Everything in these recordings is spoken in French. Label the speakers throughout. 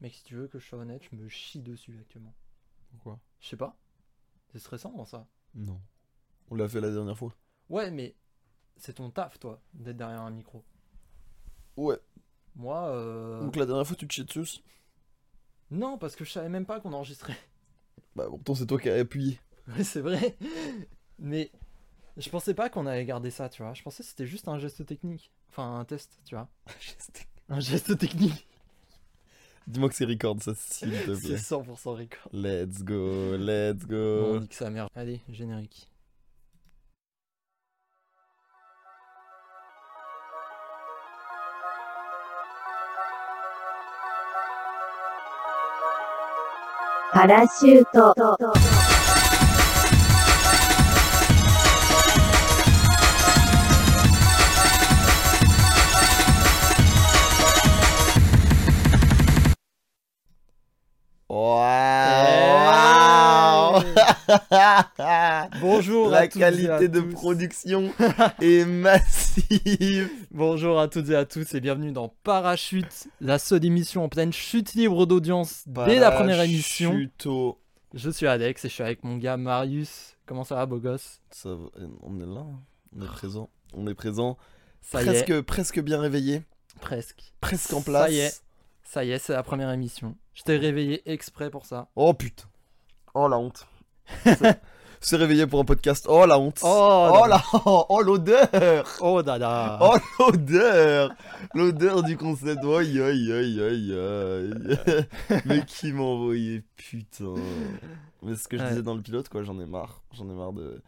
Speaker 1: Mec, si tu veux que je sois honnête, je me chie dessus actuellement.
Speaker 2: Pourquoi
Speaker 1: Je sais pas. C'est stressant, ça.
Speaker 2: Non. On l'a fait la dernière fois.
Speaker 1: Ouais, mais c'est ton taf, toi, d'être derrière un micro.
Speaker 2: Ouais.
Speaker 1: Moi, euh...
Speaker 2: Donc la dernière fois, tu te chies dessus aussi.
Speaker 1: non, parce que je savais même pas qu'on enregistrait.
Speaker 2: Bah, pourtant, c'est toi qui as appuyé.
Speaker 1: Ouais, c'est vrai. Mais je pensais pas qu'on allait garder ça, tu vois. Je pensais que c'était juste un geste technique. Enfin, un test, tu vois. Un geste technique.
Speaker 2: Dis-moi que c'est record, ça, s'il te
Speaker 1: C'est
Speaker 2: plaît.
Speaker 1: 100% record.
Speaker 2: Let's go, let's
Speaker 1: Bon, on
Speaker 2: go.
Speaker 1: dit que ça merde. Allez, générique.
Speaker 3: Parachute.
Speaker 2: 哇
Speaker 1: Hey
Speaker 2: 哦！
Speaker 1: Bonjour à
Speaker 2: Ah, La
Speaker 1: toutes et à
Speaker 2: qualité de
Speaker 1: tous.
Speaker 2: production est massive.
Speaker 1: Bonjour à toutes et à tous et bienvenue dans Parachute, la seule émission en pleine chute libre d'audience dès la première émission.
Speaker 2: Chuto.
Speaker 1: Je suis Alex et je suis avec mon gars Marius. Comment ça va, beau gosse
Speaker 2: Ça va, on est là, hein. on est présent, on est présent.
Speaker 1: Ça y est,
Speaker 2: Presque, presque bien réveillé,
Speaker 1: presque.
Speaker 2: presque en
Speaker 1: Ça
Speaker 2: place.
Speaker 1: y est. Ça y est, c'est la première émission. Je t'ai réveillé exprès pour ça.
Speaker 2: Oh putain. Oh la honte. C'est- C'est réveillé pour un podcast. Oh la honte.
Speaker 1: Oh, dada.
Speaker 2: Oh la oh l'odeur.
Speaker 1: Oh dada
Speaker 2: Oh l'odeur L'odeur du concept Aïe aïe aïe aïe
Speaker 1: Euh.
Speaker 2: aïe Mais qui m'a envoyé putain Mais ce que je
Speaker 1: Ouais.
Speaker 2: disais dans le pilote quoi j'en ai marre J'en ai marre de,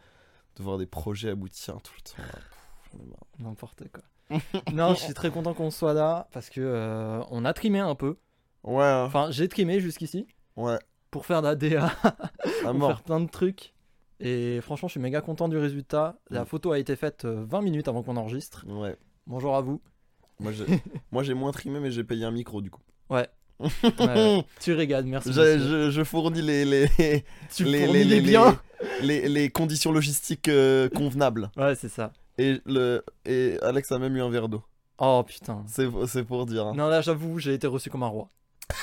Speaker 2: de voir des projets aboutir tout le temps là. Pff, j'en ai marre.
Speaker 1: N'importe quoi. non, je suis très content qu'on soit là parce que euh, on a trimé un peu.
Speaker 2: Ouais hein.
Speaker 1: Enfin, j'ai trimé jusqu'ici
Speaker 2: Ouais
Speaker 1: pour faire de la DA,
Speaker 2: à
Speaker 1: pour
Speaker 2: mort
Speaker 1: faire plein de trucs. Et franchement, je suis méga content du résultat. La
Speaker 2: Mm.
Speaker 1: photo a été faite euh, 20 minutes avant qu'on enregistre.
Speaker 2: Ouais
Speaker 1: Bonjour à vous.
Speaker 2: Moi j'ai moi j'ai moins trimé mais j'ai payé un micro du coup
Speaker 1: Ouais, tu régales, merci.
Speaker 2: Je,
Speaker 1: monsieur.
Speaker 2: je- je fournis les les, les,
Speaker 1: Tu
Speaker 2: les,
Speaker 1: fournis les
Speaker 2: les-
Speaker 1: biens.
Speaker 2: les- les conditions logistiques euh, convenables
Speaker 1: Ouais, c'est ça.
Speaker 2: et, le, et Alex a même eu un verre d'eau
Speaker 1: Oh putain.
Speaker 2: C'est c'est pour dire hein.
Speaker 1: Non, là, j'avoue, j'ai été reçu comme un roi.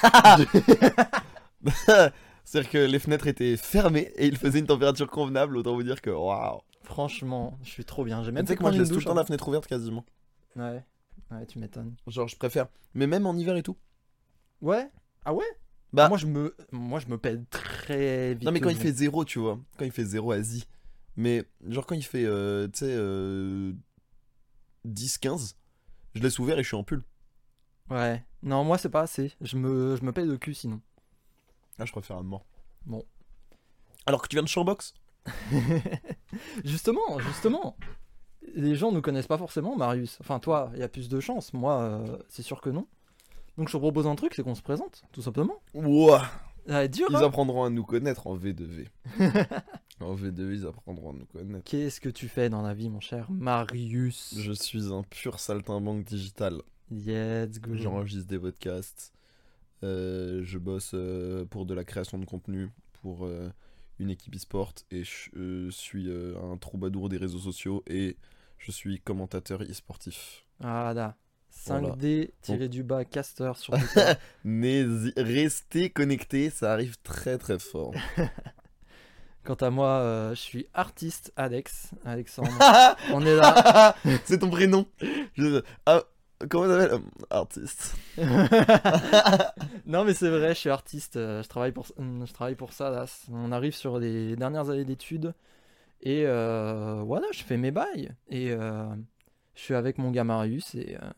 Speaker 1: Ah.
Speaker 2: C'est-à-dire que les fenêtres étaient fermées et il faisait une température convenable, autant vous dire que waouh.
Speaker 1: Franchement, je suis trop bien. J'ai
Speaker 2: Tu
Speaker 1: même
Speaker 2: sais
Speaker 1: fait
Speaker 2: que moi je
Speaker 1: prendre
Speaker 2: laisse
Speaker 1: une
Speaker 2: tout le
Speaker 1: douche
Speaker 2: temps la fenêtre ouverte quasiment.
Speaker 1: avant. Ouais, ouais, tu m'étonnes.
Speaker 2: Genre je préfère. Mais même en hiver et tout.
Speaker 1: Ouais. Ah ouais
Speaker 2: Bah-
Speaker 1: moi je me, moi je me pèle très vite.
Speaker 2: Non mais quand
Speaker 1: aux
Speaker 2: il
Speaker 1: gens.
Speaker 2: fait zéro, tu vois. Quand il fait zéro, Asie. Mais genre quand il fait, euh, tu sais, euh, 10-15, je laisse ouvert et je suis en pull.
Speaker 1: Ouais. Non, moi c'est pas assez. Je me, je me pèle le cul sinon.
Speaker 2: Là Ah, je préfère à mort.
Speaker 1: Bon.
Speaker 2: Alors que tu viens de Chambox
Speaker 1: justement, justement. Les gens nous connaissent pas forcément, Marius. Enfin, toi, il y a plus de chances. Moi, euh, c'est sûr que non. Donc je te propose un truc, c'est qu'on se présente, tout simplement.
Speaker 2: Ouah
Speaker 1: Ça va être dur.
Speaker 2: Ils
Speaker 1: hein.
Speaker 2: apprendront à nous connaître en V2V. en V2V, ils apprendront à nous connaître.
Speaker 1: Qu'est-ce que tu fais dans la vie, mon cher Marius
Speaker 2: Je suis un pur saltimbanque digital.
Speaker 1: Yes, go.
Speaker 2: J'enregistre des podcasts. Euh, je bosse euh, pour de la création de contenu pour euh, une équipe e-sport et je euh, suis euh, un troubadour des réseaux sociaux et je suis commentateur e-sportif.
Speaker 1: Voilà.
Speaker 2: Voilà.
Speaker 1: 5D tiré du bas, caster sur Twitter.
Speaker 2: Mais restez connectés, ça arrive très très fort.
Speaker 1: Quant à moi, euh, je suis artiste Alex, Alexandre.
Speaker 2: Ah,
Speaker 1: On est là.
Speaker 2: ah, ah, C'est ton prénom. Je- ah, comment on s'appelle Hum, Artiste.
Speaker 1: non mais c'est vrai, je suis artiste, euh, je travaille pour, hum, je travaille pour ça là. On arrive sur les dernières années d'études et euh, voilà, je fais mes bails et euh, je suis avec mon gars Marius et euh,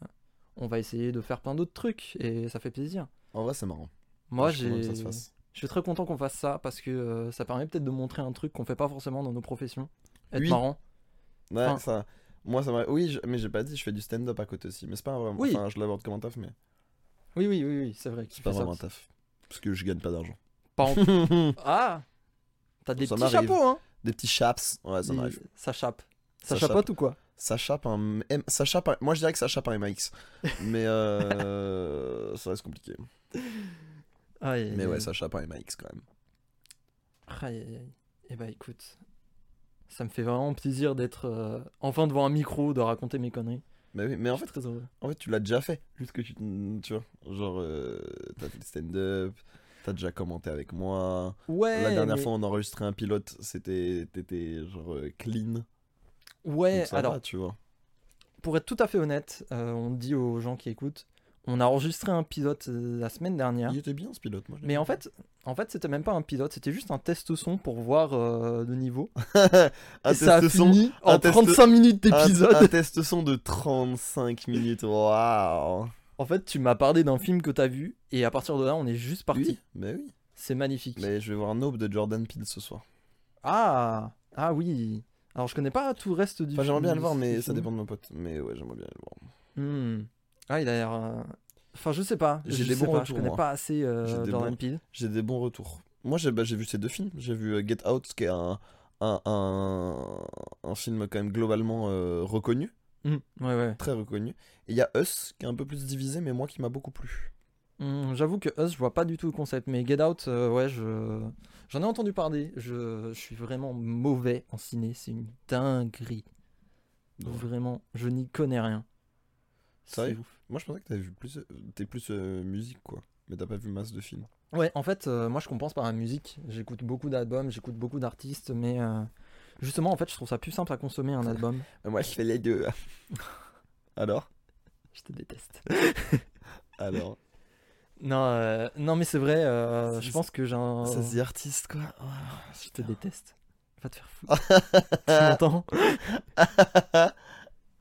Speaker 1: on va essayer de faire plein d'autres trucs et ça fait plaisir.
Speaker 2: En vrai, c'est marrant.
Speaker 1: Moi
Speaker 2: Je suis content
Speaker 1: j'ai,
Speaker 2: que ça se fasse.
Speaker 1: je suis très content qu'on fasse ça parce que euh, ça permet peut-être de montrer un truc qu'on fait pas forcément dans nos professions. Être
Speaker 2: Oui.
Speaker 1: marrant.
Speaker 2: Ouais,
Speaker 1: Enfin-
Speaker 2: ça. Moi, ça m'a. Oui, je- mais j'ai pas dit, je fais du stand-up à côté aussi. Mais c'est pas vraiment.
Speaker 1: Oui.
Speaker 2: Enfin, je l'aborde comme un taf, mais.
Speaker 1: Oui oui oui, oui c'est vrai. que tu
Speaker 2: C'est pas
Speaker 1: fais ça
Speaker 2: vraiment un
Speaker 1: aussi.
Speaker 2: taf. Parce que je gagne pas d'argent.
Speaker 1: Pas en-
Speaker 2: des
Speaker 1: Ah, t'as des
Speaker 2: Ça
Speaker 1: petits
Speaker 2: m'arrive.
Speaker 1: chapeaux hein.
Speaker 2: petits chaps. Ouais, ça
Speaker 1: Des-
Speaker 2: m'arrive.
Speaker 1: ça chape. Ça,
Speaker 2: Ça
Speaker 1: chapote ou quoi
Speaker 2: Ça chape un. M- Ça chape un- Moi, je dirais que ça chape un MAX. Mais euh... ça reste compliqué.
Speaker 1: Aïe, aïe,
Speaker 2: Mais ouais,
Speaker 1: aïe.
Speaker 2: ça chape un MAX quand même.
Speaker 1: Aïe aïe aïe. Eh bah écoute, ça me fait vraiment plaisir d'être euh, enfin devant un micro, de raconter mes conneries.
Speaker 2: Mais oui, mais
Speaker 1: Je
Speaker 2: en
Speaker 1: suis
Speaker 2: fait,
Speaker 1: très heureux.
Speaker 2: en fait, tu l'as déjà fait. Juste que tu, tu vois, genre, euh, t'as fait le stand-up, t'as déjà commenté avec moi.
Speaker 1: Ouais.
Speaker 2: La dernière
Speaker 1: mais-
Speaker 2: fois, on enregistrait un pilote, c'était, t'étais genre euh, clean.
Speaker 1: Ouais,
Speaker 2: donc ça
Speaker 1: alors,
Speaker 2: va, tu vois.
Speaker 1: pour être tout à fait honnête, euh, on dit aux gens qui écoutent, on a enregistré un pilote euh, la semaine dernière.
Speaker 2: Il était bien ce pilote, moi. je l'ai
Speaker 1: Mais en
Speaker 2: bien.
Speaker 1: fait, en fait c'était même pas un pilote, c'était juste un test son pour voir euh, le niveau.
Speaker 2: un
Speaker 1: Et ça a
Speaker 2: test son,
Speaker 1: fini en
Speaker 2: un test-
Speaker 1: 35 minutes
Speaker 2: un-
Speaker 1: d'épisode.
Speaker 2: un test son de 35 minutes. Waouh.
Speaker 1: En fait, tu m'as parlé d'un film que t'as vu, et à partir de là, on est juste parti.
Speaker 2: Oui, mais oui.
Speaker 1: C'est magnifique.
Speaker 2: Mais je vais voir Nope de Jordan Peele ce soir.
Speaker 1: Ah Ah oui Alors, je connais pas tout le reste du
Speaker 2: Enfin, j'aimerais bien
Speaker 1: film-
Speaker 2: le voir,
Speaker 1: du
Speaker 2: mais ça
Speaker 1: film.
Speaker 2: dépend de mon pote. Mais ouais, j'aimerais bien le voir.
Speaker 1: Hmm. Ah, il a l'air. euh, Enfin, je sais pas.
Speaker 2: J'ai
Speaker 1: je
Speaker 2: des
Speaker 1: sais
Speaker 2: bons
Speaker 1: pas,
Speaker 2: retours,
Speaker 1: Je connais
Speaker 2: moi.
Speaker 1: pas assez euh,
Speaker 2: J'ai des
Speaker 1: Jordan
Speaker 2: bons-
Speaker 1: Peele.
Speaker 2: J'ai des bons retours. Moi, j'ai bah, j'ai vu ces deux films. J'ai vu euh, Get Out, qui est un, un, un, un film quand même globalement euh, reconnu,
Speaker 1: Hmm, Ouais, ouais.
Speaker 2: très reconnu. Et il y a Us, qui est un peu plus divisé, mais moi qui m'a beaucoup plu.
Speaker 1: Hmm, J'avoue que Us, je vois pas du tout le concept, mais Get Out, euh, ouais, je. J'en ai entendu parler. Je... je suis vraiment mauvais en ciné. C'est une dinguerie.
Speaker 2: Ouais.
Speaker 1: Vraiment, je n'y connais rien.
Speaker 2: Sérieux
Speaker 1: C'est ouf.
Speaker 2: Moi, je pensais que t'avais vu plus, euh, t'es plus euh, musique, quoi. Mais t'as pas vu masse de films.
Speaker 1: Ouais, en fait, euh, moi je compense par la musique. J'écoute beaucoup d'albums, j'écoute beaucoup d'artistes, mais euh, justement, en fait, je trouve ça plus simple à consommer un album.
Speaker 2: Euh, Moi, je fais les deux. hein. Alors
Speaker 1: je te déteste.
Speaker 2: Alors
Speaker 1: Non, euh, non mais c'est vrai, euh,
Speaker 2: Ça
Speaker 1: je
Speaker 2: se-
Speaker 1: pense que j'ai un.
Speaker 2: Ça se dit artiste, quoi.
Speaker 1: Je te déteste. Va te faire foutre. tu m'entends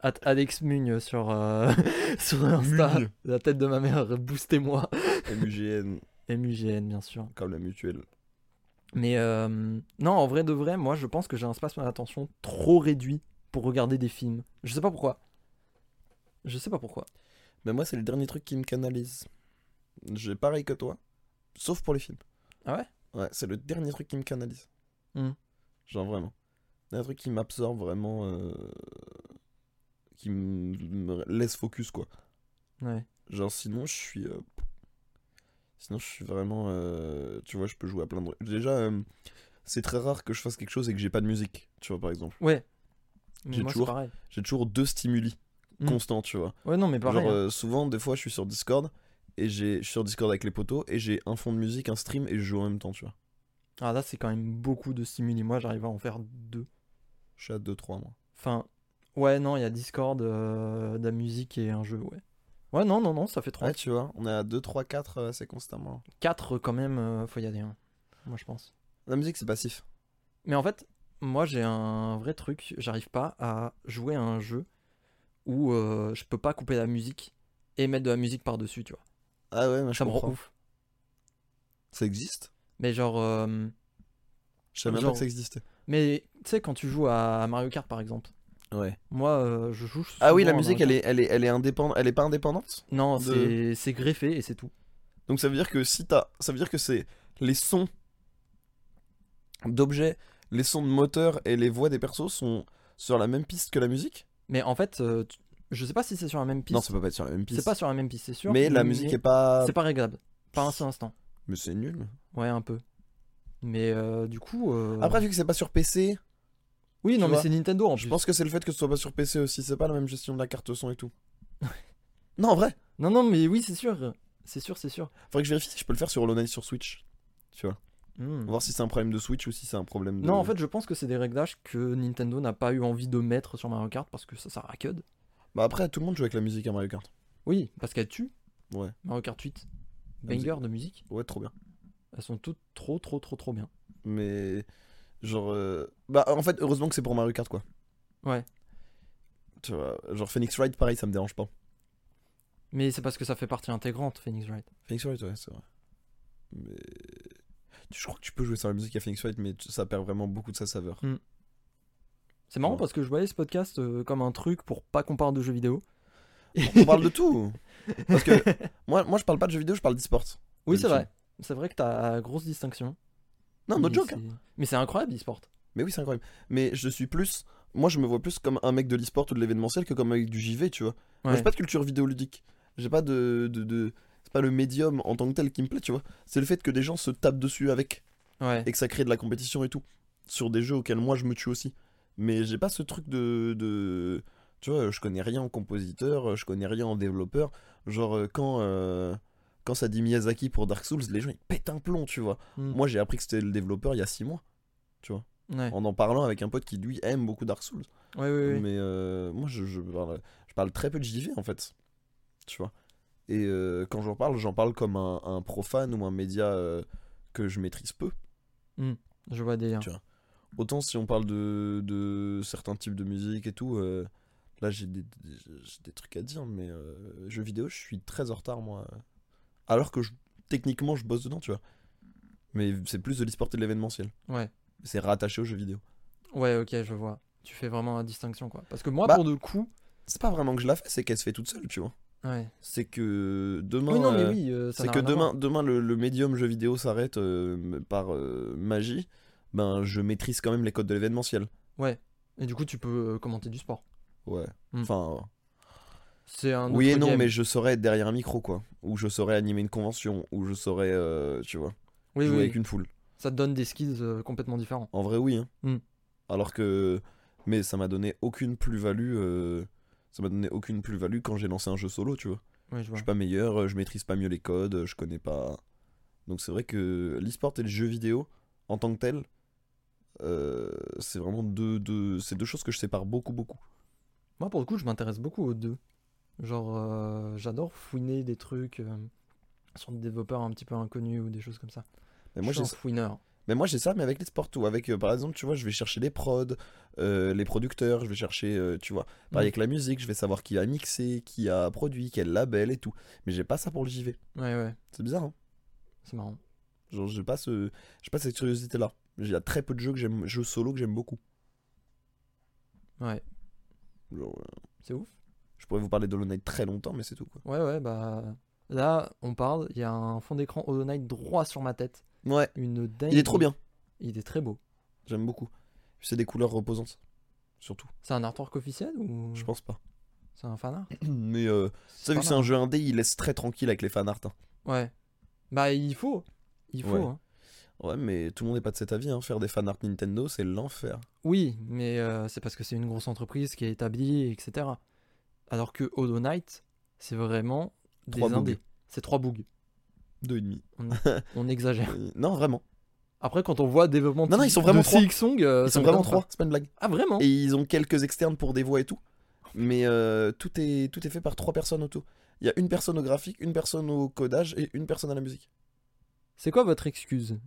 Speaker 1: At Alex Mugne sur, euh, sur Insta.
Speaker 2: Mugne.
Speaker 1: La tête de ma mère, boostez-moi.
Speaker 2: MUGN,
Speaker 1: MUGN, bien sûr.
Speaker 2: comme la mutuelle.
Speaker 1: Mais euh, non, en vrai de vrai, moi je pense que j'ai un spasme d'attention trop réduit pour regarder des films. Je sais pas pourquoi. Je sais pas pourquoi.
Speaker 2: Mais moi, c'est le dernier truc qui me canalise. J'ai pareil que toi, sauf pour les films.
Speaker 1: Ah ouais
Speaker 2: Ouais, c'est le dernier truc qui me canalise.
Speaker 1: Hmm.
Speaker 2: Genre vraiment. Un truc qui m'absorbe vraiment. euh, Qui m- me laisse focus, quoi.
Speaker 1: Ouais.
Speaker 2: Genre sinon je suis... euh, Sinon je suis vraiment... euh, Tu vois, je peux jouer à plein de... Déjà, euh, c'est très rare que je fasse quelque chose et que j'ai pas de musique, tu vois, par exemple.
Speaker 1: Ouais. Mais
Speaker 2: J'ai
Speaker 1: moi c'est
Speaker 2: toujours-
Speaker 1: pareil.
Speaker 2: J'ai toujours deux stimuli
Speaker 1: Mm.
Speaker 2: constants, tu vois.
Speaker 1: Ouais, non, mais pareil. hein.
Speaker 2: Genre euh, souvent, des fois, je suis sur Discord et j'ai... Je suis sur Discord avec les potos et j'ai un fond de musique, un stream et je joue en même temps, tu vois.
Speaker 1: Ah là, c'est quand même beaucoup de stimuli. Moi j'arrive à en faire deux.
Speaker 2: Je suis à 2-3 moi.
Speaker 1: Enfin, ouais, non, il y a Discord, euh, de la musique et un jeu, ouais. Ouais, non, non, non, ça fait trois.
Speaker 2: Ouais, tu vois, on est à 2, 3, 4 assez euh, constamment.
Speaker 1: Quatre quand même, euh, faut y aller, hein. moi je pense.
Speaker 2: La musique, c'est passif.
Speaker 1: Mais en fait, moi j'ai un vrai truc, j'arrive pas à jouer à un jeu où euh, je peux pas couper la musique et mettre de la musique par-dessus, tu vois.
Speaker 2: Ah ouais, mais je
Speaker 1: ça me rend
Speaker 2: comprends.
Speaker 1: ouf.
Speaker 2: Ça existe
Speaker 1: Mais genre, euh,
Speaker 2: Je savais même
Speaker 1: Genre-
Speaker 2: pas que ça existait.
Speaker 1: mais tu sais, quand tu joues à Mario Kart par exemple,
Speaker 2: Ouais.
Speaker 1: moi euh, je joue.
Speaker 2: Ah oui, la
Speaker 1: souvent à
Speaker 2: musique,
Speaker 1: Mario
Speaker 2: elle est, elle est, elle est indépendante. Elle est pas indépendante
Speaker 1: Kart. Non,
Speaker 2: de-
Speaker 1: c'est- c'est greffé et c'est tout.
Speaker 2: Donc ça veut dire que si t'as, ça veut dire que c'est les sons d'objets, les sons de moteur et les voix des persos sont sur la même piste que la musique.
Speaker 1: Mais en fait, euh, tu- je sais pas si c'est sur la même piste.
Speaker 2: Non, ça peut pas être sur la même piste.
Speaker 1: C'est pas sur la même piste, c'est sûr.
Speaker 2: mais la musique est pas.
Speaker 1: C'est pas réglable. Pas un seul instant.
Speaker 2: Mais c'est nul.
Speaker 1: Ouais, un peu. Mais euh, du coup. euh,
Speaker 2: Après vu que c'est pas sur PC,
Speaker 1: oui, non,
Speaker 2: tu
Speaker 1: mais
Speaker 2: vois,
Speaker 1: c'est Nintendo en
Speaker 2: je
Speaker 1: plus.
Speaker 2: pense que c'est le fait que ce soit pas sur PC aussi. C'est pas la même gestion de la carte son et tout. non, en vrai.
Speaker 1: Non, non, mais oui, c'est sûr. C'est sûr, c'est sûr.
Speaker 2: Faudrait que je vérifie si je peux le faire sur Hollow Knight sur Switch. Tu vois.
Speaker 1: Hmm.
Speaker 2: Voir si c'est un problème de Switch ou si c'est un problème de.
Speaker 1: Non, en fait, je pense que c'est des réglages que Nintendo n'a pas eu envie de mettre sur Mario Kart parce que ça sert à cud.
Speaker 2: Bah après, tout le monde joue avec la musique à Mario Kart.
Speaker 1: Oui, parce qu'elles tuent.
Speaker 2: Ouais.
Speaker 1: Mario Kart 8,
Speaker 2: La musique.
Speaker 1: banger de musique.
Speaker 2: Ouais, trop bien.
Speaker 1: Elles sont toutes trop, trop, trop, trop bien.
Speaker 2: Mais genre euh, bah en fait heureusement que c'est pour Mario Kart quoi.
Speaker 1: Ouais.
Speaker 2: Tu vois, genre Phoenix Wright pareil, ça me dérange pas.
Speaker 1: Mais c'est parce que ça fait partie intégrante, Phoenix Wright.
Speaker 2: Phoenix Wright ouais, c'est vrai. Mais tu- je crois que tu peux jouer sur la musique à Phoenix Wright mais tu- ça perd vraiment beaucoup de sa saveur.
Speaker 1: C'est marrant
Speaker 2: Ouais.
Speaker 1: parce que je voyais ce podcast euh, comme un truc pour pas qu'on parle de jeux vidéo.
Speaker 2: On parle de tout. Parce que moi moi je parle pas de jeux vidéo, je parle d'e-sport.
Speaker 1: Oui, c'est
Speaker 2: D'habitude.
Speaker 1: vrai. C'est vrai que t'as grosse distinction.
Speaker 2: Non, no
Speaker 1: Mais
Speaker 2: joke.
Speaker 1: Mm, c'est-
Speaker 2: hein.
Speaker 1: Mais c'est incroyable, l'e-sport.
Speaker 2: Mais oui, c'est incroyable. Mais je suis plus moi je me vois plus comme un mec de l'e-sport ou de l'événementiel que comme un mec du JV, tu vois. Moi,
Speaker 1: Ouais.
Speaker 2: j'ai pas de culture vidéoludique. J'ai pas de. de, de- C'est pas le médium en tant que tel qui me plaît, tu vois. C'est le fait que des gens se tapent dessus avec
Speaker 1: Ouais.
Speaker 2: et que ça crée de la compétition et tout. Sur des jeux auxquels moi je me tue aussi. Mais j'ai pas ce truc de. de, Tu vois, je connais rien en compositeur, je connais rien en développeur. Genre, euh, quand, euh, quand ça dit Miyazaki pour Dark Souls, les gens ils pètent un plomb, tu vois.
Speaker 1: Mm.
Speaker 2: Moi, j'ai appris que c'était le développeur il y a 6 mois,
Speaker 1: Ouais,
Speaker 2: en en parlant avec un pote qui lui aime beaucoup Dark Souls.
Speaker 1: ouais, ouais, ouais.
Speaker 2: Mais euh, moi, je, je parle, je parle très peu de JV en fait. Tu vois. Et euh, quand j'en parle, j'en parle comme un, un profane ou un média euh, que je maîtrise peu.
Speaker 1: je vois des.
Speaker 2: Tu- Autant si on parle de, de certains types de musique et tout, euh, là j'ai des, des- j'ai des trucs à dire, mais euh, jeux vidéo, je suis très en retard moi. Alors que je- techniquement je bosse dedans, tu vois. Mais c'est plus de l'e-sport et de l'événementiel.
Speaker 1: Ouais.
Speaker 2: C'est rattaché aux jeux vidéo.
Speaker 1: Ouais, ok, je vois. Tu fais vraiment la distinction, quoi. Parce que moi,
Speaker 2: Bah.
Speaker 1: pour le coup.
Speaker 2: C'est pas vraiment que je la fais, c'est qu'elle se fait toute seule, tu vois.
Speaker 1: Ouais.
Speaker 2: C'est que demain.
Speaker 1: oui, non, mais
Speaker 2: euh,
Speaker 1: oui, euh, ça
Speaker 2: C'est
Speaker 1: n'a
Speaker 2: que
Speaker 1: rien à voir.
Speaker 2: demain, demain le, le médium jeu vidéo s'arrête euh, par euh, magie. Ben, je maîtrise quand même les codes de l'événementiel.
Speaker 1: Et du coup, tu peux euh, commenter du sport.
Speaker 2: Ouais.
Speaker 1: Hmm.
Speaker 2: Enfin, euh,
Speaker 1: C'est un.
Speaker 2: oui et
Speaker 1: autre
Speaker 2: non,
Speaker 1: game.
Speaker 2: mais je saurais être derrière un micro, quoi. Ou je saurais animer une convention, ou je saurais, euh, tu vois,
Speaker 1: Oui,
Speaker 2: jouer
Speaker 1: oui.
Speaker 2: avec une foule.
Speaker 1: Ça te donne des skills euh, complètement différents.
Speaker 2: En vrai, oui. hein.
Speaker 1: Hmm.
Speaker 2: Alors que, mais ça m'a donné aucune plus-value. euh, Ça m'a donné aucune plus-value quand j'ai lancé un jeu solo, tu vois.
Speaker 1: Ouais, je vois.
Speaker 2: Je suis pas meilleur, euh, je maîtrise pas mieux les codes, euh, je connais pas. Donc c'est vrai que l'e-sport et le jeu vidéo, en tant que tel, euh, c'est vraiment deux, deux, c'est deux choses que je sépare beaucoup, beaucoup.
Speaker 1: Moi, pour le coup, je m'intéresse beaucoup aux deux. Genre, euh, j'adore fouiner des trucs euh, sur des développeurs un petit peu inconnus ou des choses comme ça.
Speaker 2: Mais moi,
Speaker 1: je
Speaker 2: j'ai,
Speaker 1: suis un fouineur.
Speaker 2: mais moi j'ai ça, mais avec l'e-sport ou avec, euh, par exemple, tu vois, je vais chercher les prods, euh, les producteurs, je vais chercher, euh, tu vois, pareil
Speaker 1: Mm.
Speaker 2: avec la musique, je vais savoir qui a mixé, qui a produit, quel label et tout. Mais j'ai pas ça pour le JV.
Speaker 1: Ouais, ouais,
Speaker 2: C'est bizarre, hein
Speaker 1: c'est marrant.
Speaker 2: Genre, j'ai pas ce, j'ai pas cette curiosité-là. Il y a très peu de jeux que j'aime, jeux solo que j'aime beaucoup.
Speaker 1: Ouais,
Speaker 2: Genre, euh,
Speaker 1: c'est ouf.
Speaker 2: Je pourrais vous parler d'Hollow Knight très longtemps, mais c'est tout quoi.
Speaker 1: Ouais, ouais, bah. Là, on parle, il y a un fond d'écran Hollow Knight droit sur ma tête.
Speaker 2: Ouais,
Speaker 1: Une dingue.
Speaker 2: il est trop bien,
Speaker 1: Il est très beau.
Speaker 2: j'aime beaucoup. Puis C'est des couleurs reposantes, surtout.
Speaker 1: C'est un artwork officiel ou
Speaker 2: Je pense pas.
Speaker 1: c'est un fanart
Speaker 2: Mais euh, tu sais, vu que c'est un jeu indé, il laisse très tranquille avec les fanarts. hein.
Speaker 1: Ouais. Bah, il faut. Il faut.
Speaker 2: Ouais.
Speaker 1: hein.
Speaker 2: Ouais, mais tout le monde n'est pas de cet avis, hein. faire des fanarts Nintendo, c'est l'enfer.
Speaker 1: Oui, mais euh, c'est parce que c'est une grosse entreprise qui est établie, etc. Alors que Hollow Knight, c'est vraiment des
Speaker 2: Trois
Speaker 1: indés.
Speaker 2: bugs.
Speaker 1: C'est trois bougs.
Speaker 2: Deux et demi.
Speaker 1: On exagère.
Speaker 2: Euh, non, vraiment.
Speaker 1: Après, quand on voit développement
Speaker 2: Non, non,
Speaker 1: de-
Speaker 2: ils sont vraiment
Speaker 1: de
Speaker 2: trois.
Speaker 1: CX Song, euh,
Speaker 2: Ils
Speaker 1: ça
Speaker 2: sont
Speaker 1: me
Speaker 2: vraiment
Speaker 1: donne
Speaker 2: trois,
Speaker 1: pas.
Speaker 2: c'est pas une blague.
Speaker 1: Ah, vraiment
Speaker 2: Et ils ont quelques externes pour des voix et tout. Mais euh, tout, est, tout est fait par trois personnes autour. Il y a une personne au graphique, une personne au codage et une personne à la musique.
Speaker 1: C'est quoi votre excuse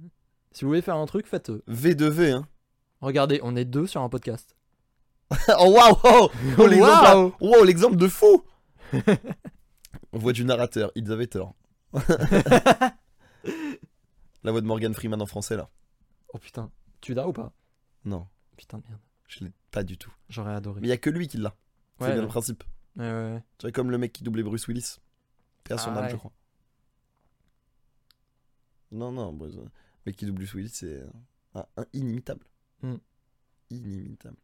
Speaker 1: Si vous voulez faire un truc, faites-le.
Speaker 2: V2V, hein.
Speaker 1: Regardez, on est deux sur un podcast.
Speaker 2: oh waouh! oh Oh, l'exemple, là.
Speaker 1: Waouh
Speaker 2: Wow, l'exemple de fou Voix du narrateur, ils avaient tort. La voix de Morgan Freeman en français, là.
Speaker 1: Oh putain, tu l'as ou pas
Speaker 2: Non,
Speaker 1: Putain de merde,
Speaker 2: je l'ai pas du tout.
Speaker 1: j'aurais adoré.
Speaker 2: Mais il y a que lui qui l'a. C'est
Speaker 1: Ouais,
Speaker 2: bien
Speaker 1: ouais.
Speaker 2: le principe.
Speaker 1: Ouais, ouais, ouais.
Speaker 2: Tu vois, comme le mec qui doublait Bruce Willis. Père son
Speaker 1: Ah
Speaker 2: âme,
Speaker 1: ouais.
Speaker 2: je crois. Non, non, Bruce- le mec qui double Bruce Willis, c'est euh, un, un inimitable.
Speaker 1: Hmm.
Speaker 2: Inimitable.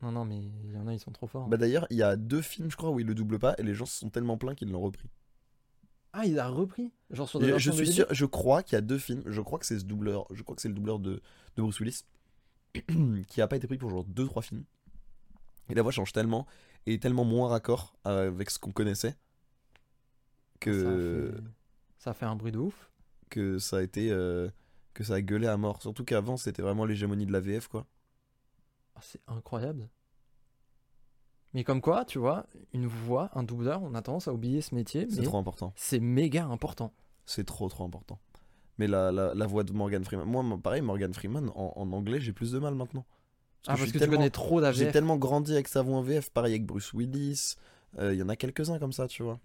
Speaker 1: Non, non, mais il y en a, ils sont trop forts. hein.
Speaker 2: Bah d'ailleurs, il y a deux films, je crois, où il le double pas et les gens se sont tellement plaints qu'ils l'ont repris.
Speaker 1: Ah, il a repris Genre sur des
Speaker 2: Je, je
Speaker 1: versions
Speaker 2: suis
Speaker 1: DVD?
Speaker 2: sûr, je crois qu'il y a deux films. Je crois que c'est ce doubleur, je crois que c'est le doubleur de, de Bruce Willis qui a pas été pris pour genre deux trois films. Et la voix change tellement et est tellement moins raccord avec ce qu'on connaissait que
Speaker 1: Ah, Ça a fait- Ça a fait un bruit de ouf.
Speaker 2: que ça a été euh, que ça a gueulé à mort. Surtout qu'avant c'était vraiment l'hégémonie de la VF quoi.
Speaker 1: Ah, c'est incroyable. Mais comme quoi, tu vois, une voix, un doubleur, on a tendance à oublier ce métier,
Speaker 2: C'est
Speaker 1: mais
Speaker 2: trop important.
Speaker 1: c'est méga important.
Speaker 2: C'est trop trop important. Mais la, la, la voix de Morgan Freeman, moi moi, pareil Morgan Freeman en, en anglais j'ai plus de mal maintenant.
Speaker 1: ah,
Speaker 2: je
Speaker 1: parce
Speaker 2: suis
Speaker 1: que tu
Speaker 2: tellement-
Speaker 1: connais trop la
Speaker 2: J'ai
Speaker 1: VF.
Speaker 2: tellement grandi avec sa voix en VF, pareil avec Bruce Willis. euh, Il y en a quelques-uns comme ça, tu vois.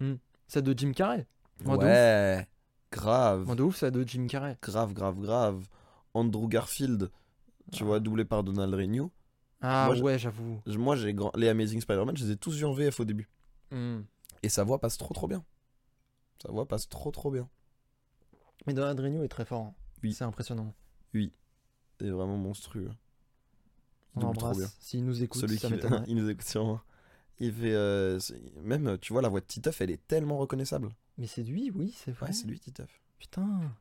Speaker 1: Celle de Jim Carrey. Moi, de ouf.
Speaker 2: ouais, grave,
Speaker 1: Moi de ouf, celle de Jim Carrey.
Speaker 2: grave, grave, grave. Andrew Garfield, tu vois, doublé par Donald Renew.
Speaker 1: Ah
Speaker 2: Moi, je-
Speaker 1: ouais, j'avoue.
Speaker 2: Moi, j'ai grand... les Amazing Spider-Man, je les ai tous vus en VF au début.
Speaker 1: Hmm.
Speaker 2: Et sa voix passe trop, trop bien. Sa voix passe trop, trop bien.
Speaker 1: Mais Donald Renew est très fort. hein.
Speaker 2: Oui.
Speaker 1: C'est impressionnant.
Speaker 2: C'est vraiment monstrueux. Il
Speaker 1: On
Speaker 2: double trop bien.
Speaker 1: l'embrasse. S'il nous écoute,
Speaker 2: Celui
Speaker 1: ça hein.
Speaker 2: qui
Speaker 1: m'étonnerait.
Speaker 2: il nous écoute sûrement. Il fait. euh, c'est- Même, tu vois, la voix de Titeuf, elle est tellement reconnaissable.
Speaker 1: Mais c'est lui, oui, c'est vrai.
Speaker 2: Ouais, c'est lui, Titeuf.
Speaker 1: Putain.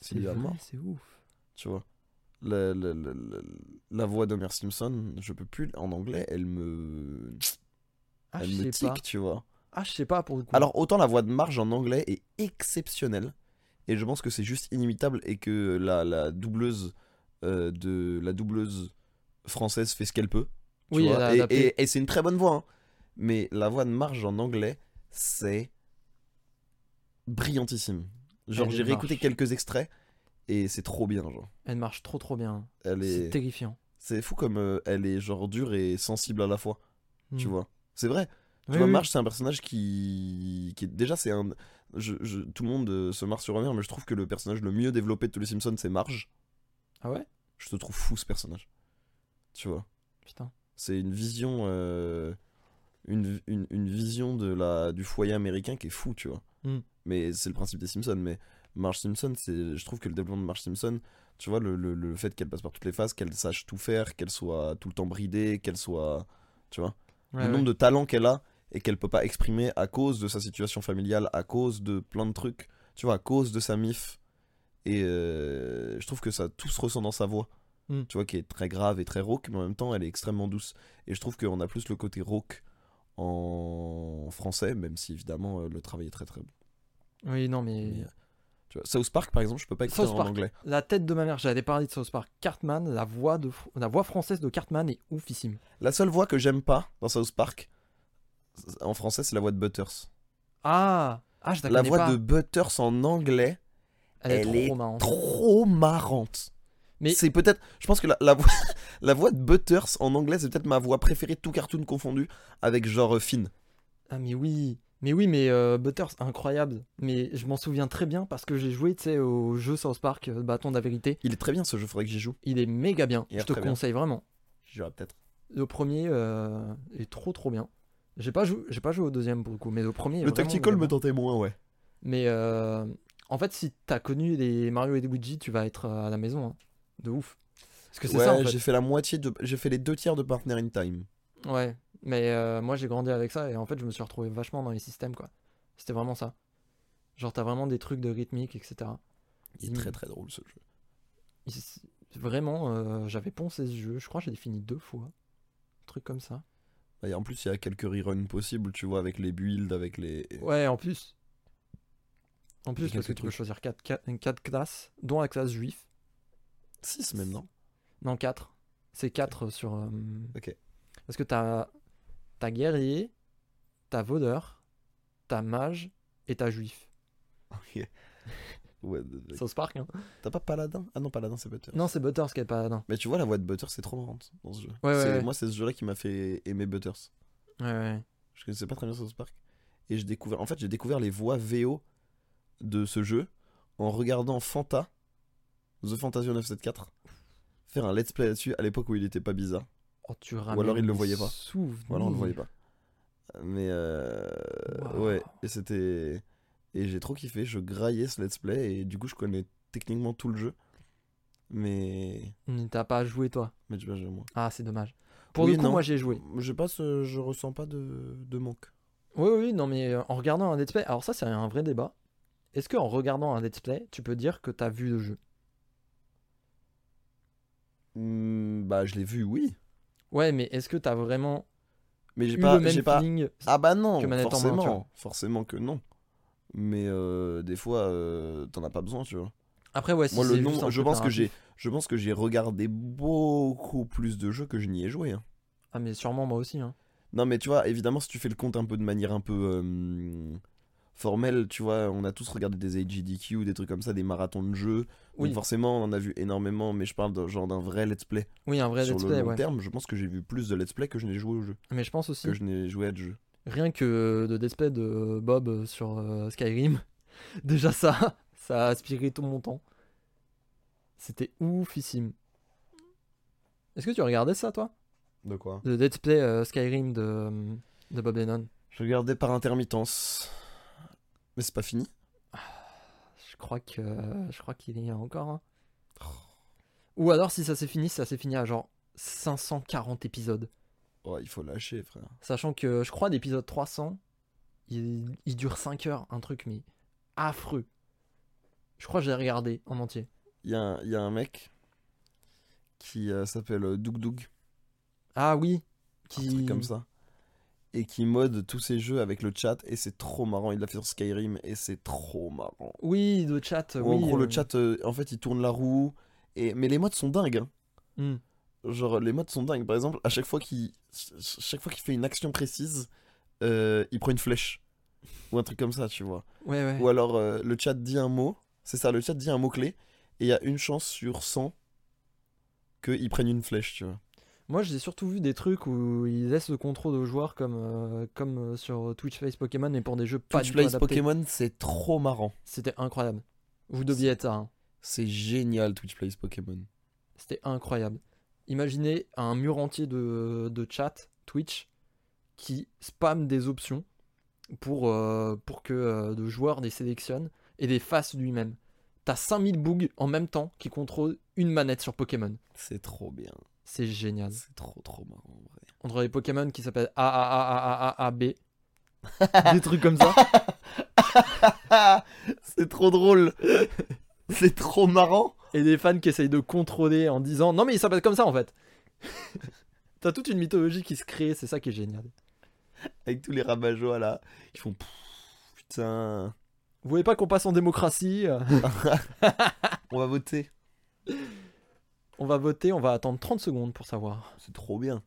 Speaker 2: C'est lui à
Speaker 1: vrai,
Speaker 2: mort.
Speaker 1: C'est ouf.
Speaker 2: tu vois. La, la, la, la, la voix d'Homer Simpson, je peux plus. En anglais, elle me.
Speaker 1: Ah,
Speaker 2: Elle
Speaker 1: je
Speaker 2: me
Speaker 1: sais pas.
Speaker 2: tique, tu vois.
Speaker 1: Ah, je sais pas pour le coup.
Speaker 2: Alors, autant la voix de marge en anglais est exceptionnelle, et je pense que c'est juste inimitable, et que la, la doubleuse euh, de la doubleuse française fait ce qu'elle peut. tu
Speaker 1: oui,
Speaker 2: vois,
Speaker 1: elle a
Speaker 2: et
Speaker 1: adapté.
Speaker 2: et- et c'est une très bonne voix, hein. mais la voix de marge en anglais, c'est brillantissime. Genre,
Speaker 1: Elle
Speaker 2: j'ai réécouté
Speaker 1: marche.
Speaker 2: quelques extraits, et c'est trop bien, genre.
Speaker 1: Elle marche trop trop bien.
Speaker 2: Elle
Speaker 1: C'est
Speaker 2: est...
Speaker 1: terrifiant.
Speaker 2: C'est fou comme euh, elle est genre dure et sensible à la fois, tu
Speaker 1: Mm.
Speaker 2: vois. C'est vrai. Tu
Speaker 1: Oui,
Speaker 2: vois,
Speaker 1: oui.
Speaker 2: Marge, c'est un personnage qui. qui est- Déjà, c'est un. je- je- Tout le monde euh, se marre sur un mais je trouve que le personnage le mieux développé de tous les Simpsons, c'est Marge.
Speaker 1: Ah ouais
Speaker 2: Je te trouve fou ce personnage. Tu vois.
Speaker 1: Putain.
Speaker 2: C'est une vision. euh, Une, une, une vision de la, du foyer américain qui est fou, tu vois.
Speaker 1: Mm.
Speaker 2: Mais c'est le principe des Simpsons. Mais Marge Simpson, c'est, je trouve que le développement de Marge Simpson, tu vois, le, le, le fait qu'elle passe par toutes les phases, qu'elle sache tout faire, qu'elle soit tout le temps bridée, qu'elle soit. Tu vois
Speaker 1: Ouais,
Speaker 2: le
Speaker 1: ouais.
Speaker 2: nombre de talents qu'elle a et qu'elle peut pas exprimer à cause de sa situation familiale, à cause de plein de trucs, tu vois, à cause de sa mif. Et euh, je trouve que ça tout se ressent dans sa voix,
Speaker 1: Mm.
Speaker 2: tu vois, qui est très grave et très rauque, mais en même temps elle est extrêmement douce. Et je trouve qu'on a plus le côté rauque en français, même si évidemment euh, le travail est très très bon.
Speaker 1: Oui, non, mais.
Speaker 2: Mais, euh, tu vois, South Park par exemple, je peux pas écouter
Speaker 1: South
Speaker 2: en
Speaker 1: Park.
Speaker 2: anglais.
Speaker 1: La tête de ma mère, j'allais parler de South Park. Cartman, la voix, de... fr- la voix française de Cartman est oufissime.
Speaker 2: La seule voix que j'aime pas dans South Park en français, c'est la voix de Butters.
Speaker 1: Ah Ah, je la,
Speaker 2: La
Speaker 1: connais
Speaker 2: voix
Speaker 1: pas.
Speaker 2: de Butters en anglais,
Speaker 1: Elle,
Speaker 2: elle
Speaker 1: est
Speaker 2: est
Speaker 1: trop marrante.
Speaker 2: trop marrante.
Speaker 1: Mais-
Speaker 2: c'est peut-être, je pense que la, la voix, la voix de Butters en anglais, c'est peut-être ma voix préférée, tout cartoon confondu, avec genre euh, Finn.
Speaker 1: Ah, mais oui Mais oui, mais euh, Butters, incroyable. Mais je m'en souviens très bien parce que j'ai joué, tu sais, au jeu South Park, euh, Bâton de la vérité.
Speaker 2: Il est très bien ce jeu, faudrait que j'y joue.
Speaker 1: Il est méga bien.
Speaker 2: Il est
Speaker 1: je te
Speaker 2: très bien.
Speaker 1: conseille vraiment.
Speaker 2: J'y jouerai peut-être.
Speaker 1: Le premier euh, est trop trop bien. J'ai pas, joué... j'ai pas joué au deuxième pour le coup, mais le premier. est
Speaker 2: Le
Speaker 1: vraiment
Speaker 2: tactical
Speaker 1: méga
Speaker 2: me
Speaker 1: bien.
Speaker 2: tentait moins, ouais.
Speaker 1: Mais euh, en fait, si t'as connu les Mario et Luigi, tu vas être euh, à la maison. hein. De ouf. Parce que c'est
Speaker 2: ouais,
Speaker 1: ça en fait.
Speaker 2: j'ai fait la moitié de, j'ai fait les deux tiers de Partner in Time.
Speaker 1: Ouais, mais euh, moi j'ai grandi avec ça et en fait je me suis retrouvé vachement dans les systèmes quoi. C'était vraiment ça. Genre t'as vraiment des trucs de rythmique, etc.
Speaker 2: Il est
Speaker 1: Mm.
Speaker 2: très très drôle ce jeu.
Speaker 1: Il s- Vraiment, euh, j'avais poncé ce jeu, je crois que j'ai fini deux fois. Un truc comme ça.
Speaker 2: Et en plus, il y a quelques reruns possibles, tu vois, avec les builds, avec les.
Speaker 1: Ouais, en plus. En plus,
Speaker 2: quelques
Speaker 1: parce que tu peux
Speaker 2: trucs.
Speaker 1: choisir 4, classes, dont la classe juif.
Speaker 2: 6 même, non
Speaker 1: Non, 4. C'est 4 sur. euh,
Speaker 2: Ok.
Speaker 1: Parce que t'as t'as guerrier, t'as vaudeur, t'as mage et t'as juif.
Speaker 2: Ok. Ouais, de- de-
Speaker 1: South Park, hein.
Speaker 2: T'as pas Paladin Ah non, Paladin c'est Butters.
Speaker 1: Non, c'est Butters qui est pas. Non.
Speaker 2: Mais tu vois, la voix de Butters, c'est trop marrante dans ce jeu.
Speaker 1: Ouais, ouais,
Speaker 2: C'est-
Speaker 1: ouais.
Speaker 2: Moi, c'est ce jeu-là qui m'a fait aimer Butters.
Speaker 1: Ouais, ouais.
Speaker 2: je connaissais pas très bien South Park et j'ai découvert en fait j'ai découvert les voix VO de ce jeu en regardant Fanta The Fantasio 974 faire un let's play là-dessus à l'époque où il était pas bizarre
Speaker 1: Oh, tu
Speaker 2: alors il le voyait pas. ou
Speaker 1: Souvenirs.
Speaker 2: alors on le voyait pas mais euh,
Speaker 1: Waouh.
Speaker 2: ouais et c'était et j'ai trop kiffé je graillais ce let's play et du coup je connais techniquement tout le jeu mais
Speaker 1: Mais T'as pas joué toi.
Speaker 2: mais tu vois j'ai moins
Speaker 1: Ah, c'est dommage. Pour
Speaker 2: Oui,
Speaker 1: le coup,
Speaker 2: non.
Speaker 1: moi j'ai joué.
Speaker 2: je pas ce- je ressens pas de, de manque
Speaker 1: Oui, oui, non, mais euh, en regardant un let's play, alors ça, c'est un vrai débat. Est-ce qu'en regardant un let's play, tu peux dire que t'as vu le jeu
Speaker 2: Hmm, bah je l'ai vu oui
Speaker 1: Ouais, mais est-ce que t'as vraiment
Speaker 2: mais j'ai
Speaker 1: eu
Speaker 2: pas
Speaker 1: le
Speaker 2: j'ai
Speaker 1: même
Speaker 2: pas
Speaker 1: feeling
Speaker 2: Ah bah non,
Speaker 1: que manette en main, tu
Speaker 2: forcément,
Speaker 1: vois.
Speaker 2: forcément que non. Mais euh, des fois, euh, t'en as pas besoin, tu vois.
Speaker 1: Après, ouais, si
Speaker 2: Moi, le
Speaker 1: c'est
Speaker 2: nom,
Speaker 1: juste un
Speaker 2: je
Speaker 1: truc
Speaker 2: pense que j'ai,
Speaker 1: narratif.
Speaker 2: je pense que j'ai regardé beaucoup plus de jeux que je n'y ai joué. hein.
Speaker 1: Ah, mais sûrement moi aussi. Hein.
Speaker 2: Non, mais tu vois, évidemment, si tu fais le compte un peu de manière un peu euh, formelle, tu vois, on a tous regardé des AGDQ, des trucs comme ça, des marathons de jeux.
Speaker 1: Oui.
Speaker 2: Donc forcément, on en a vu énormément, mais je parle d'un genre d'un vrai let's play.
Speaker 1: Oui, un vrai
Speaker 2: Sur
Speaker 1: let's
Speaker 2: le
Speaker 1: play,
Speaker 2: long
Speaker 1: ouais.
Speaker 2: terme, je pense que j'ai vu plus de let's play que je n'ai joué au jeu,
Speaker 1: Mais je pense aussi,
Speaker 2: que je n'ai joué à de jeu.
Speaker 1: rien que euh, de let's play de Bob euh, sur euh, Skyrim, déjà ça, ça a aspiré tout mon temps. C'était oufissime. Est-ce que tu regardais ça, toi
Speaker 2: De quoi
Speaker 1: Le let's play euh, Skyrim de, euh, de Bob Lennon
Speaker 2: Je regardais par intermittence. Mais c'est pas fini.
Speaker 1: Je crois que euh, je crois qu'il y a encore. hein.
Speaker 2: Oh.
Speaker 1: Ou alors si ça s'est fini, ça s'est fini à genre 540 épisodes.
Speaker 2: Ouais, Oh, il faut lâcher, frère.
Speaker 1: Sachant que je crois d'épisode 300, il, il dure 5 heures, un truc mais affreux. Je crois que j'ai regardé en entier.
Speaker 2: Il y, a un- il y a un mec qui euh, s'appelle euh, Doug Doug,
Speaker 1: Ah oui,
Speaker 2: un
Speaker 1: qui
Speaker 2: truc comme ça. et qui mode tous ses jeux avec le chat et c'est trop marrant. Il l'a fait sur Skyrim et c'est trop marrant.
Speaker 1: Oui, le chat.
Speaker 2: Ou en
Speaker 1: oui,
Speaker 2: gros,
Speaker 1: euh,
Speaker 2: le chat, euh, en fait, il tourne la roue. Et... Mais les modes sont dingues. hein.
Speaker 1: hmm.
Speaker 2: Genre, les modes sont dingues. Par exemple, à chaque fois qu'il ch- chaque fois qu'il fait une action précise, euh, il prend une flèche. Ou un truc comme ça, tu vois.
Speaker 1: Ouais, ouais.
Speaker 2: Ou alors, euh, le chat dit un mot. C'est ça, le chat dit un mot-clé. Et il y a une chance sur 100 qu'il prenne une flèche, tu vois.
Speaker 1: Moi, j'ai surtout vu des trucs où ils laissent le contrôle aux joueurs comme, euh, comme euh, sur Twitch Face Pokémon, mais pour des jeux pas
Speaker 2: Twitch
Speaker 1: du tout
Speaker 2: Plays
Speaker 1: adaptés.
Speaker 2: Pokémon, c'est trop marrant.
Speaker 1: C'était incroyable. Vous deviez être ça. hein.
Speaker 2: C'est génial, Twitch Plays Pokémon.
Speaker 1: C'était incroyable. Imaginez un mur entier de, de chat Twitch qui spamme des options pour, euh, pour que euh, le joueur les sélectionne et les fasse lui-même. T'as 5000 bugs en même temps qui contrôlent une manette sur Pokémon.
Speaker 2: C'est trop bien.
Speaker 1: C'est génial.
Speaker 2: C'est trop, trop marrant, en vrai.
Speaker 1: On dirait les Pokémon qui s'appellent A, A, A, A, A, A, A, B. Des trucs comme ça.
Speaker 2: Ah, c'est trop drôle. c'est trop marrant.
Speaker 1: Et des fans qui essayent de contrôler en disant non mais il s'appelle comme ça en fait. T'as toute une mythologie qui se crée, c'est ça qui est génial.
Speaker 2: Avec tous les rabat là. Ils font... Pff, Putain.
Speaker 1: Vous voulez pas qu'on passe en démocratie euh,
Speaker 2: On va voter.
Speaker 1: On va voter, on va attendre 30 secondes pour savoir.
Speaker 2: C'est trop bien.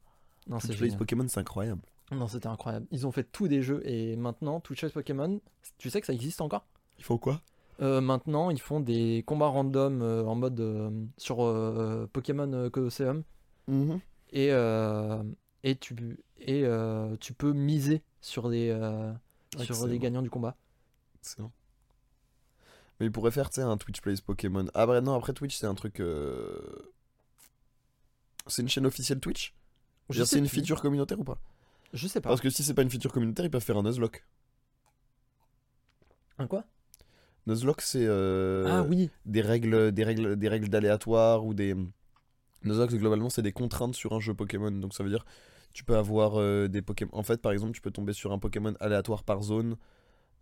Speaker 1: Non, Ah, c'est
Speaker 2: Twitch Plays
Speaker 1: génial.
Speaker 2: Pokémon, c'est incroyable.
Speaker 1: Non, c'était incroyable. Ils ont fait tous des jeux et maintenant, Twitch Face Pokémon, tu sais que ça existe encore
Speaker 2: Ils font quoi
Speaker 1: Euh, Maintenant, ils font des combats random euh, en mode euh, sur euh, Pokémon euh, Colosseum Mhm. et, euh, et, tu, et euh, tu peux miser sur les, euh, sur les
Speaker 2: Excellent.
Speaker 1: gagnants du combat.
Speaker 2: Excellent. Mais ils pourraient faire, tu sais, un Twitch Plays Pokémon. Ah bah non, après Twitch, c'est un truc... euh, C'est une chaîne officielle Twitch Je veux dire,
Speaker 1: sais
Speaker 2: C'est une
Speaker 1: plus.
Speaker 2: feature communautaire ou pas
Speaker 1: Je sais pas.
Speaker 2: Parce que si c'est pas une feature communautaire, ils peuvent faire un Nuzlocke.
Speaker 1: Un quoi
Speaker 2: Nuzlocke, c'est euh,
Speaker 1: Ah oui,
Speaker 2: des règles des règles, des règles d'aléatoire ou des... Nuzlocke, c'est globalement, c'est des contraintes sur un jeu Pokémon. Donc ça veut dire, tu peux avoir euh, des Pokémon... En fait, par exemple, tu peux tomber sur un Pokémon aléatoire par zone.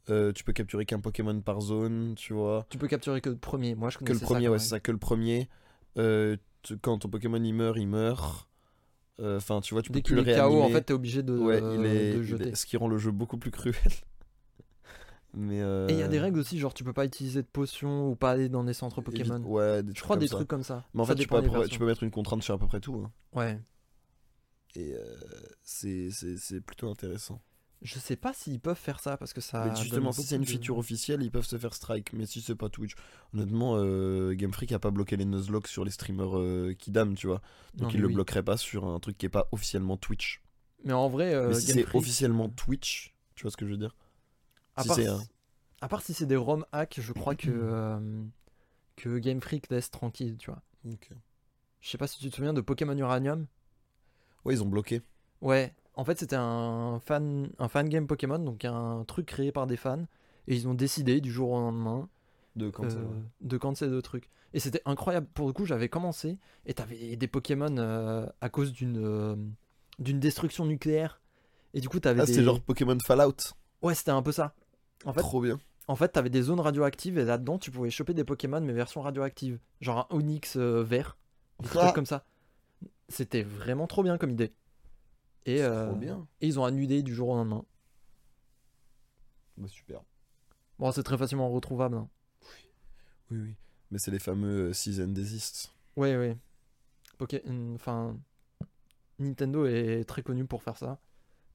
Speaker 2: Euh, tu peux capturer qu'un Pokémon par zone, tu vois.
Speaker 1: tu peux capturer que le premier. Moi, je
Speaker 2: Que
Speaker 1: connaissais
Speaker 2: le premier,
Speaker 1: ça.
Speaker 2: ouais,
Speaker 1: quand
Speaker 2: c'est
Speaker 1: même.
Speaker 2: ça, que le premier. Euh, tu- quand ton Pokémon il meurt, il meurt. Euh, Enfin, tu vois, tu
Speaker 1: Dès
Speaker 2: peux plus
Speaker 1: qu'il
Speaker 2: le
Speaker 1: est
Speaker 2: réanimer.
Speaker 1: KO, en fait, t'es obligé de,
Speaker 2: ouais, il est,
Speaker 1: de
Speaker 2: il
Speaker 1: jeter.
Speaker 2: est- ce qui rend le jeu beaucoup plus cruel. Mais euh,
Speaker 1: Et il y a des règles aussi, genre tu peux pas utiliser de potions ou pas aller dans des centres
Speaker 2: évite-
Speaker 1: Pokémon.
Speaker 2: Ouais, des
Speaker 1: je crois
Speaker 2: comme
Speaker 1: des
Speaker 2: ça.
Speaker 1: trucs comme ça.
Speaker 2: Mais en
Speaker 1: Ça
Speaker 2: fait, tu
Speaker 1: dépend
Speaker 2: peux,
Speaker 1: des
Speaker 2: appro- tu
Speaker 1: versions.
Speaker 2: peux mettre une contrainte sur à peu près tout. hein.
Speaker 1: Ouais.
Speaker 2: Et euh, c'est- c'est c'est plutôt intéressant.
Speaker 1: Je sais pas s'ils peuvent faire ça parce que ça.
Speaker 2: Mais justement,
Speaker 1: donne
Speaker 2: si c'est une
Speaker 1: beaucoup de-
Speaker 2: feature officielle, ils peuvent se faire strike. Mais si c'est pas Twitch, honnêtement, euh, Game Freak a pas bloqué les Nuzlocke sur les streamers euh, qui dament, tu vois.
Speaker 1: Non,
Speaker 2: Donc
Speaker 1: mais
Speaker 2: ils le
Speaker 1: oui.
Speaker 2: bloqueraient pas sur un truc qui est pas officiellement Twitch.
Speaker 1: Mais en vrai, euh,
Speaker 2: Mais si
Speaker 1: Game
Speaker 2: c'est
Speaker 1: Freak,
Speaker 2: officiellement Twitch, tu vois ce que je veux dire
Speaker 1: à
Speaker 2: si
Speaker 1: part,
Speaker 2: c'est un-
Speaker 1: à part si c'est des ROM hacks, je crois que, euh, que Game Freak laisse tranquille, tu vois. Je sais pas si tu te souviens de Pokémon Uranium.
Speaker 2: Ouais, ils ont bloqué.
Speaker 1: Ouais, en fait c'était un fan, un fan game Pokémon, donc un truc créé par des fans, et ils ont décidé du jour au lendemain
Speaker 2: De quand ça
Speaker 1: euh,
Speaker 2: va.
Speaker 1: de cancel le truc. Et c'était incroyable, pour le coup j'avais commencé, et t'avais des Pokémon euh, à cause d'une euh, d'une destruction nucléaire, et du coup t'avais
Speaker 2: Ah,
Speaker 1: des...
Speaker 2: c'était genre Pokémon Fallout.
Speaker 1: Ouais c'était un peu ça. En fait,
Speaker 2: Trop bien.
Speaker 1: en fait t'avais des zones radioactives, et là-dedans tu pouvais choper des Pokémon, mais version radioactive, genre un Onyx euh, vert, des trucs
Speaker 2: Ah.
Speaker 1: comme ça. C'était vraiment trop bien comme idée. Et,
Speaker 2: C'est
Speaker 1: euh,
Speaker 2: Trop bien.
Speaker 1: et ils ont annulé du jour au lendemain.
Speaker 2: Bah, super.
Speaker 1: Bon, c'est très facilement retrouvable. hein.
Speaker 2: Oui, oui. Mais c'est les fameux euh, Season Desist.
Speaker 1: Ouais, ouais. Ok, enfin. Nintendo est très connu pour faire ça.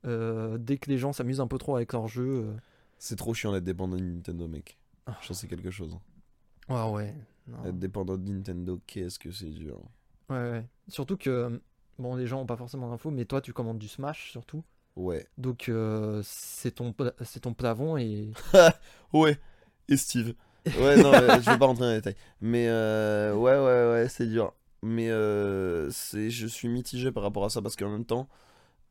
Speaker 1: Euh, dès que les gens s'amusent un peu trop avec leur jeu. euh,
Speaker 2: C'est trop chiant d'être dépendant de Nintendo, mec.
Speaker 1: Ah.
Speaker 2: Je sais quelque chose. hein.
Speaker 1: Ah ouais. non.
Speaker 2: Être dépendant de Nintendo, qu'est-ce que c'est dur.
Speaker 1: Ouais, ouais. Surtout que. Bon, les gens ont pas forcément l'info, mais toi, tu commandes du Smash surtout.
Speaker 2: Ouais.
Speaker 1: Donc, euh, c'est ton, pla- c'est ton plavon et.
Speaker 2: Ouais. Et Steve. Ouais, non, mais je vais pas rentrer dans les détails. Mais euh, ouais, ouais, ouais, c'est dur. Mais euh, c'est, je suis mitigé par rapport à ça parce qu'en même temps,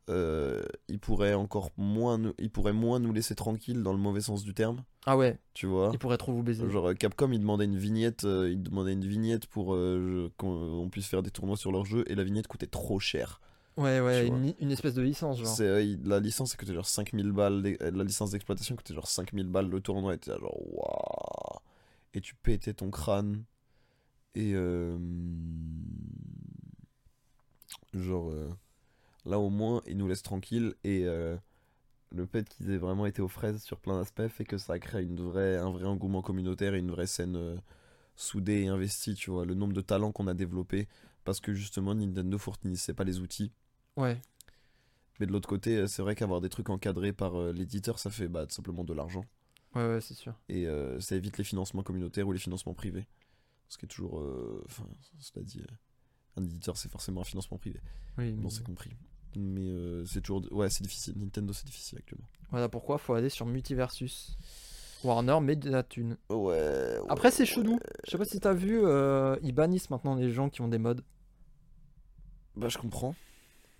Speaker 2: euh, ils pourraient encore moins, nous, ils pourraient moins nous laisser tranquilles dans le mauvais sens du terme,
Speaker 1: Ah ouais,
Speaker 2: tu vois.
Speaker 1: il pourrait trop vous baiser.
Speaker 2: Genre euh, Capcom, ils demandaient une vignette, euh, ils demandaient une vignette pour euh, je- qu'on on puisse faire des tournois sur leur jeu et la vignette coûtait trop cher.
Speaker 1: Ouais, ouais,
Speaker 2: tu vois.
Speaker 1: une, une espèce de licence, genre.
Speaker 2: C'est, euh, il- la licence coûtait genre 5000 balles, d'e- euh, la licence d'exploitation coûtait genre 5000 balles, le tournoi était là, genre waouh. Et tu pétais ton crâne. Et euh, genre euh, là au moins ils nous laissent tranquilles et euh, le fait qu'ils aient vraiment été aux fraises sur plein d'aspects fait que ça crée une vraie, un vrai engouement communautaire et une vraie scène euh, soudée et investie, tu vois. Le nombre de talents qu'on a développés parce que justement Nintendo fournissait pas les outils.
Speaker 1: Ouais.
Speaker 2: Mais de l'autre côté, euh, c'est vrai qu'avoir des trucs encadrés par euh, l'éditeur, ça fait bah, tout simplement de l'argent.
Speaker 1: Ouais, ouais, c'est sûr.
Speaker 2: Et euh, ça évite les financements communautaires ou les financements privés. Ce qui est toujours. euh, Enfin, cela dit, euh, un éditeur, c'est forcément un financement privé.
Speaker 1: Oui, mais-
Speaker 2: Bon, c'est compris. Mais euh, c'est toujours. Ouais, c'est difficile. Nintendo, c'est difficile actuellement.
Speaker 1: Voilà pourquoi faut aller sur Multiversus. Warner met de la thune.
Speaker 2: Ouais.
Speaker 1: Après, c'est chelou. Je sais pas si t'as vu, euh, ils bannissent maintenant les gens qui ont des mods.
Speaker 2: Bah, je comprends.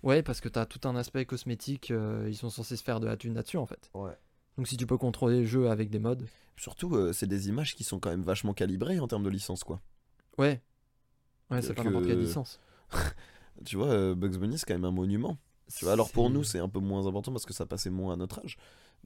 Speaker 1: Ouais, parce que t'as tout un aspect cosmétique, euh, ils sont censés se faire de la thune là-dessus en fait.
Speaker 2: Ouais.
Speaker 1: Donc si tu peux contrôler le jeu avec des mods,
Speaker 2: Surtout, euh, c'est des images qui sont quand même vachement calibrées en termes de licence, quoi.
Speaker 1: ouais. Ouais, c'est pas
Speaker 2: Que-
Speaker 1: n'importe quelle licence.
Speaker 2: Tu vois, euh, Bugs Bunny, c'est quand même un monument. Tu vois, alors pour nous, c'est un peu moins important parce que ça passait moins à notre âge.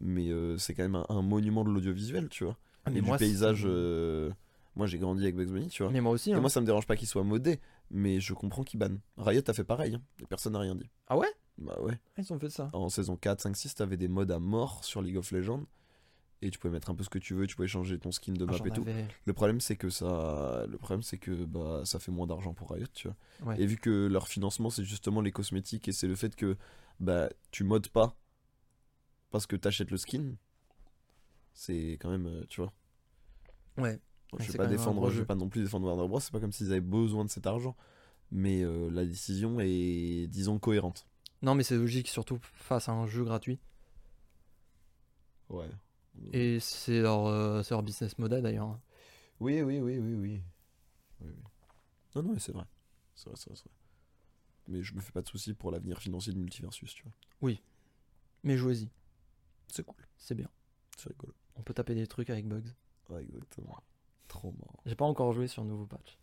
Speaker 2: Mais euh, c'est quand même un, un monument de l'audiovisuel, tu vois.
Speaker 1: Ah,
Speaker 2: et
Speaker 1: moi,
Speaker 2: du paysage.
Speaker 1: c'est-
Speaker 2: euh, Moi, j'ai grandi avec Bugs Bunny, tu vois.
Speaker 1: Mais moi aussi.
Speaker 2: Et
Speaker 1: hein.
Speaker 2: moi, ça me dérange pas qu'il soit modé, mais je comprends qu'il banne. Riot a fait pareil, hein. et personne n'a rien dit.
Speaker 1: Ah ouais
Speaker 2: Bah ouais.
Speaker 1: Ils ont fait ça.
Speaker 2: En saison 4, 5, 6, t'avais des modes à mort sur League of Legends, et tu pouvais mettre un peu ce que tu veux, tu pouvais changer ton skin de
Speaker 1: Ah,
Speaker 2: map
Speaker 1: j'en
Speaker 2: et tout.
Speaker 1: avais-
Speaker 2: Le problème, c'est que ça. Le problème, c'est que bah, ça fait moins d'argent pour Riot, tu vois.
Speaker 1: Ouais.
Speaker 2: Et vu que leur financement, c'est justement les cosmétiques, et c'est le fait que bah, tu modes pas parce que t'achètes le skin, c'est quand même. euh, Tu vois.
Speaker 1: Ouais.
Speaker 2: Bon,
Speaker 1: Ouais, c'est
Speaker 2: je
Speaker 1: quand
Speaker 2: vais pas
Speaker 1: même un
Speaker 2: défendre,
Speaker 1: gros
Speaker 2: je
Speaker 1: jeu.
Speaker 2: vais pas non plus défendre Warner Bros. C'est pas comme s'ils avaient besoin de cet argent, mais euh, la décision est, disons, cohérente.
Speaker 1: Non, mais c'est logique, surtout face à un jeu gratuit.
Speaker 2: Ouais.
Speaker 1: Et c'est leur, euh, c'est leur business model d'ailleurs. hein.
Speaker 2: Oui, oui, oui, oui, oui. Oui, oui. Non, non, mais c'est vrai. C'est vrai, c'est vrai, c'est vrai. Mais je me fais pas de soucis pour l'avenir financier de Multiversus, tu vois.
Speaker 1: Mais jouez-y,
Speaker 2: C'est cool,
Speaker 1: c'est bien.
Speaker 2: c'est rigolo.
Speaker 1: On peut taper des trucs avec Bugs.
Speaker 2: Ouais, exactement. Trop marrant.
Speaker 1: J'ai pas encore joué sur le nouveau patch.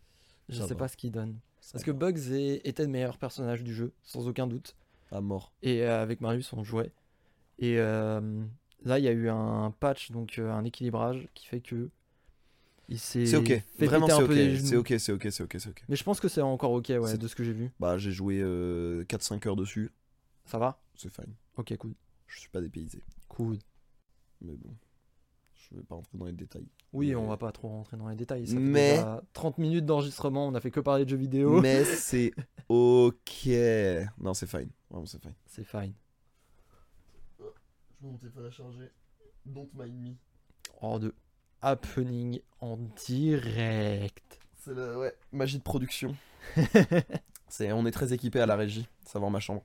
Speaker 1: Je
Speaker 2: Ça
Speaker 1: sais
Speaker 2: va.
Speaker 1: pas ce qu'il donne.
Speaker 2: Ça
Speaker 1: Parce que
Speaker 2: va.
Speaker 1: Bugs est- était le meilleur personnage du jeu, sans aucun doute.
Speaker 2: À mort.
Speaker 1: Et euh, avec Marius, on jouait. Et euh, là, il y a eu un patch, donc euh, un équilibrage qui fait que. Il s'est
Speaker 2: C'est ok,
Speaker 1: fait
Speaker 2: vraiment
Speaker 1: péter
Speaker 2: c'est
Speaker 1: un peu les
Speaker 2: ok,
Speaker 1: genoux.
Speaker 2: c'est ok, c'est ok, c'est ok, c'est ok.
Speaker 1: Mais je pense que c'est encore ok, ouais,
Speaker 2: C'est-
Speaker 1: de ce que j'ai vu.
Speaker 2: Bah, j'ai joué euh, 4-5 heures dessus,
Speaker 1: Ça va
Speaker 2: c'est fine.
Speaker 1: Ok, cool.
Speaker 2: Je suis pas dépaysé,
Speaker 1: Cool.
Speaker 2: mais bon. Je vais pas rentrer dans les détails.
Speaker 1: Oui,
Speaker 2: Mais-
Speaker 1: on va pas trop rentrer dans les détails. Ça fait
Speaker 2: Mais-
Speaker 1: déjà 30 minutes d'enregistrement, on a fait que parler de jeux vidéo.
Speaker 2: Mais c'est ok. Non, c'est fine. Vraiment, c'est fine.
Speaker 1: C'est fine.
Speaker 2: Je vais mon téléphone à charger. Don't mind me.
Speaker 1: Hors de happening en direct.
Speaker 2: C'est la ouais, magie de production. c'est, on est très équipé à la régie. Ça va en ma chambre.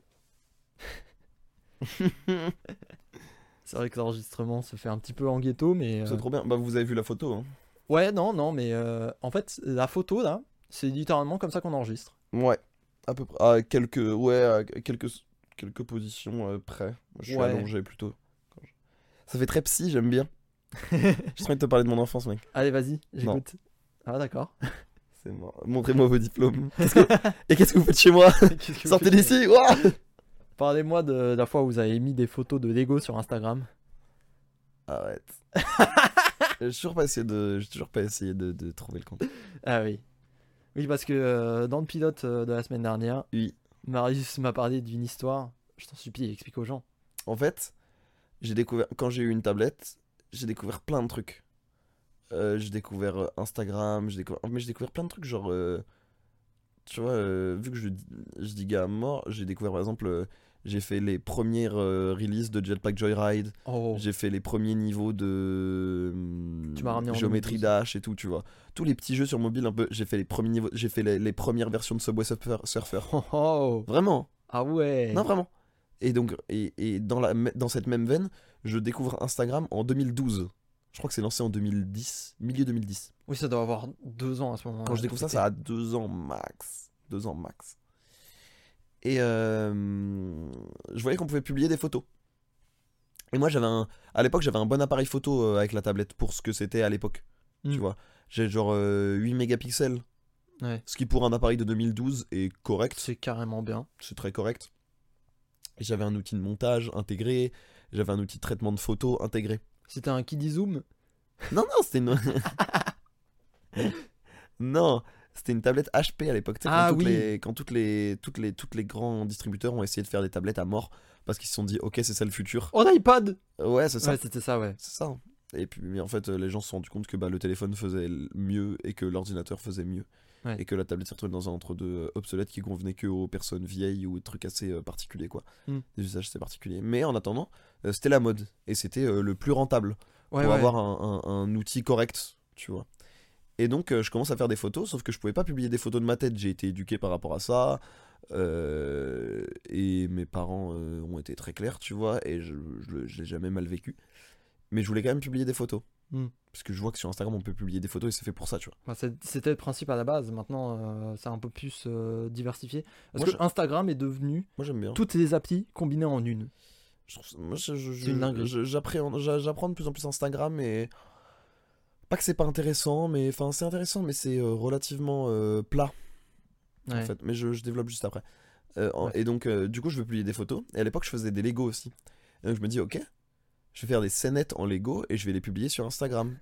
Speaker 1: C'est vrai que l'enregistrement se fait un petit peu en ghetto, mais. euh,
Speaker 2: C'est trop bien. Bah, vous avez vu la photo. Hein.
Speaker 1: Ouais, non, non, mais euh, en fait, la photo là, c'est littéralement comme ça qu'on enregistre.
Speaker 2: Ouais. À peu près. À quelques, ouais, à quelques, quelques positions euh, près. Moi, je suis
Speaker 1: Ouais.
Speaker 2: allongé plutôt. Quand je- Ça fait très psy, j'aime bien. J'ai trop envie de te parler de mon enfance, mec.
Speaker 1: Allez, vas-y, j'écoute. Ah, d'accord.
Speaker 2: C'est mort. Montrez-moi vos diplômes. Qu'est-ce que- Et qu'est-ce que vous faites chez moi
Speaker 1: Qu'est-ce que vous
Speaker 2: Sortez
Speaker 1: faites
Speaker 2: d'ici Ouah
Speaker 1: Parlez-moi de la fois où vous avez mis des photos de Lego sur Instagram.
Speaker 2: Arrête. J'ai toujours pas essayé de, j'ai toujours pas essayé de, de trouver le compte.
Speaker 1: Ah oui. Oui, parce que euh, dans le pilote euh, de la semaine dernière,
Speaker 2: Oui.
Speaker 1: Marius m'a parlé d'une histoire. Je t'en supplie, explique aux gens.
Speaker 2: En fait, j'ai découvert quand j'ai eu une tablette, j'ai découvert plein de trucs. Euh, j'ai découvert euh, Instagram, j'ai découvert, mais j'ai découvert plein de trucs genre, euh, tu vois, euh, vu que je, dis- je dis gars à mort, j'ai découvert par exemple, euh, j'ai fait les premières euh, releases de Jetpack Joyride,
Speaker 1: Oh,
Speaker 2: j'ai fait les premiers niveaux de hum,
Speaker 1: Tu m'as ramené en
Speaker 2: géométrie
Speaker 1: 2012.
Speaker 2: dash et tout, tu vois. Tous les petits jeux sur mobile un peu, j'ai fait les premiers niveaux, j'ai fait les, les premières versions de Subway Surfer. Surfer.
Speaker 1: oh, oh.
Speaker 2: Vraiment, hein.
Speaker 1: Ah ouais.
Speaker 2: non vraiment. Et donc et, et dans la dans cette même veine, je découvre Instagram en 2012. Je crois que c'est lancé en 2010, milieu 2010.
Speaker 1: Oui, ça doit avoir deux ans à ce moment-là.
Speaker 2: Quand je découvre ça, ça a deux ans max. Deux ans max. Et euh, je voyais qu'on pouvait publier des photos. Et moi, j'avais un... à l'époque, j'avais un bon appareil photo euh, avec la tablette pour ce que c'était à l'époque.
Speaker 1: Mm.
Speaker 2: Tu vois, j'ai genre euh, 8 mégapixels.
Speaker 1: Ouais.
Speaker 2: Ce qui, pour un appareil de 2012, est correct.
Speaker 1: C'est carrément bien.
Speaker 2: C'est très correct. Et J'avais un outil de montage intégré. J'avais un outil de traitement de photos intégré.
Speaker 1: C'était un kiddie zoom.
Speaker 2: Non, non, c'était une. non, c'était une tablette HP à l'époque. tu sais,
Speaker 1: Ah
Speaker 2: quand toutes
Speaker 1: oui.
Speaker 2: les, quand toutes les, toutes les, toutes les grands distributeurs ont essayé de faire des tablettes à mort parce qu'ils se sont dit ok c'est ça le futur.
Speaker 1: Oh, l'iPad
Speaker 2: Ouais c'est ça.
Speaker 1: Ouais, c'était ça, ouais.
Speaker 2: C'est ça. Et puis mais en fait euh, les gens se sont rendus compte que bah, le téléphone faisait l- mieux et que l'ordinateur faisait mieux.
Speaker 1: Ouais.
Speaker 2: Et que la tablette s'est retrouvée dans un entre-deux euh, obsolète qui convenait que aux personnes vieilles ou trucs assez euh, particuliers quoi.
Speaker 1: Hmm.
Speaker 2: Des usages assez particuliers. Mais en attendant, euh, c'était la mode et c'était euh, le plus rentable
Speaker 1: Ouais,
Speaker 2: pour
Speaker 1: ouais.
Speaker 2: avoir un, un- un outil correct, tu vois. Et donc, euh, je commence à faire des photos, sauf que je pouvais pas publier des photos de ma tête. J'ai été éduqué par rapport à ça. euh, et mes parents euh, ont été très clairs, tu vois, et je, je, je l'ai jamais mal vécu. Mais je voulais quand même publier des photos.
Speaker 1: Hmm.
Speaker 2: Parce que je vois que sur Instagram, on peut publier des photos et c'est fait pour ça, tu vois.
Speaker 1: Bah, c'est- C'était le principe à la base. Maintenant, euh, c'est un peu plus euh, diversifié. Parce
Speaker 2: Moi,
Speaker 1: que
Speaker 2: je-
Speaker 1: Instagram est devenu
Speaker 2: Moi, j'aime bien.
Speaker 1: toutes les applis combinées en une.
Speaker 2: Je trouve ça- moi, je- je-
Speaker 1: C'est une dinguerie.
Speaker 2: je- j'appréhende- j'a- J'apprends de plus en plus Instagram et. Pas que c'est pas intéressant, mais enfin, c'est intéressant, mais c'est euh, relativement euh, plat. en
Speaker 1: Ouais.
Speaker 2: fait. Mais je, je développe juste après. Euh, en-
Speaker 1: Ouais.
Speaker 2: Et donc, euh, du coup, je veux publier des photos. Et à l'époque, je faisais des Lego aussi. Et donc, je me dis, ok, je vais faire des scénettes en Lego et je vais les publier sur Instagram.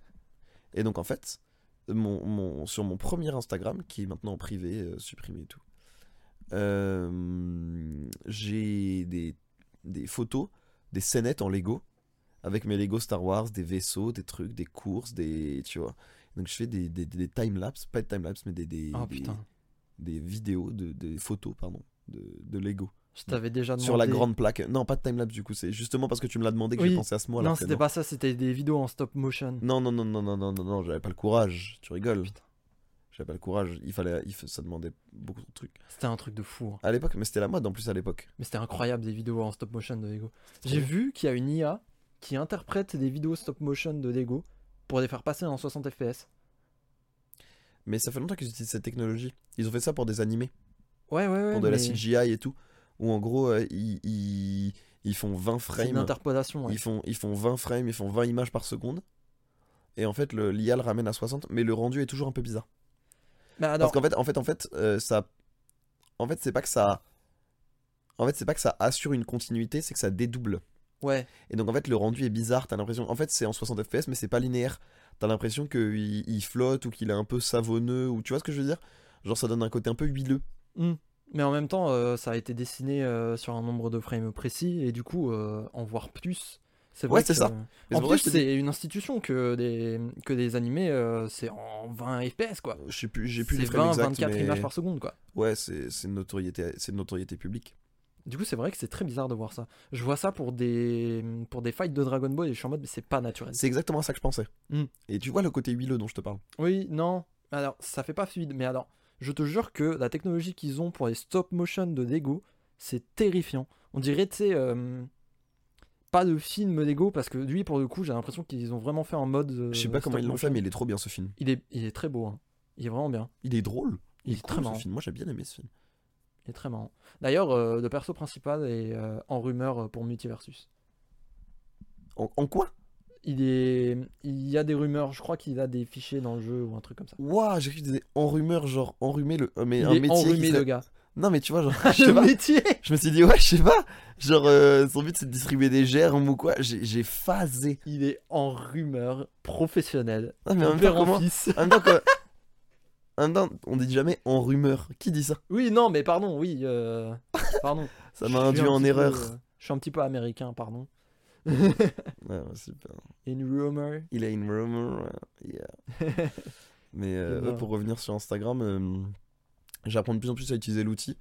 Speaker 2: Et donc, en fait, mon, mon- sur mon premier Instagram, qui est maintenant en privé, euh, supprimé et tout, euh, j'ai des, des photos, des scénettes en Lego, avec mes Lego Star Wars, des vaisseaux, des trucs, des courses, des. Tu vois. Donc, je fais des, des, des time-lapse, pas des time-lapse, mais des. des
Speaker 1: Oh
Speaker 2: des-
Speaker 1: putain,
Speaker 2: des vidéos, de, des photos, pardon, de, de Lego.
Speaker 1: je t'avais déjà demandé.
Speaker 2: Sur la grande plaque. Non, pas de timelapse du coup, c'est justement parce que tu me l'as demandé que
Speaker 1: Oui.
Speaker 2: j'ai pensé à ce mot. alors
Speaker 1: non,
Speaker 2: que Mm.
Speaker 1: c'était pas ça, c'était des vidéos en stop motion.
Speaker 2: Non, non, non, non, non, non, non, non, j'avais pas le courage, tu rigoles. J'avais pas le courage, il fallait, il fa- ça demandait beaucoup de trucs.
Speaker 1: C'était un truc de fou. hein.
Speaker 2: À l'époque, mais c'était la mode en plus à l'époque.
Speaker 1: Mais c'était incroyable des vidéos en stop motion de Lego. J'ai vu qu'il y a une IA qui interprète des vidéos stop motion de Lego pour les faire passer en 60 FPS.
Speaker 2: Mais ça fait longtemps qu'ils utilisent cette technologie. Ils ont fait ça pour des animés,
Speaker 1: Ouais, ouais, ouais.
Speaker 2: pour de la
Speaker 1: mais
Speaker 2: CGI et tout, où en gros, euh, ils, ils, ils font 20
Speaker 1: C'est une
Speaker 2: frames.
Speaker 1: interpolation. ouais.
Speaker 2: Ils, font, ils font 20 frames, ils font 20 images par seconde. Et en fait, le- l'IA le ramène à 60, mais le rendu est toujours un peu bizarre.
Speaker 1: Mais alors,
Speaker 2: Parce qu'en fait, en fait, en fait, euh, ça, en fait, c'est pas que ça, en fait, c'est pas que ça assure une continuité, c'est que ça dédouble.
Speaker 1: ouais,
Speaker 2: Et donc en fait, le rendu est bizarre. T'as l'impression, en fait, c'est en 60 fps, mais c'est pas linéaire. T'as l'impression qu'il il flotte ou qu'il est un peu savonneux ou tu vois ce que je veux dire. Genre ça donne un côté un peu huileux.
Speaker 1: mais en même temps, euh, ça a été dessiné euh, sur un nombre de frames précis et du coup, euh, en voir plus. C'est vrai
Speaker 2: Ouais, c'est
Speaker 1: que-
Speaker 2: ça. Mais
Speaker 1: En
Speaker 2: c'est pour ça
Speaker 1: plus,
Speaker 2: que je te dis-
Speaker 1: c'est une institution que des, que des animés, euh, c'est en 20 FPS quoi.
Speaker 2: je sais plus, j'ai plus les
Speaker 1: C'est
Speaker 2: frames
Speaker 1: 20,
Speaker 2: exacts,
Speaker 1: 24
Speaker 2: mais-
Speaker 1: images par seconde quoi.
Speaker 2: Ouais, c'est c'est une notoriété, c'est une notoriété publique.
Speaker 1: Du coup, c'est vrai que c'est très bizarre de voir ça. Je vois ça pour des pour des fights de Dragon Ball et je suis en mode mais c'est pas naturel.
Speaker 2: C'est exactement ça que je pensais.
Speaker 1: Mm.
Speaker 2: Et tu vois le côté huileux dont je te parle.
Speaker 1: Oui, non. Alors, ça fait pas fluide, mais alors, je te jure que la technologie qu'ils ont pour les stop motion de Lego, c'est terrifiant. On dirait, tu sais, euh, pas de film Lego parce que lui, pour le coup, j'ai l'impression qu'ils ont vraiment fait en mode. euh,
Speaker 2: je sais pas comment
Speaker 1: stop
Speaker 2: ils l'ont fait,
Speaker 1: motion.
Speaker 2: mais il est trop bien ce film.
Speaker 1: il est il est très beau. hein. Il est vraiment bien.
Speaker 2: Il est drôle.
Speaker 1: Il est très
Speaker 2: cool,
Speaker 1: marrant.
Speaker 2: ce film. Moi j'ai bien aimé ce film.
Speaker 1: Il est très marrant. D'ailleurs, euh, le perso principal est euh, en rumeur pour Multiversus.
Speaker 2: En- en quoi
Speaker 1: Il est, il y a des rumeurs. Je crois qu'il a des fichiers dans le jeu ou un truc comme ça.
Speaker 2: Waouh, j'ai cru que tu disais en rumeur, genre enrhumé, le, mais
Speaker 1: Il
Speaker 2: un
Speaker 1: est
Speaker 2: métier. qui
Speaker 1: enrhumé
Speaker 2: serait-
Speaker 1: le gars.
Speaker 2: Non, mais tu vois, genre, je sais
Speaker 1: Le
Speaker 2: pas.
Speaker 1: métier
Speaker 2: Je me suis dit, ouais, je sais pas. Genre, euh, son but c'est de distribuer des germes ou quoi. J'ai j'ai phasé.
Speaker 1: Il est en rumeur professionnelle.
Speaker 2: Non, mais en même temps,
Speaker 1: Père en
Speaker 2: comment-
Speaker 1: fils.
Speaker 2: en même temps, quoi- en même temps, on dit jamais en rumeur. Qui dit ça
Speaker 1: Oui, non, mais pardon, oui. euh, Pardon.
Speaker 2: Ça
Speaker 1: Je
Speaker 2: m'a
Speaker 1: suis
Speaker 2: induit
Speaker 1: un
Speaker 2: en
Speaker 1: petit peu,
Speaker 2: erreur.
Speaker 1: euh, Je suis un petit peu américain, pardon.
Speaker 2: Ouais, Ah, ouais, super.
Speaker 1: In rumor.
Speaker 2: Il a une rumor. ouais, yeah. mais euh,
Speaker 1: J'adore.
Speaker 2: ouais, pour revenir sur Instagram, euh, j'apprends de plus en plus à utiliser l'outil.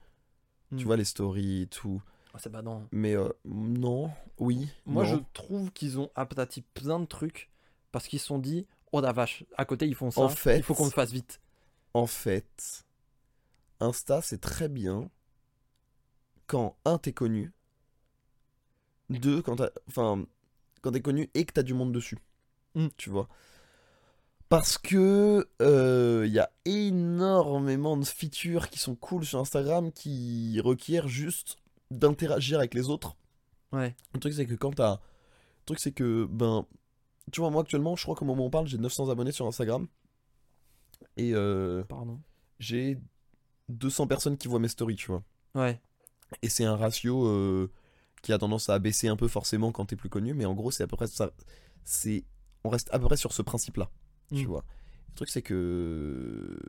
Speaker 1: Hmm.
Speaker 2: Tu vois, les stories et tout.
Speaker 1: Oh, c'est badant.
Speaker 2: Mais euh, non, oui.
Speaker 1: Moi,
Speaker 2: non.
Speaker 1: je trouve qu'ils ont aplati plein de trucs parce qu'ils se sont dit Oh la vache, à côté, ils font ça.
Speaker 2: En fait-
Speaker 1: il faut qu'on le fasse vite.
Speaker 2: En fait, Insta, c'est très bien quand, un, t'es connu, deux, quand t'as- enfin, quand t'es connu et que t'as du monde dessus.
Speaker 1: Mm.
Speaker 2: Tu vois. Parce que il y a énormément de features qui sont cool sur Instagram qui requièrent juste d'interagir avec les autres.
Speaker 1: Ouais.
Speaker 2: Le truc, c'est que quand t'as. Le truc, c'est que, ben. Tu vois, moi actuellement, je crois qu'au moment où on parle, j'ai 900 abonnés sur Instagram. Et euh,
Speaker 1: Pardon.
Speaker 2: j'ai 200 personnes qui voient mes stories, tu vois.
Speaker 1: Ouais.
Speaker 2: Et c'est un ratio euh, qui a tendance à baisser un peu forcément quand t'es plus connu, mais en gros, c'est à peu près ça. C'est, on reste à peu près sur ce principe-là, tu
Speaker 1: Mm.
Speaker 2: vois. Le truc, c'est que.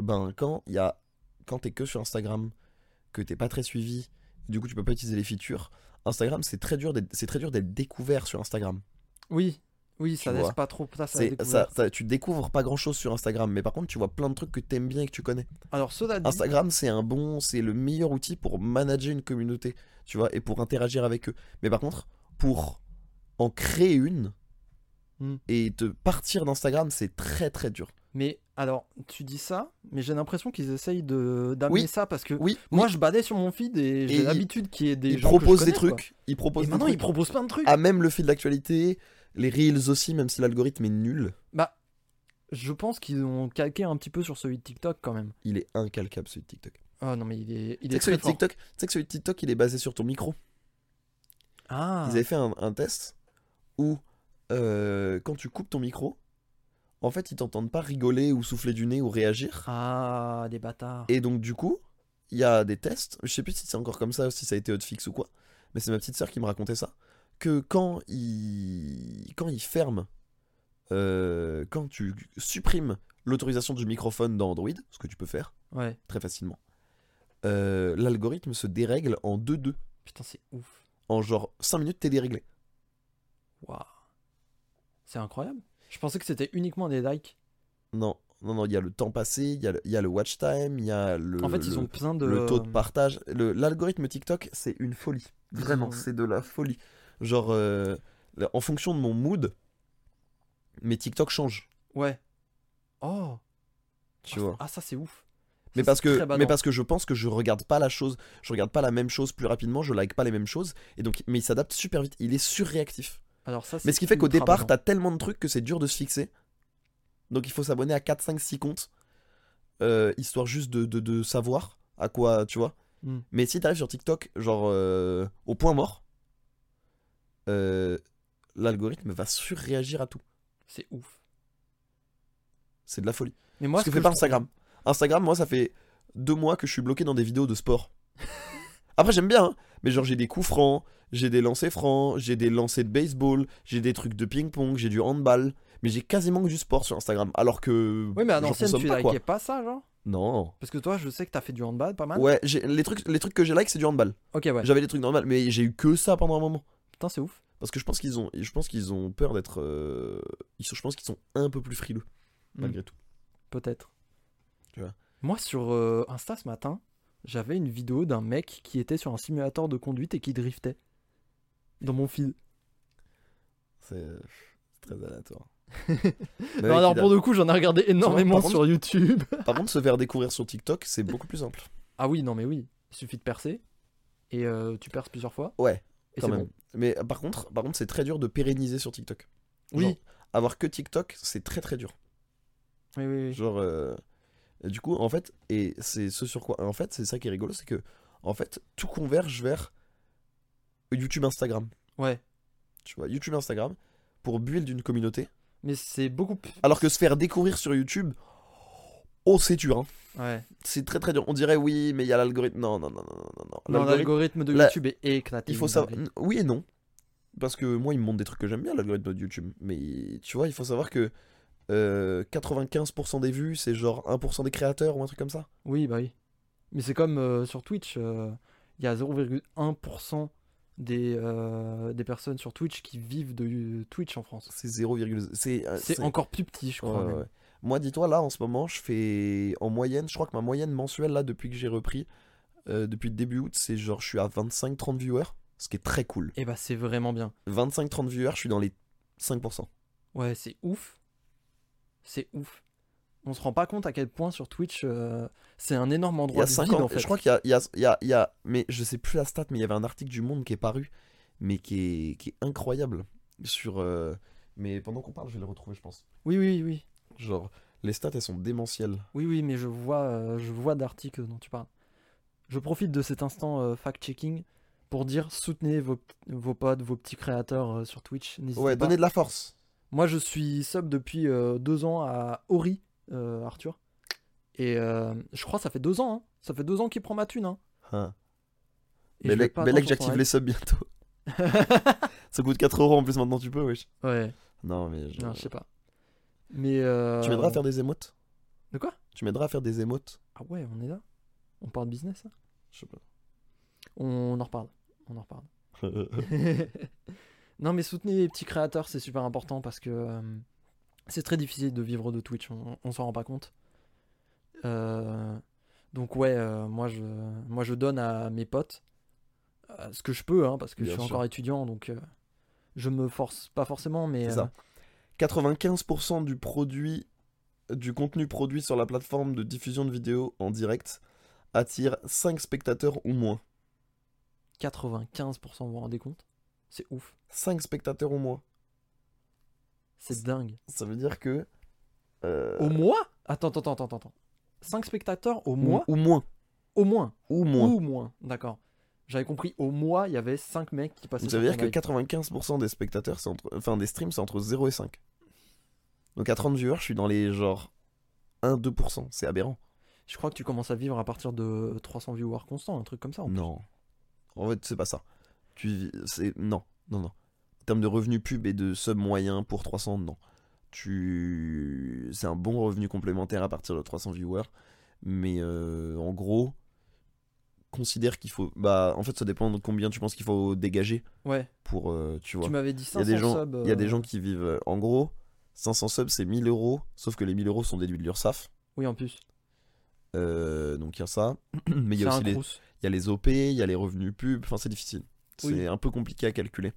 Speaker 2: Ben, quand il y a. Quand t'es que sur Instagram, que t'es pas très suivi, Du coup, tu peux pas utiliser les features. Instagram, c'est très dur d'être- c'est très dur d'être découvert sur Instagram.
Speaker 1: Oui, oui,
Speaker 2: Tu
Speaker 1: Ah, ça laisse
Speaker 2: vois.
Speaker 1: pas trop place à la
Speaker 2: C'est ça,
Speaker 1: découverte.
Speaker 2: ça- tu découvres pas grand chose sur Instagram, mais par contre, tu vois plein de trucs que t'aimes bien et que tu connais.
Speaker 1: Alors,
Speaker 2: Ah,
Speaker 1: cela dit,
Speaker 2: Mmh. Instagram, c'est un bon, c'est le meilleur outil pour manager une communauté, tu vois, et pour interagir avec eux. Mais par contre, pour en créer une
Speaker 1: Hmm.
Speaker 2: et te partir d'Instagram, c'est très très dur.
Speaker 1: mais alors, tu dis ça, mais j'ai l'impression qu'ils essayent de d'amener
Speaker 2: Oui.
Speaker 1: ça parce que
Speaker 2: Oui,
Speaker 1: moi, je badais sur mon feed et
Speaker 2: Et
Speaker 1: j'ai
Speaker 2: ils-
Speaker 1: l'habitude qu'il y ait des
Speaker 2: ils
Speaker 1: gens que je
Speaker 2: proposent des
Speaker 1: connais, quoi.
Speaker 2: trucs, ils proposent
Speaker 1: Et
Speaker 2: des
Speaker 1: maintenant, ils
Speaker 2: trucs. Ah.
Speaker 1: proposent plein de trucs.
Speaker 2: à même le fil d'actualité, les reels aussi, même si l'algorithme est nul,
Speaker 1: Bah, je pense qu'ils ont calqué un petit peu sur celui de TikTok quand même.
Speaker 2: il est incalcable celui de TikTok.
Speaker 1: Oh non, mais il est, il
Speaker 2: Tu sais
Speaker 1: est
Speaker 2: que
Speaker 1: très
Speaker 2: celui de
Speaker 1: fort.
Speaker 2: TikTok, tu sais que celui de TikTok, il est basé sur ton micro.
Speaker 1: Ah,
Speaker 2: Ils avaient fait un, un test où euh, quand tu coupes ton micro, en fait, ils t'entendent pas rigoler ou souffler du nez ou réagir.
Speaker 1: ah, des bâtards.
Speaker 2: Et donc du coup, il y a des tests, je sais plus si c'est encore comme ça, si ça a été hotfix ou quoi, mais c'est ma petite sœur qui me racontait ça, que quand il, quand il ferme, euh, quand tu supprimes l'autorisation du microphone dans Android, ce que tu peux faire
Speaker 1: Ouais,
Speaker 2: très facilement, euh, l'algorithme se dérègle en 2-2.
Speaker 1: putain, c'est ouf.
Speaker 2: En genre 5 minutes, t'es déréglé.
Speaker 1: Waouh. C'est incroyable. Je pensais que c'était uniquement des likes.
Speaker 2: Non, non, non, il y a le temps passé, il y, a le- il y a le watch time, il y a le...
Speaker 1: En fait, ils
Speaker 2: le-
Speaker 1: ont plein de.
Speaker 2: le taux de partage, le- l'algorithme TikTok, c'est une folie. Vraiment,
Speaker 1: ont-
Speaker 2: c'est de la folie. Genre, euh, là, en fonction de mon mood, mes TikTok changent,
Speaker 1: Ouais. Oh.
Speaker 2: tu
Speaker 1: ah,
Speaker 2: vois.
Speaker 1: Ah, ça, c'est ouf.
Speaker 2: Mais
Speaker 1: Ça,
Speaker 2: parce
Speaker 1: c'est
Speaker 2: que,
Speaker 1: très badant.
Speaker 2: mais parce que je pense que je regarde pas la chose, je regarde pas la même chose plus rapidement, je like pas les mêmes choses, et donc, mais il s'adapte super vite, il est surréactif.
Speaker 1: Alors, ça,
Speaker 2: Mais
Speaker 1: c'est
Speaker 2: ce qui fait qu'au
Speaker 1: ultra
Speaker 2: départ,
Speaker 1: badant.
Speaker 2: t'as tellement de trucs que c'est dur de se fixer. Donc il faut s'abonner à 4, 5, 6 comptes, euh, histoire juste de, de- de savoir à quoi, tu vois.
Speaker 1: Mm.
Speaker 2: Mais si t'arrives sur TikTok, genre euh, au point mort, euh, l'algorithme va surréagir à tout.
Speaker 1: C'est ouf.
Speaker 2: C'est de la folie.
Speaker 1: Mais moi,
Speaker 2: ce que
Speaker 1: ce
Speaker 2: fait
Speaker 1: que
Speaker 2: pas
Speaker 1: je
Speaker 2: Instagram. Instagram, moi, ça fait deux mois que je suis bloqué dans des vidéos de sport. Après, j'aime bien, hein, mais genre j'ai des coups francs, j'ai des lancers francs, j'ai des lancers de baseball, j'ai des trucs de ping-pong, j'ai du handball, mais j'ai quasiment que du sport sur Instagram. Alors que.
Speaker 1: Oui, mais à
Speaker 2: j'en
Speaker 1: l'ancienne,
Speaker 2: consomme
Speaker 1: tu
Speaker 2: pas, quoi.
Speaker 1: likais pas ça, genre
Speaker 2: Non.
Speaker 1: Parce que toi, je sais que t'as fait du handball pas mal.
Speaker 2: Ouais, j'ai- les trucs, les trucs que j'ai like, c'est du handball.
Speaker 1: Ok, ouais.
Speaker 2: J'avais des trucs normaux, mais j'ai eu que ça pendant un moment.
Speaker 1: Putain, c'est ouf.
Speaker 2: Parce que je pense qu'ils ont, je pense qu'ils ont peur d'être, euh, ils sont, je pense qu'ils sont un peu plus frileux
Speaker 1: Mm.
Speaker 2: malgré tout.
Speaker 1: Peut-être.
Speaker 2: Tu vois.
Speaker 1: Moi, sur euh, Insta ce matin, j'avais une vidéo d'un mec qui était sur un simulateur de conduite et qui driftait. Dans mon feed.
Speaker 2: C'est c'est très aléatoire.
Speaker 1: Non, bah,
Speaker 2: Mais Bah oui,
Speaker 1: alors,
Speaker 2: Kida.
Speaker 1: pour le coup, j'en ai regardé énormément
Speaker 2: contre-
Speaker 1: sur YouTube.
Speaker 2: Par contre, se faire découvrir sur TikTok, c'est beaucoup plus simple.
Speaker 1: ah oui, non, mais oui. Il suffit de percer. Et euh, tu perces plusieurs fois.
Speaker 2: Ouais,
Speaker 1: Et
Speaker 2: quand
Speaker 1: c'est
Speaker 2: même.
Speaker 1: bon.
Speaker 2: Mais euh, par contre, par contre, c'est très dur de pérenniser sur TikTok.
Speaker 1: Oui.
Speaker 2: Genre, avoir que TikTok, c'est très très dur.
Speaker 1: Oui, oui, oui.
Speaker 2: Genre, euh, du coup, en fait, et c'est ce sur quoi, en fait, c'est ça qui est rigolo, c'est que, en fait, tout converge vers YouTube, Instagram.
Speaker 1: Ouais.
Speaker 2: Tu vois, YouTube, Instagram, pour build d'une communauté.
Speaker 1: Mais c'est beaucoup plus.
Speaker 2: Alors que se faire découvrir sur YouTube, oh, c'est dur. hein.
Speaker 1: Ouais.
Speaker 2: C'est très très dur. On dirait oui, mais il y a l'algorithme. Non, non, non, non, non, non, non.
Speaker 1: Non,
Speaker 2: L'algorithme,
Speaker 1: l'algorithme de
Speaker 2: la-
Speaker 1: YouTube est éclaté.
Speaker 2: il faut
Speaker 1: une
Speaker 2: savoir.
Speaker 1: dinguerie.
Speaker 2: Oui et non. Parce que moi, il me montre des trucs que j'aime bien, l'algorithme de YouTube. Mais tu vois, il faut savoir que euh, 95% des vues, c'est genre 1% des créateurs ou un truc comme ça.
Speaker 1: Oui, bah oui. Mais c'est comme euh, sur Twitch, euh, il y a 0,1% des, euh, des personnes sur Twitch qui vivent de euh, Twitch en France.
Speaker 2: C'est 0, c'est euh,
Speaker 1: C'est encore plus petit, je
Speaker 2: Ouais,
Speaker 1: crois.
Speaker 2: ouais,
Speaker 1: même.
Speaker 2: ouais. Moi, dis-toi, là, en ce moment, je fais en moyenne, je crois que ma moyenne mensuelle, là, depuis que j'ai repris, euh, depuis le début août, c'est genre, je suis à 25-30 viewers, ce qui est très cool.
Speaker 1: Et bah c'est vraiment bien.
Speaker 2: 25-30 viewers, je suis dans les 5%.
Speaker 1: Ouais, c'est ouf. C'est ouf. On se rend pas compte à quel point sur Twitch, euh, c'est un énorme
Speaker 2: Il y
Speaker 1: endroit
Speaker 2: a
Speaker 1: de
Speaker 2: 5
Speaker 1: vide,
Speaker 2: ans,
Speaker 1: en fait.
Speaker 2: je crois qu'il y a, il y, a, il y a- il y a- mais je sais plus la stat, mais il y avait un article du Monde qui est paru, mais qui est, qui est incroyable. Sur, euh, mais pendant qu'on parle, je vais le retrouver, je pense.
Speaker 1: Oui, oui, oui.
Speaker 2: Genre, les stats, elles sont démentielles.
Speaker 1: Oui, oui, mais je vois, euh, je vois d'articles dont tu parles. Je profite de cet instant euh, fact-checking pour dire soutenez vos, vos potes, vos petits créateurs euh, sur Twitch. N'hésitez
Speaker 2: Ouais,
Speaker 1: pas.
Speaker 2: donner de la force.
Speaker 1: Moi, je suis sub depuis euh, deux ans à Ori, euh, Arthur. Et euh, je crois que ça fait deux ans. hein. Ça fait deux ans qu'il prend ma thune. Hein.
Speaker 2: Hein.
Speaker 1: Et je vais
Speaker 2: Bellec,
Speaker 1: pas
Speaker 2: Bellec,
Speaker 1: attendre son
Speaker 2: j'active les subs bientôt.
Speaker 1: arrêt.
Speaker 2: Ça coûte 4 euros en plus maintenant, tu peux, wesh.
Speaker 1: ouais,
Speaker 2: Non, mais je...
Speaker 1: non, je sais pas. Mais. euh,
Speaker 2: Tu m'aideras à faire des émotes
Speaker 1: De quoi
Speaker 2: Tu m'aideras à faire des émotes
Speaker 1: Ah ouais, on est là. On parle business. là.
Speaker 2: Je sais pas.
Speaker 1: On en reparle. On en reparle. non, mais soutenez les petits créateurs, c'est super important parce que euh, c'est très difficile de vivre de Twitch, on, on s'en rend pas compte. Euh, donc, ouais, euh, moi, je, moi je donne à mes potes euh, ce que je peux, hein, parce que
Speaker 2: Bien
Speaker 1: je suis
Speaker 2: sûr.
Speaker 1: encore étudiant, donc euh, je me force pas forcément, mais.
Speaker 2: C'est
Speaker 1: euh,
Speaker 2: ça. 95% du produit, du contenu produit sur la plateforme de diffusion de vidéos en direct attire 5 spectateurs ou moins.
Speaker 1: 95%, vous vous rendez compte C'est ouf.
Speaker 2: 5 spectateurs ou moins.
Speaker 1: C'est dingue.
Speaker 2: Ça veut dire que. euh, Mm.
Speaker 1: Au mois Attends, attends, attends, attends, attends. 5 spectateurs au
Speaker 2: ou-
Speaker 1: mois
Speaker 2: Ou moins.
Speaker 1: Au moins.
Speaker 2: Ou moins.
Speaker 1: Ou moins. D'accord. J'avais compris, au mois, il y avait 5 mecs qui passaient
Speaker 2: Donc ça veut
Speaker 1: sur
Speaker 2: dire
Speaker 1: ton
Speaker 2: que
Speaker 1: live.
Speaker 2: 95% des spectateurs, c'est entre... enfin des streams, c'est entre 0 et 5. Donc à 30 viewers, je suis dans les genre 1-2%. C'est aberrant.
Speaker 1: Je crois que tu commences à vivre à partir de 300 viewers constants, un truc comme ça. en plus.
Speaker 2: Non. En fait, c'est pas ça. Tu vis- c'est non, non non. En termes de revenus pub et de sub moyen pour 300, non. Tu c'est un bon revenu complémentaire à partir de 300 viewers, mais euh, en gros considère qu'il faut bah en fait ça dépend de combien tu penses qu'il faut dégager
Speaker 1: Ouais,
Speaker 2: pour euh, tu vois.
Speaker 1: tu m'avais dit
Speaker 2: Il y
Speaker 1: 500
Speaker 2: a des gens
Speaker 1: subs.
Speaker 2: il y a
Speaker 1: euh,
Speaker 2: des gens qui vivent euh, en gros 500 subs c'est 1000 euros sauf que les 1000 euros sont déduits de l'URSSAF.
Speaker 1: Oui, en plus.
Speaker 2: Euh, donc il y a ça, mais il y
Speaker 1: C'est
Speaker 2: a
Speaker 1: un
Speaker 2: aussi les
Speaker 1: crous.
Speaker 2: il y a les OP, il y a les revenus pubs, enfin c'est difficile. C'est
Speaker 1: Oui.
Speaker 2: un peu compliqué à calculer.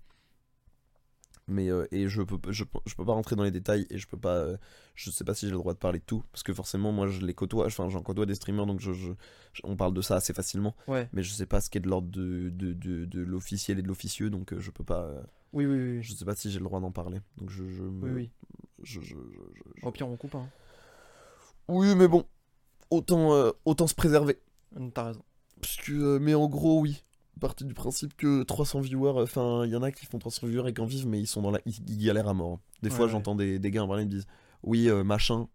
Speaker 2: Mais euh, et je peux je, peux- je peux pas rentrer dans les détails et je peux pas euh, je sais pas si j'ai le droit de parler de tout parce que forcément moi je les côtoie enfin j'en côtoie des streamers donc je, je- je- on parle de ça assez facilement
Speaker 1: Ouais,
Speaker 2: mais je sais pas ce qui est de l'ordre de, de, de, de l'officiel et de l'officieux donc euh, je peux pas euh,
Speaker 1: oui, oui, oui. oui.
Speaker 2: je sais pas si j'ai le droit d'en parler donc je je, me-
Speaker 1: oui, oui.
Speaker 2: je- je- je- je-
Speaker 1: Au pire, on coupe. Hein.
Speaker 2: oui mais bon autant euh, autant se préserver
Speaker 1: Mm, T'as raison.
Speaker 2: Parce que, euh, mais en gros, oui. Partie du principe que 300 viewers, euh, enfin, il y en a qui font 300 viewers et qui en vivent, mais ils sont dans la. Ils, ils galèrent à mort. Des
Speaker 1: Ouais,
Speaker 2: fois,
Speaker 1: ouais.
Speaker 2: j'entends des, des gars en parler, ils me disent Oui, euh, machin,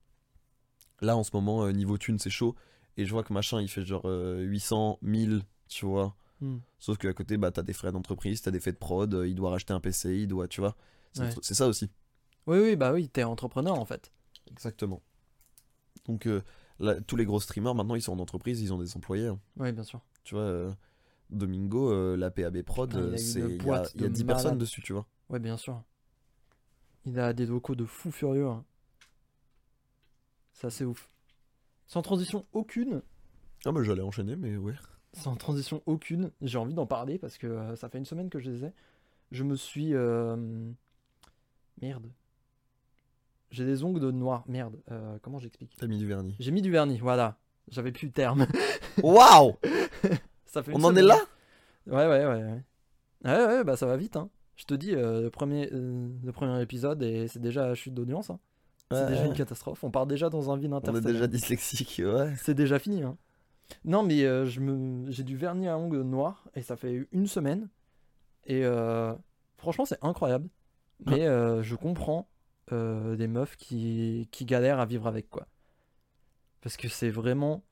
Speaker 2: là en ce moment, euh, niveau thune, c'est chaud. Et je vois que machin, il fait genre euh, 800, 1000, tu vois.
Speaker 1: Hmm.
Speaker 2: Sauf qu'à côté, bah, t'as des frais d'entreprise, t'as des frais de prod, euh, il doit racheter un PC, il doit, tu vois. C'est
Speaker 1: Ouais.
Speaker 2: c'est ça aussi.
Speaker 1: Oui, oui, bah oui, t'es entrepreneur en fait.
Speaker 2: Exactement. Donc, euh, là, tous les gros streamers, maintenant, ils sont en entreprise, ils ont des employés. hein.
Speaker 1: Oui, bien sûr.
Speaker 2: Tu vois, euh, Domingo, euh, la PAB Prod,
Speaker 1: Putain, Ah, il a
Speaker 2: euh,
Speaker 1: une
Speaker 2: c'est- il y, a-
Speaker 1: boîte
Speaker 2: il y a
Speaker 1: de
Speaker 2: 10
Speaker 1: malade.
Speaker 2: personnes dessus, tu vois.
Speaker 1: Ouais, bien sûr. Il a des locaux de fou furieux. hein. Ça, c'est ouf. Sans transition aucune,
Speaker 2: Ah, bah j'allais enchaîner, mais ouais.
Speaker 1: sans transition aucune, j'ai envie d'en parler parce que euh, ça fait une semaine que je les ai. Je me suis. euh, Merde. J'ai des ongles de noir. Merde. euh, comment j'explique
Speaker 2: T'as mis du vernis.
Speaker 1: J'ai mis du vernis, voilà. J'avais plus le terme.
Speaker 2: Waouh
Speaker 1: ça fait une
Speaker 2: On en est
Speaker 1: semaine.
Speaker 2: là
Speaker 1: Ouais, ouais, ouais. Ouais, ouais, ouais, bah ça va vite. Hein. Je te dis, euh, le, premier, euh, le premier épisode, et c'est déjà la chute d'audience. hein. C'est
Speaker 2: Ouais,
Speaker 1: déjà une
Speaker 2: ouais.
Speaker 1: catastrophe. On part déjà dans un vide
Speaker 2: On est
Speaker 1: interstellaire.
Speaker 2: déjà dyslexique, ouais.
Speaker 1: C'est déjà fini. hein. Non, mais euh, je me... j'ai du vernis à ongles noir et ça fait une semaine. Et euh, franchement, c'est incroyable. Mais euh, je comprends euh, des meufs qui... qui galèrent à vivre avec quoi. Parce que c'est vraiment.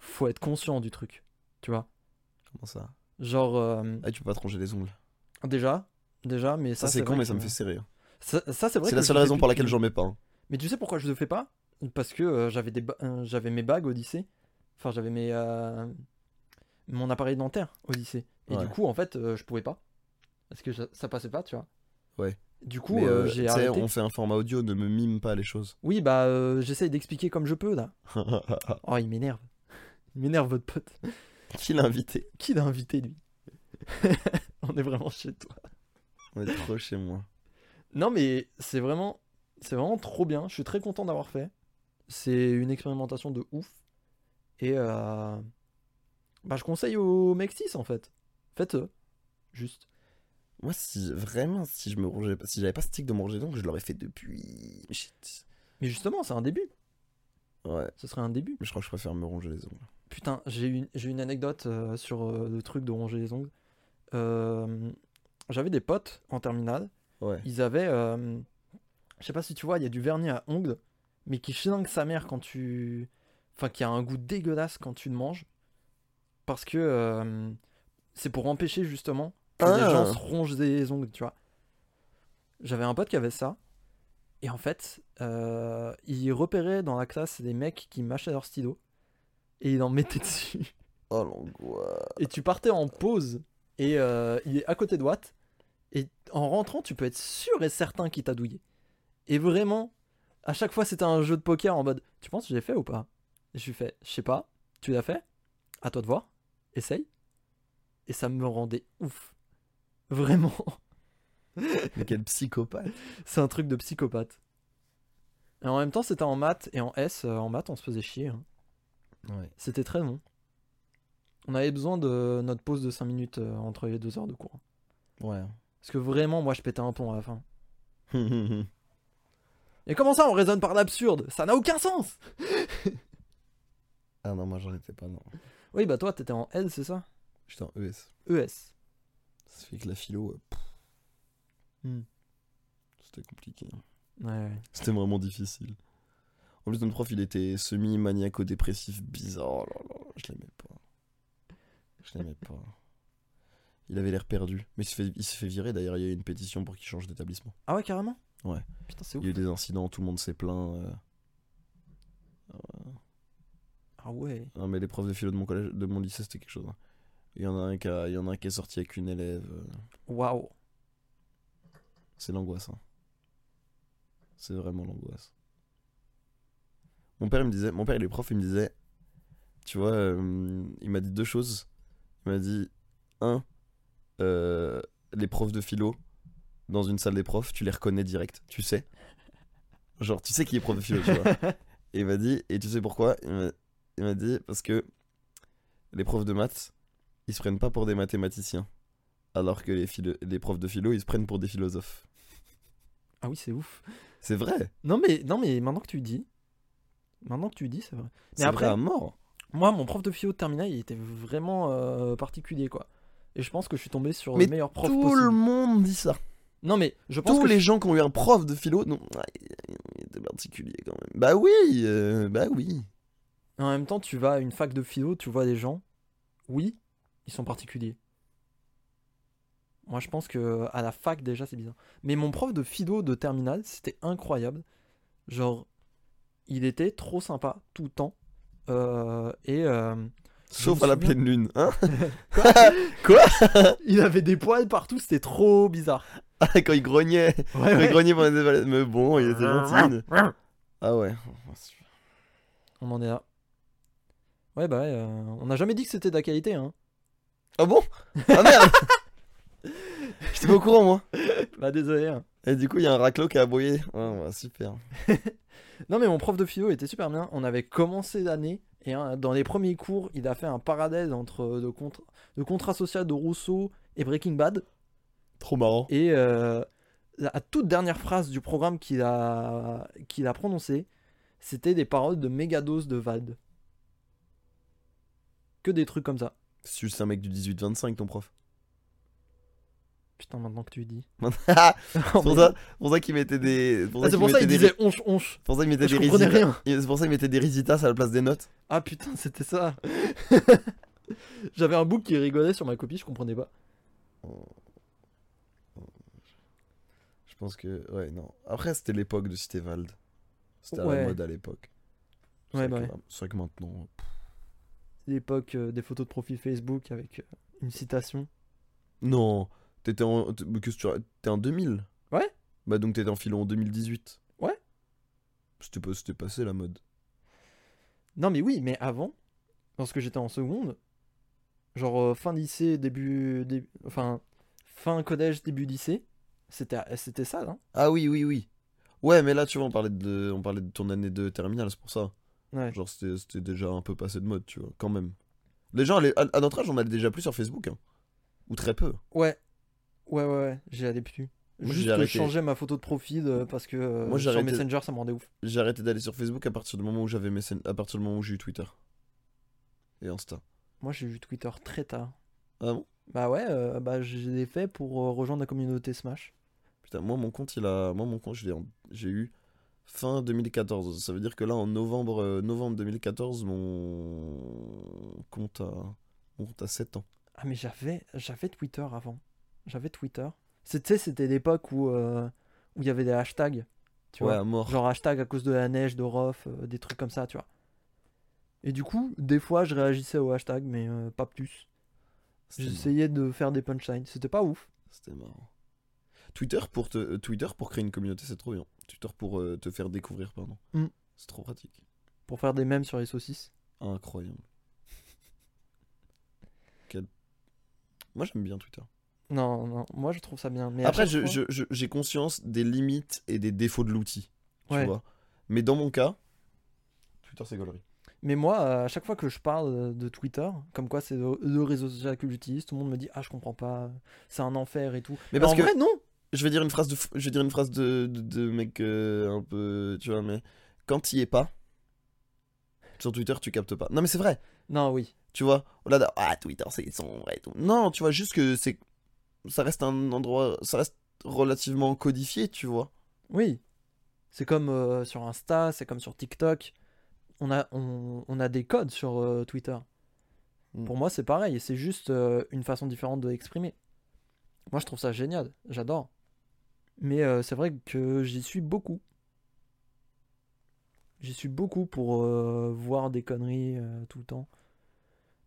Speaker 1: Faut être conscient du truc. Tu vois
Speaker 2: Comment ça
Speaker 1: Genre. euh,
Speaker 2: Ah, tu peux pas te ronger les ongles.
Speaker 1: Déjà. Déjà, mais ça.
Speaker 2: Ça, c'est con,
Speaker 1: vrai
Speaker 2: mais ça
Speaker 1: que-
Speaker 2: me fait serrer. hein.
Speaker 1: Ça, ça, c'est vrai
Speaker 2: C'est
Speaker 1: que
Speaker 2: la
Speaker 1: je
Speaker 2: seule
Speaker 1: le fais
Speaker 2: raison
Speaker 1: plus
Speaker 2: pour laquelle
Speaker 1: depuis-
Speaker 2: j'en mets pas. hein.
Speaker 1: mais tu sais pourquoi je le fais pas Parce que euh, j'avais des ba- euh, j'avais mes bagues au lycée. Enfin, j'avais mes euh, mon appareil dentaire au lycée. Et
Speaker 2: Ouais.
Speaker 1: du coup, en fait, euh, je pouvais pas. Parce que ça, ça passait pas, tu vois.
Speaker 2: Ouais.
Speaker 1: Du coup,
Speaker 2: Mais,
Speaker 1: euh,
Speaker 2: euh,
Speaker 1: j'ai
Speaker 2: tu sais,
Speaker 1: arrêté.
Speaker 2: on fait un format audio, ne me mime pas les choses.
Speaker 1: Oui, bah, euh, j'essaye d'expliquer comme je peux, là. Oh, il m'énerve. Il m'énerve, votre pote.
Speaker 2: Qui l'a invité
Speaker 1: Qui l'a invité, lui On est vraiment chez toi.
Speaker 2: On est trop chez moi.
Speaker 1: Non, mais c'est vraiment, c'est vraiment trop bien. Je suis très content d'avoir fait. C'est une expérimentation de ouf. Et euh, bah, je conseille aux mecs 6 en fait. Faites-le. Juste.
Speaker 2: Moi, si vraiment, si je me rongeais pas, si j'avais pas ce tic de me ronger les ongles, je l'aurais fait depuis. Shit.
Speaker 1: Mais justement, c'est un début.
Speaker 2: Ouais,
Speaker 1: Ce serait un début.
Speaker 2: mais je crois que je préfère me ronger les ongles.
Speaker 1: Putain, j'ai une, j'ai une anecdote euh, sur euh, le truc de ronger les ongles. Euh, J'avais des potes en terminale.
Speaker 2: Ouais.
Speaker 1: Ils avaient. euh, je sais pas si tu vois, il y a du vernis à ongles, mais qui que sa mère quand tu. Enfin, qui a un goût dégueulasse quand tu le manges. Parce que euh, c'est pour empêcher justement que les
Speaker 2: Ah.
Speaker 1: gens se rongent des ongles, tu vois. J'avais un pote qui avait ça. Et en fait, euh, il repérait dans la classe des mecs qui mâchaient leur stylo. Et il en mettait dessus.
Speaker 2: Oh l'angoisse.
Speaker 1: et tu partais en pause et euh, il est à côté de Watt et en rentrant tu peux être sûr et certain qu'il t'a douillé et vraiment à chaque fois c'était un jeu de poker en mode tu penses que j'ai fait ou pas et je lui fais je sais pas tu l'as fait à toi de voir essaye et ça me rendait ouf vraiment
Speaker 2: Mais quel psychopathe.
Speaker 1: c'est un truc de psychopathe et en même temps c'était en maths et en S euh, en maths on se faisait chier hein.
Speaker 2: Ouais.
Speaker 1: C'était très long. On avait besoin de notre pause de 5 minutes euh, entre les deux heures de cours. Parce que vraiment, moi, je pétais un pont à la fin.
Speaker 2: Ouais.
Speaker 1: Et comment ça, on raisonne par l'absurde Ça n'a aucun sens
Speaker 2: ah non, moi j'en étais pas, non.
Speaker 1: Oui, bah toi, t'étais en L, c'est ça E
Speaker 2: J'étais en ES.
Speaker 1: ES.
Speaker 2: Ça fait que la philo, euh, pff,
Speaker 1: Hmm.
Speaker 2: c'était compliqué.
Speaker 1: Ouais, ouais.
Speaker 2: C'était vraiment difficile. En plus, notre prof, il était semi-maniaco-dépressif bizarre. Oh là là, je l'aimais pas. Je l'aimais pas. Il avait l'air perdu. Mais il s'est fait, il s'est fait virer d'ailleurs. Il y a eu une pétition pour qu'il change d'établissement.
Speaker 1: Ah ouais, carrément
Speaker 2: Ouais.
Speaker 1: Putain, c'est
Speaker 2: Il
Speaker 1: ouf.
Speaker 2: y a eu des incidents, tout le monde s'est plaint. euh. Euh,
Speaker 1: Ah ouais.
Speaker 2: Non, mais les profs de philo de mon, collège, de mon lycée, c'était quelque chose. hein. Il y, en a un qui a- il y en a un qui est sorti avec une élève. euh,
Speaker 1: Waouh.
Speaker 2: C'est l'angoisse. hein. C'est vraiment l'angoisse. Mon père, il me disait, mon père, il est prof, il me disait, tu vois, euh, il m'a dit deux choses. Il m'a dit, un, euh, les profs de philo, dans une salle des profs, tu les reconnais direct, tu sais. Genre, tu sais qui est prof de philo, tu vois. Et il m'a dit, et tu sais pourquoi Il m'a- il m'a dit, parce que les profs de maths, ils se prennent pas pour des mathématiciens. Alors que les, philo- les profs de philo, ils se prennent pour des philosophes.
Speaker 1: Ah oui, c'est ouf.
Speaker 2: C'est vrai.
Speaker 1: Non mais, non, mais maintenant que tu le dis. Maintenant que tu le dis, c'est vrai.
Speaker 2: C'est
Speaker 1: après-
Speaker 2: vrai à mort.
Speaker 1: Moi, mon prof de philo de terminale, il était vraiment euh, particulier, quoi. Et je pense que je suis tombé sur
Speaker 2: Mais
Speaker 1: le meilleur prof
Speaker 2: Tout
Speaker 1: possible.
Speaker 2: le monde dit ça.
Speaker 1: Non mais, je pense
Speaker 2: Tous
Speaker 1: que
Speaker 2: les gens qui ont eu un prof de philo, non, ah, il il était particulier quand même. Bah oui, euh, bah oui.
Speaker 1: En même temps, tu vas à une fac de philo, tu vois des gens. Oui, ils sont particuliers. Moi, je pense que à la fac déjà, c'est bizarre. Mais mon prof de philo de terminale, c'était incroyable. Genre, il était trop sympa tout le temps. Euh, et euh,
Speaker 2: Sauf
Speaker 1: me
Speaker 2: à la
Speaker 1: souviens-
Speaker 2: pleine lune, hein
Speaker 1: il avait des poils partout, c'était trop bizarre.
Speaker 2: Ah, Quand il grognait, quand il grognait pendant des balades. Mais bon, il était gentil. Ah ouais.
Speaker 1: On en est là. Ouais, bah ouais, euh, on n'a jamais dit que c'était de la qualité, hein.
Speaker 2: Ah bon Ah merde J'étais pas au courant moi.
Speaker 1: Bah désolé. hein.
Speaker 2: Et du coup, il y a un raclo qui a aboyé. Ouais, bah, super.
Speaker 1: Non mais mon prof de philo était super bien. On avait commencé l'année et hein, dans les premiers cours, il a fait un parallèle entre euh, le, contre- le contrat social de Rousseau et Breaking Bad.
Speaker 2: Trop marrant.
Speaker 1: Et euh, la toute dernière phrase du programme qu'il a, qu'il a prononcé, c'était des paroles de Megados de Vald. Que des trucs comme ça.
Speaker 2: C'est juste un mec du 18-25, ton prof.
Speaker 1: Putain, maintenant que tu le dis.
Speaker 2: c'est
Speaker 1: Oh,
Speaker 2: pour
Speaker 1: mais-
Speaker 2: ça, c'est pour ça qu'il mettait des.
Speaker 1: Ah, c'est
Speaker 2: qu'il
Speaker 1: pour ça
Speaker 2: mettait
Speaker 1: qu'il
Speaker 2: des-
Speaker 1: disait onche onche.
Speaker 2: C'est pour ça qu'il mettait
Speaker 1: Je
Speaker 2: des
Speaker 1: comprenais
Speaker 2: résitas-
Speaker 1: rien.
Speaker 2: Et C'est pour ça qu'il mettait des résitas à la place des notes.
Speaker 1: Ah putain, c'était ça. J'avais un bouc qui rigolait sur ma copie, je comprenais pas.
Speaker 2: Je pense que. Ouais, non. Après, c'était l'époque de Citévald. C'était à
Speaker 1: Ouais.
Speaker 2: la mode à l'époque. C'est
Speaker 1: Ouais,
Speaker 2: vrai
Speaker 1: bah
Speaker 2: que- C'est vrai que maintenant. pff.
Speaker 1: l'époque euh, des photos de profil Facebook avec euh, une citation.
Speaker 2: Non. T'étais en. t- mais Qu'est-ce que tu. ra- T'es en 2000
Speaker 1: Ouais.
Speaker 2: Bah, donc t'étais en philo en 2018.
Speaker 1: Ouais.
Speaker 2: C'était pas... c'était passé la mode.
Speaker 1: Non mais oui, mais avant, lorsque j'étais en seconde, genre euh, fin lycée, début, dé- enfin fin collège, début lycée, c'était euh, c'était ça là.
Speaker 2: Ah oui, oui, oui. Ouais, mais là, tu vois, on parlait de, on parlait de ton année de terminale, c'est pour ça.
Speaker 1: Ouais.
Speaker 2: Genre, c'était c'était déjà un peu passé de mode, tu vois, quand même. Les gens, allaient- à, à notre âge, on allait déjà plus sur Facebook. hein. Ou très peu.
Speaker 1: Ouais. Ouais ouais ouais, j'y allais plus.
Speaker 2: Moi, j'ai
Speaker 1: Juste
Speaker 2: arrêté.
Speaker 1: changer ma photo de profil euh, parce que euh,
Speaker 2: Moi, j'ai
Speaker 1: sur
Speaker 2: arrêté.
Speaker 1: Messenger ça me rendait ouf.
Speaker 2: J'ai arrêté d'aller sur Facebook à partir du moment où j'avais Messen- à partir du moment où j'ai eu Twitter et Insta.
Speaker 1: Moi j'ai vu Twitter très tard.
Speaker 2: Ah bon
Speaker 1: Bah ouais, euh, bah je l'ai fait pour euh, rejoindre la communauté Smash.
Speaker 2: Putain, moi mon compte il a moi mon compte je l'ai en- j'ai eu fin 2014. Ça veut dire que là en novembre euh, novembre 2014 mon compte a mon compte a 7 ans.
Speaker 1: Ah mais j'avais j'avais Twitter avant. J'avais Twitter. C'est- Tu sais, c'était l'époque où euh, où il y avait des hashtags, tu
Speaker 2: ouais,
Speaker 1: vois.
Speaker 2: à mort.
Speaker 1: Genre hashtag à cause de la neige, de Rof, euh, des trucs comme ça, tu vois. Et du coup, des fois, je réagissais au hashtag, mais euh, pas plus.
Speaker 2: C'était marrant.
Speaker 1: J'essayais de faire des punchlines. C'était pas ouf.
Speaker 2: C'était marrant. Twitter pour, te, euh, Twitter pour créer une communauté, c'est trop bien. Twitter pour euh, te faire découvrir, pardon.
Speaker 1: Mm.
Speaker 2: C'est trop pratique.
Speaker 1: Pour faire des mèmes sur les saucisses.
Speaker 2: Incroyable. Quel- Moi, j'aime bien Twitter.
Speaker 1: Non, non, moi je trouve ça bien. Mais à
Speaker 2: Après,
Speaker 1: chaque
Speaker 2: je-
Speaker 1: fois-
Speaker 2: je- je- j'ai conscience des limites et des défauts de l'outil. Tu
Speaker 1: Ouais.
Speaker 2: vois. Mais dans mon cas, Twitter, c'est gaulerie.
Speaker 1: Mais moi, à chaque fois que je parle euh, de Twitter, comme quoi c'est le, le réseau social que j'utilise, tout le monde me dit Ah, je comprends pas, c'est un enfer et tout.
Speaker 2: Mais
Speaker 1: Mais
Speaker 2: parce
Speaker 1: en
Speaker 2: que-
Speaker 1: vrai, non
Speaker 2: Je vais dire une phrase de, f- je vais dire une phrase de, de, de mec euh, un peu. Tu vois, mais quand il est pas, sur Twitter, tu captes pas. Non, mais c'est vrai.
Speaker 1: Non, oui.
Speaker 2: Tu vois, là, là, ah, Twitter, c'est sombre et tout. Non, tu vois, juste que c'est. Ça reste un endroit. Ça reste relativement codifié, tu vois.
Speaker 1: Oui. C'est comme euh, sur Insta, c'est comme sur TikTok. On a, on, on a des codes sur euh, Twitter.
Speaker 2: Mm.
Speaker 1: Pour moi, c'est pareil. C'est juste euh, une façon différente de l'exprimer. Moi, je trouve ça génial. J'adore. Mais euh, c'est vrai que j'y suis beaucoup. J'y suis beaucoup pour euh, voir des conneries euh, tout le temps.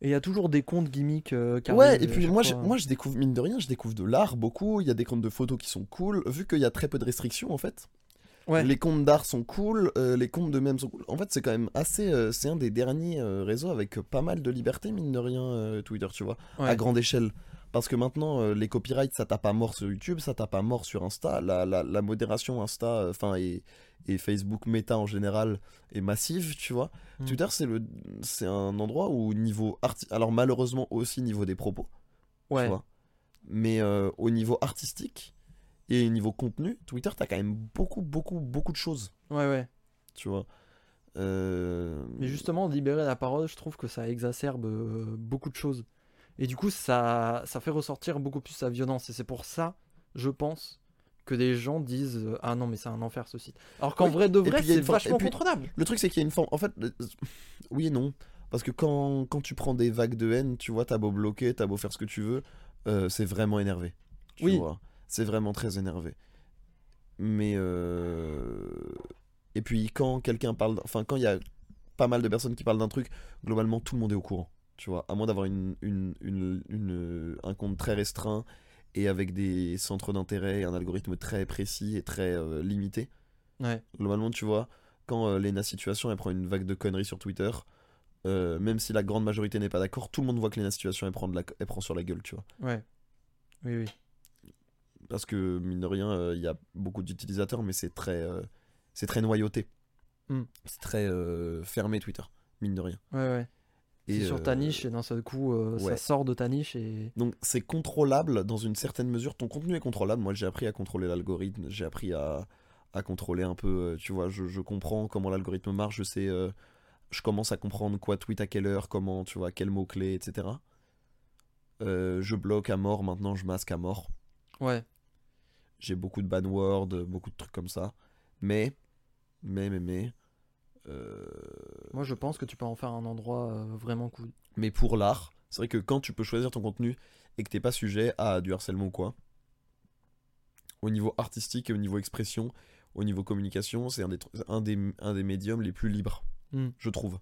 Speaker 1: Et il y a toujours des comptes gimmicks euh, qui
Speaker 2: ouais,
Speaker 1: arrivent
Speaker 2: et
Speaker 1: à
Speaker 2: puis
Speaker 1: chaque
Speaker 2: moi, je,
Speaker 1: fois.
Speaker 2: moi, je découvre, mine de rien, je découvre de l'art beaucoup. Il y a des comptes de photos qui sont cool. Vu qu'il y a très peu de restrictions, en fait.
Speaker 1: Ouais.
Speaker 2: Les comptes d'art sont cool. euh, les comptes de mèmes sont cool. En fait, c'est quand même assez. euh, c'est un des derniers euh, réseaux avec euh, pas mal de liberté, mine de rien, euh, Twitter, tu vois.
Speaker 1: Ouais.
Speaker 2: à grande échelle. Parce que maintenant, euh, les copyrights, ça tape à mort sur YouTube, ça tape à mort sur Insta. La, la, la modération Insta, euh, enfin, et, et Facebook Meta en général est massive, tu vois.
Speaker 1: Mm.
Speaker 2: Twitter, c'est le, c'est un endroit où niveau arti- alors malheureusement aussi niveau des propos,
Speaker 1: Ouais.
Speaker 2: tu vois. Mais euh, au niveau artistique et niveau contenu, Twitter, t'as quand même beaucoup, beaucoup, beaucoup de choses,
Speaker 1: ouais, ouais.
Speaker 2: tu vois. Euh,
Speaker 1: Mais justement, libérer la parole, je trouve que ça exacerbe euh, beaucoup de choses. Et du coup, ça, ça fait ressortir beaucoup plus sa violence. Et c'est pour ça, je pense, que des gens disent euh, Ah non, mais c'est un enfer ce site. Alors qu'en
Speaker 2: Oui,
Speaker 1: vrai de
Speaker 2: et
Speaker 1: vrai,
Speaker 2: puis il y a
Speaker 1: c'est
Speaker 2: une for- et
Speaker 1: vachement
Speaker 2: puis-
Speaker 1: contrôlable.
Speaker 2: Le truc, c'est qu'il y a une forme. En fait, le- euh, oui et non. Parce que quand, quand tu prends des vagues de haine, tu vois, t'as beau bloquer, t'as beau faire ce que tu veux, euh, c'est vraiment énervé. Tu
Speaker 1: Oui.
Speaker 2: vois. C'est vraiment très énervé. Mais. euh, Et puis, quand quelqu'un parle. d'un- Enfin, quand il y a pas mal de personnes qui parlent d'un truc, globalement, tout le monde est au courant. Tu vois. À moins d'avoir une, une- une- une- un compte très restreint et avec des centres d'intérêt et un algorithme très précis et très euh, limité.
Speaker 1: Ouais.
Speaker 2: Globalement, tu vois, quand euh, Lena Situation elle prend une vague de conneries sur Twitter, euh, même si la grande majorité n'est pas d'accord, tout le monde voit que Lena Situation elle prend, de la... elle prend sur la gueule, tu vois.
Speaker 1: Ouais. Oui, oui.
Speaker 2: Parce que, mine de rien, euh, il y a beaucoup d'utilisateurs, mais c'est très, euh, c'est très noyauté.
Speaker 1: Hmm.
Speaker 2: C'est très euh, fermé Twitter, mine de rien.
Speaker 1: Ouais, ouais. C'est
Speaker 2: Et,
Speaker 1: sur ta
Speaker 2: euh,
Speaker 1: niche et d'un seul coup, euh,
Speaker 2: ouais.
Speaker 1: ça sort de ta niche et.
Speaker 2: Donc c'est contrôlable dans une certaine mesure. Ton contenu est contrôlable. Moi j'ai appris à contrôler l'algorithme. J'ai appris à, à contrôler un peu. euh, Tu vois, je, je comprends comment l'algorithme marche. Je sais, euh, je commence à comprendre quoi tweet à quelle heure, comment, tu vois, quels mots clés, etc. Euh, je bloque à mort. Maintenant je masque à mort.
Speaker 1: Ouais.
Speaker 2: J'ai beaucoup de banwords, euh, beaucoup de trucs comme ça. Mais, mais, mais, mais. euh,
Speaker 1: Moi, je pense que tu peux en faire un endroit euh, vraiment cool.
Speaker 2: Mais pour l'art, c'est vrai que quand tu peux choisir ton contenu et que t'es pas sujet à du harcèlement ou quoi, au niveau artistique et au niveau expression, au niveau communication, c'est un des, tru- un des, un des médiums les plus libres,
Speaker 1: Mm.
Speaker 2: je trouve.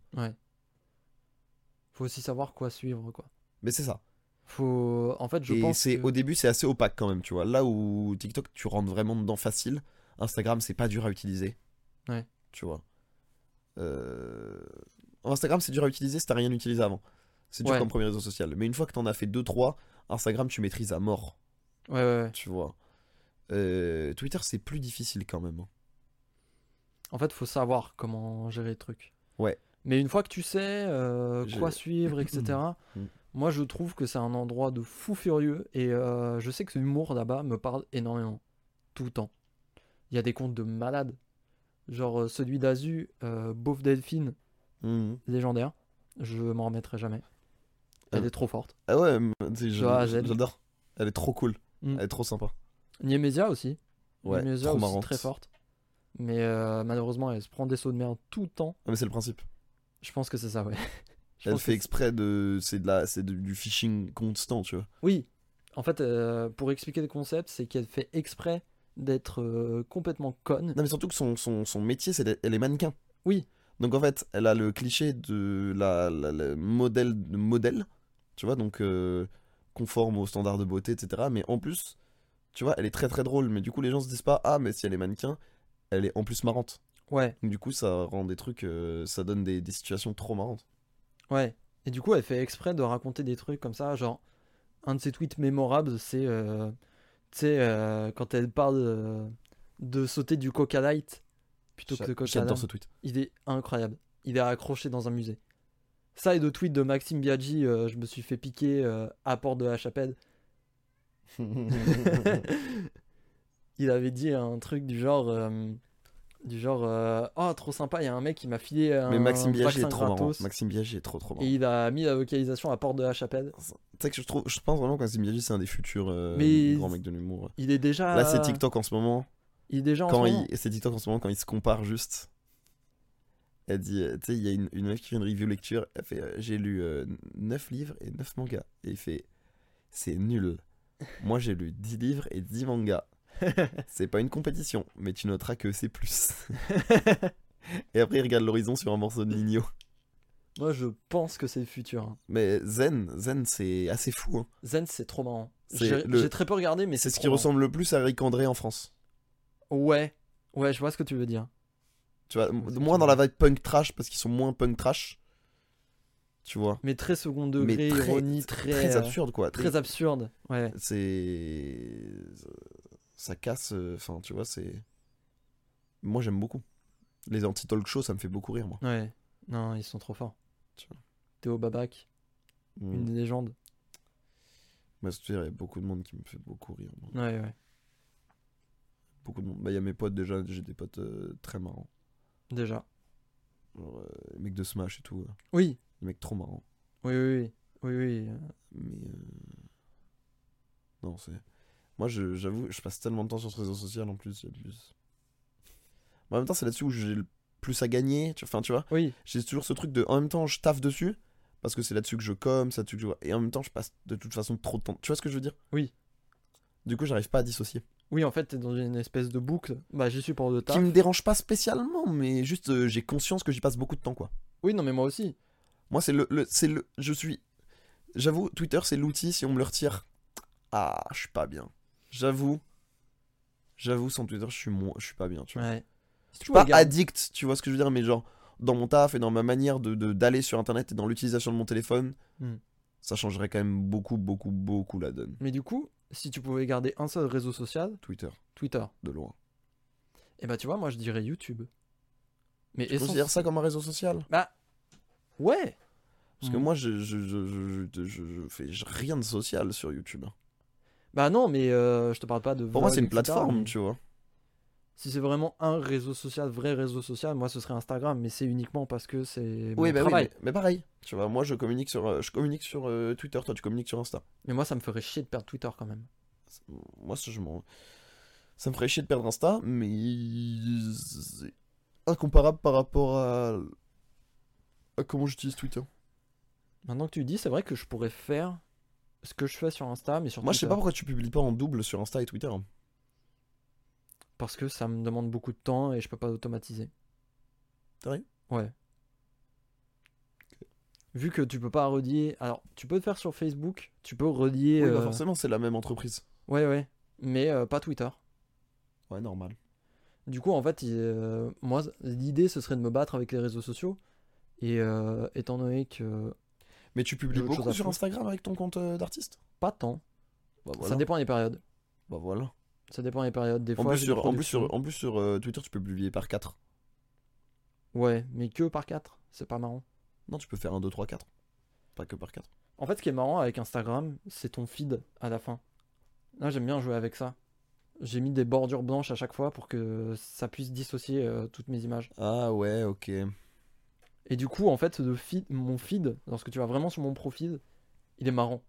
Speaker 1: Faut aussi savoir quoi suivre, quoi.
Speaker 2: Mais c'est ça.
Speaker 1: Faut. En fait, je
Speaker 2: et
Speaker 1: pense.
Speaker 2: c'est
Speaker 1: que-
Speaker 2: au début, c'est assez opaque quand même, tu vois. Là où TikTok, tu rentres vraiment dedans facile, Instagram, c'est pas dur à utiliser.
Speaker 1: Ouais.
Speaker 2: Tu vois. Euh, Instagram, c'est dur à utiliser si t'as rien utilisé avant. C'est dur
Speaker 1: Ouais.
Speaker 2: comme premier réseau social. Mais une fois que t'en as fait 2-3, Instagram, tu maîtrises à mort.
Speaker 1: Ouais, ouais, ouais.
Speaker 2: tu vois. Euh, Twitter, c'est plus difficile quand même. hein.
Speaker 1: En fait, faut savoir comment gérer le truc.
Speaker 2: Ouais.
Speaker 1: Mais une fois que tu sais euh,
Speaker 2: Je-
Speaker 1: quoi suivre, etc.,
Speaker 2: Mm.
Speaker 1: moi je trouve que c'est un endroit de fou furieux et euh, je sais que ce humour là-bas me parle énormément. Tout le temps. Il y a des comptes de malades. Genre euh, celui d'Azu, euh, Beauf Delphine,
Speaker 2: Mmh.
Speaker 1: légendaire. Je m'en remettrai jamais. Elle
Speaker 2: Euh.
Speaker 1: est trop forte.
Speaker 2: Ah ouais, mais, tu sais, je-
Speaker 1: De A à Z.
Speaker 2: j'adore. Elle est trop cool.
Speaker 1: Mm.
Speaker 2: Elle est trop sympa.
Speaker 1: Niemesia aussi.
Speaker 2: Ouais,
Speaker 1: Niemesia
Speaker 2: trop
Speaker 1: aussi
Speaker 2: marrante.
Speaker 1: très forte. Mais euh, malheureusement, elle se prend des sauts de merde tout le temps.
Speaker 2: Ah, mais c'est le principe.
Speaker 1: Je pense que c'est ça, ouais. Je
Speaker 2: Elle
Speaker 1: pense que
Speaker 2: fait exprès de. C'est de la... c'est de- du phishing constant, tu vois.
Speaker 1: Oui, en fait, euh, pour expliquer le concept, c'est qu'elle fait exprès d'être euh, complètement conne.
Speaker 2: Non, mais surtout que son, son, son métier, c'est d'être. Elle est mannequin.
Speaker 1: Oui.
Speaker 2: Donc en fait, elle a le cliché de la, la- la- modèle, de modèle, tu vois, donc euh, conforme aux standards de beauté, etc. Mais en plus, tu vois, elle est très très drôle. Mais du coup, les gens se disent pas, ah, mais si elle est mannequin, elle est en plus marrante.
Speaker 1: Ouais,
Speaker 2: Donc du coup, ça rend des trucs, euh, ça donne des, des situations trop marrantes.
Speaker 1: ouais. Et du coup, elle fait exprès de raconter des trucs comme ça. Genre, un de ses tweets mémorables, c'est euh, tu sais, euh, quand elle parle euh, de sauter du Coca Light plutôt que de Coca
Speaker 2: J'adore
Speaker 1: Light.
Speaker 2: ce tweet.
Speaker 1: Il est incroyable. Il est accroché dans un musée. Ça et de tweets de Maxime Biaggi, euh, je me suis fait piquer euh, à Porte de la Chapelle. il avait dit un truc du genre. euh, du genre. euh, oh, trop sympa, il y a un mec qui m'a filé un.
Speaker 2: mais Maxime Biaggi
Speaker 1: vaccin
Speaker 2: est trop marrant.
Speaker 1: gratos.
Speaker 2: Maxime Biaggi est trop trop marrant.
Speaker 1: Et il a mis la vocalisation à Porte de la Chapelle.
Speaker 2: Tu sais que je, trouve, je pense vraiment que Maxime Biaggi, c'est un des futurs euh,
Speaker 1: Mais- Ah.
Speaker 2: grands mecs de l'humour.
Speaker 1: Il est déjà.
Speaker 2: Là, c'est TikTok en ce moment.
Speaker 1: Il est déjà en
Speaker 2: quand
Speaker 1: ce
Speaker 2: il,
Speaker 1: moment.
Speaker 2: et c'est TikTok en ce moment quand il se compare juste. Elle dit, euh, tu sais, il y a une, une meuf qui fait une review lecture, elle fait, euh, j'ai lu 9 livres et 9 mangas. Et il fait, c'est nul. Moi j'ai lu 10 livres et 10 mangas. c'est pas une compétition, mais tu noteras que c'est plus. et après il regarde l'horizon sur un morceau de Nino.
Speaker 1: Moi, je pense que c'est le futur. hein.
Speaker 2: Mais Zen, Zen c'est assez fou. hein.
Speaker 1: Zen, c'est trop marrant.
Speaker 2: C'est
Speaker 1: J'ai
Speaker 2: le-
Speaker 1: j'ai très peu regardé, mais
Speaker 2: C'est
Speaker 1: c'est
Speaker 2: ce
Speaker 1: trop
Speaker 2: qui
Speaker 1: marrant.
Speaker 2: ressemble le plus à Eric André en France.
Speaker 1: Ouais, ouais, je vois ce que tu veux dire.
Speaker 2: Tu vois,
Speaker 1: c'est
Speaker 2: moins dans la vibe punk trash parce qu'ils sont moins punk trash. Tu vois.
Speaker 1: Mais très second degré,
Speaker 2: mais très,
Speaker 1: ironie, très.
Speaker 2: très,
Speaker 1: euh,
Speaker 2: absurde quoi.
Speaker 1: Très
Speaker 2: Très-
Speaker 1: absurde, ouais.
Speaker 2: C'est ça casse. euh, Enfin, tu vois, c'est. Moi, j'aime beaucoup. Les anti-talk shows, ça me fait beaucoup rire, moi.
Speaker 1: Ouais. Non, ils sont trop forts.
Speaker 2: Tu
Speaker 1: Théo Babac,
Speaker 2: Mm.
Speaker 1: une légende.
Speaker 2: Moi, c'est- il y a beaucoup de monde qui me fait beaucoup rire. moi.
Speaker 1: Ouais, ouais.
Speaker 2: Beaucoup de monde. Bah, il y a mes potes déjà. J'ai des potes euh, très marrants.
Speaker 1: Déjà.
Speaker 2: Genre, euh, les mecs de Smash et tout. là.
Speaker 1: Oui,
Speaker 2: Les mecs trop marrants.
Speaker 1: oui, oui, oui. Oui, oui. euh,
Speaker 2: Mais euh, non, c'est. Moi, je- j'avoue, je passe tellement de temps sur ce réseau social en plus. j'abuse. Mais En même temps, c'est là-dessus où j'ai le plus à gagner. tu- Enfin, tu vois,
Speaker 1: Oui,
Speaker 2: j'ai toujours ce truc de. En même temps, je taffe dessus parce que c'est là-dessus que je comme, c'est là-dessus que je. Et en même temps, je passe de toute façon trop de temps. Tu vois ce que je veux dire
Speaker 1: Oui.
Speaker 2: Du coup, j'arrive pas à dissocier.
Speaker 1: oui, en fait, t'es dans une espèce de boucle. Bah, j'y suis pour le taf.
Speaker 2: Qui me dérange pas spécialement, mais juste, euh, j'ai conscience que j'y passe beaucoup de temps, quoi.
Speaker 1: Oui, non, mais moi aussi.
Speaker 2: Moi, c'est le, le- c'est le. Je suis. J'avoue, Twitter, c'est l'outil. Si on me le retire, ah, je suis pas bien. J'avoue. J'avoue, sans Twitter, je suis moins, je suis pas bien. Tu vois.
Speaker 1: Ouais. Si tu
Speaker 2: Pas
Speaker 1: regardes-
Speaker 2: addict, tu vois ce que je veux dire, mais genre dans mon taf et dans ma manière de de- d'aller sur Internet et dans l'utilisation de mon téléphone,
Speaker 1: Hmm.
Speaker 2: ça changerait quand même beaucoup, beaucoup, beaucoup la donne.
Speaker 1: Mais du coup, si tu pouvais garder un seul réseau social,
Speaker 2: Twitter,
Speaker 1: Twitter.
Speaker 2: de loin.
Speaker 1: Et bah, tu vois, moi, je dirais YouTube. Mais
Speaker 2: Tu considères
Speaker 1: essence-
Speaker 2: ça comme un réseau social
Speaker 1: Ouais.
Speaker 2: Parce que
Speaker 1: Mm.
Speaker 2: moi, je, je, je, je, je- je- je fais rien de social sur YouTube. hein.
Speaker 1: Bah non, mais euh, je te parle pas de.
Speaker 2: Pour moi, c'est
Speaker 1: vlog,
Speaker 2: une
Speaker 1: etc.,
Speaker 2: plateforme,
Speaker 1: mais
Speaker 2: tu vois.
Speaker 1: Si c'est vraiment un réseau social, vrai réseau social, moi, ce serait Instagram. Mais c'est uniquement parce que c'est mon
Speaker 2: Oui, bah oui,
Speaker 1: travail.
Speaker 2: mais, mais pareil. Tu vois, moi je communique sur, euh, je communique sur euh, Twitter, toi tu communiques sur Insta.
Speaker 1: Mais moi, ça me ferait chier de perdre Twitter quand même.
Speaker 2: C'est- Moi ça, je m'en. Ça me ferait chier de perdre Insta, mais. C'est incomparable par rapport à. à comment j'utilise Twitter.
Speaker 1: Maintenant que tu le dis, c'est vrai que je pourrais faire ce que je fais sur Insta, mais sur
Speaker 2: Moi je sais
Speaker 1: Twitter.
Speaker 2: pas pourquoi tu publies pas en double sur Insta et Twitter.
Speaker 1: Parce que ça me demande beaucoup de temps et je peux pas automatiser.
Speaker 2: Sérieux
Speaker 1: Ouais. Vu que tu peux pas relier. Alors, tu peux le faire sur Facebook, tu peux relier.
Speaker 2: oui, bah,
Speaker 1: euh,
Speaker 2: forcément, c'est la même entreprise.
Speaker 1: Ouais, ouais. Mais euh, pas Twitter.
Speaker 2: Ouais, normal.
Speaker 1: Du coup, en fait, il- euh, moi, l'idée, ce serait de me battre avec les réseaux sociaux. Et euh, étant donné que.
Speaker 2: Mais tu publies
Speaker 1: J'ai autre chose
Speaker 2: beaucoup
Speaker 1: à
Speaker 2: sur
Speaker 1: foutre.
Speaker 2: Instagram avec ton compte euh, d'artiste
Speaker 1: Pas tant.
Speaker 2: Bah
Speaker 1: Ça
Speaker 2: voilà.
Speaker 1: dépend des périodes.
Speaker 2: Bah voilà.
Speaker 1: Ça dépend des périodes. Des
Speaker 2: En
Speaker 1: fois,
Speaker 2: plus,
Speaker 1: j'ai des
Speaker 2: sur, en, plus sur,
Speaker 1: productions.
Speaker 2: en plus sur euh, Twitter, tu peux publier par 4.
Speaker 1: Ouais, mais que par 4. C'est pas marrant.
Speaker 2: Non, tu peux faire 1, 2, 3, 4. Pas que par 4.
Speaker 1: En fait, ce qui est marrant avec Instagram, c'est ton feed à la fin. Là, j'aime bien jouer avec ça. J'ai mis des bordures blanches à chaque fois pour que ça puisse dissocier euh, toutes mes images.
Speaker 2: Ah ouais, ok.
Speaker 1: Et du coup, en fait, le feed- mon feed, lorsque tu vas vraiment sur mon profil, il est marrant.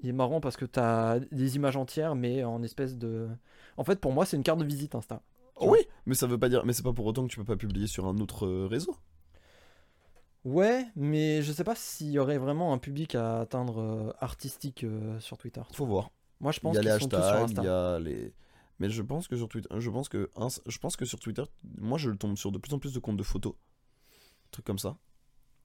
Speaker 1: Il est marrant parce que t'as des images entières, mais en espèce de. En fait, pour moi, c'est une carte de visite Insta.
Speaker 2: Oh oui, mais ça veut pas dire, mais c'est pas pour autant que tu peux pas publier sur un autre euh, réseau.
Speaker 1: Ouais, mais je sais pas s'il y aurait vraiment un public à atteindre euh, artistique euh, sur Twitter.
Speaker 2: Faut voir.
Speaker 1: Moi, je
Speaker 2: Il
Speaker 1: pense
Speaker 2: y a les
Speaker 1: qu'ils sont tous sur
Speaker 2: hashtags,
Speaker 1: Insta.
Speaker 2: il y a les. Mais je pense que sur Twitter, je pense que Ins- je pense que sur Twitter, moi je tombe sur de plus en plus de comptes de photos truc comme ça.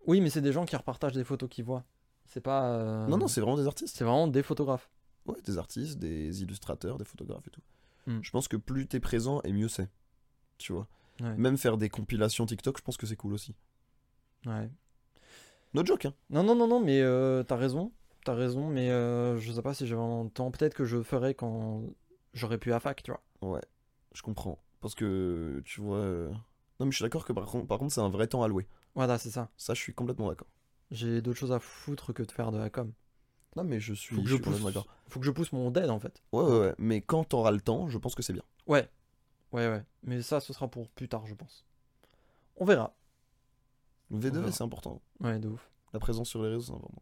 Speaker 1: Oui, mais c'est des gens qui repartagent des photos qu'ils voient. C'est pas. euh,
Speaker 2: Non, non, c'est vraiment des artistes.
Speaker 1: c'est vraiment des photographes.
Speaker 2: Ouais, des artistes, des illustrateurs, des photographes et tout.
Speaker 1: Mm.
Speaker 2: Je pense que plus t'es présent et mieux c'est. Tu vois.
Speaker 1: Ouais.
Speaker 2: Même faire des compilations TikTok, je pense que c'est cool aussi.
Speaker 1: Ouais.
Speaker 2: No joke, hein.
Speaker 1: Non, non, non, non, mais euh, t'as raison. T'as raison, mais euh, je sais pas si j'ai vraiment le temps. Peut-être que je ferai quand j'aurai pu à fac, tu vois.
Speaker 2: Ouais, je comprends. Parce que, tu vois. euh, Non, mais je suis d'accord que par contre, par contre c'est un vrai temps alloué.
Speaker 1: Voilà, c'est ça.
Speaker 2: Ça, je suis complètement d'accord.
Speaker 1: J'ai d'autres choses à foutre que de faire de la com.
Speaker 2: Non, mais je suis,
Speaker 1: Faut que
Speaker 2: je
Speaker 1: je
Speaker 2: suis
Speaker 1: pousse,
Speaker 2: complètement d'accord.
Speaker 1: faut que je pousse mon dead en fait.
Speaker 2: Ouais, ouais, ouais. Mais quand t'auras le temps, je pense que c'est bien.
Speaker 1: Ouais, ouais, ouais. Mais ça, ce sera pour plus tard, je pense. On verra.
Speaker 2: V2,
Speaker 1: verra.
Speaker 2: c'est important.
Speaker 1: Ouais, de ouf,
Speaker 2: La présence sur les réseaux, c'est important.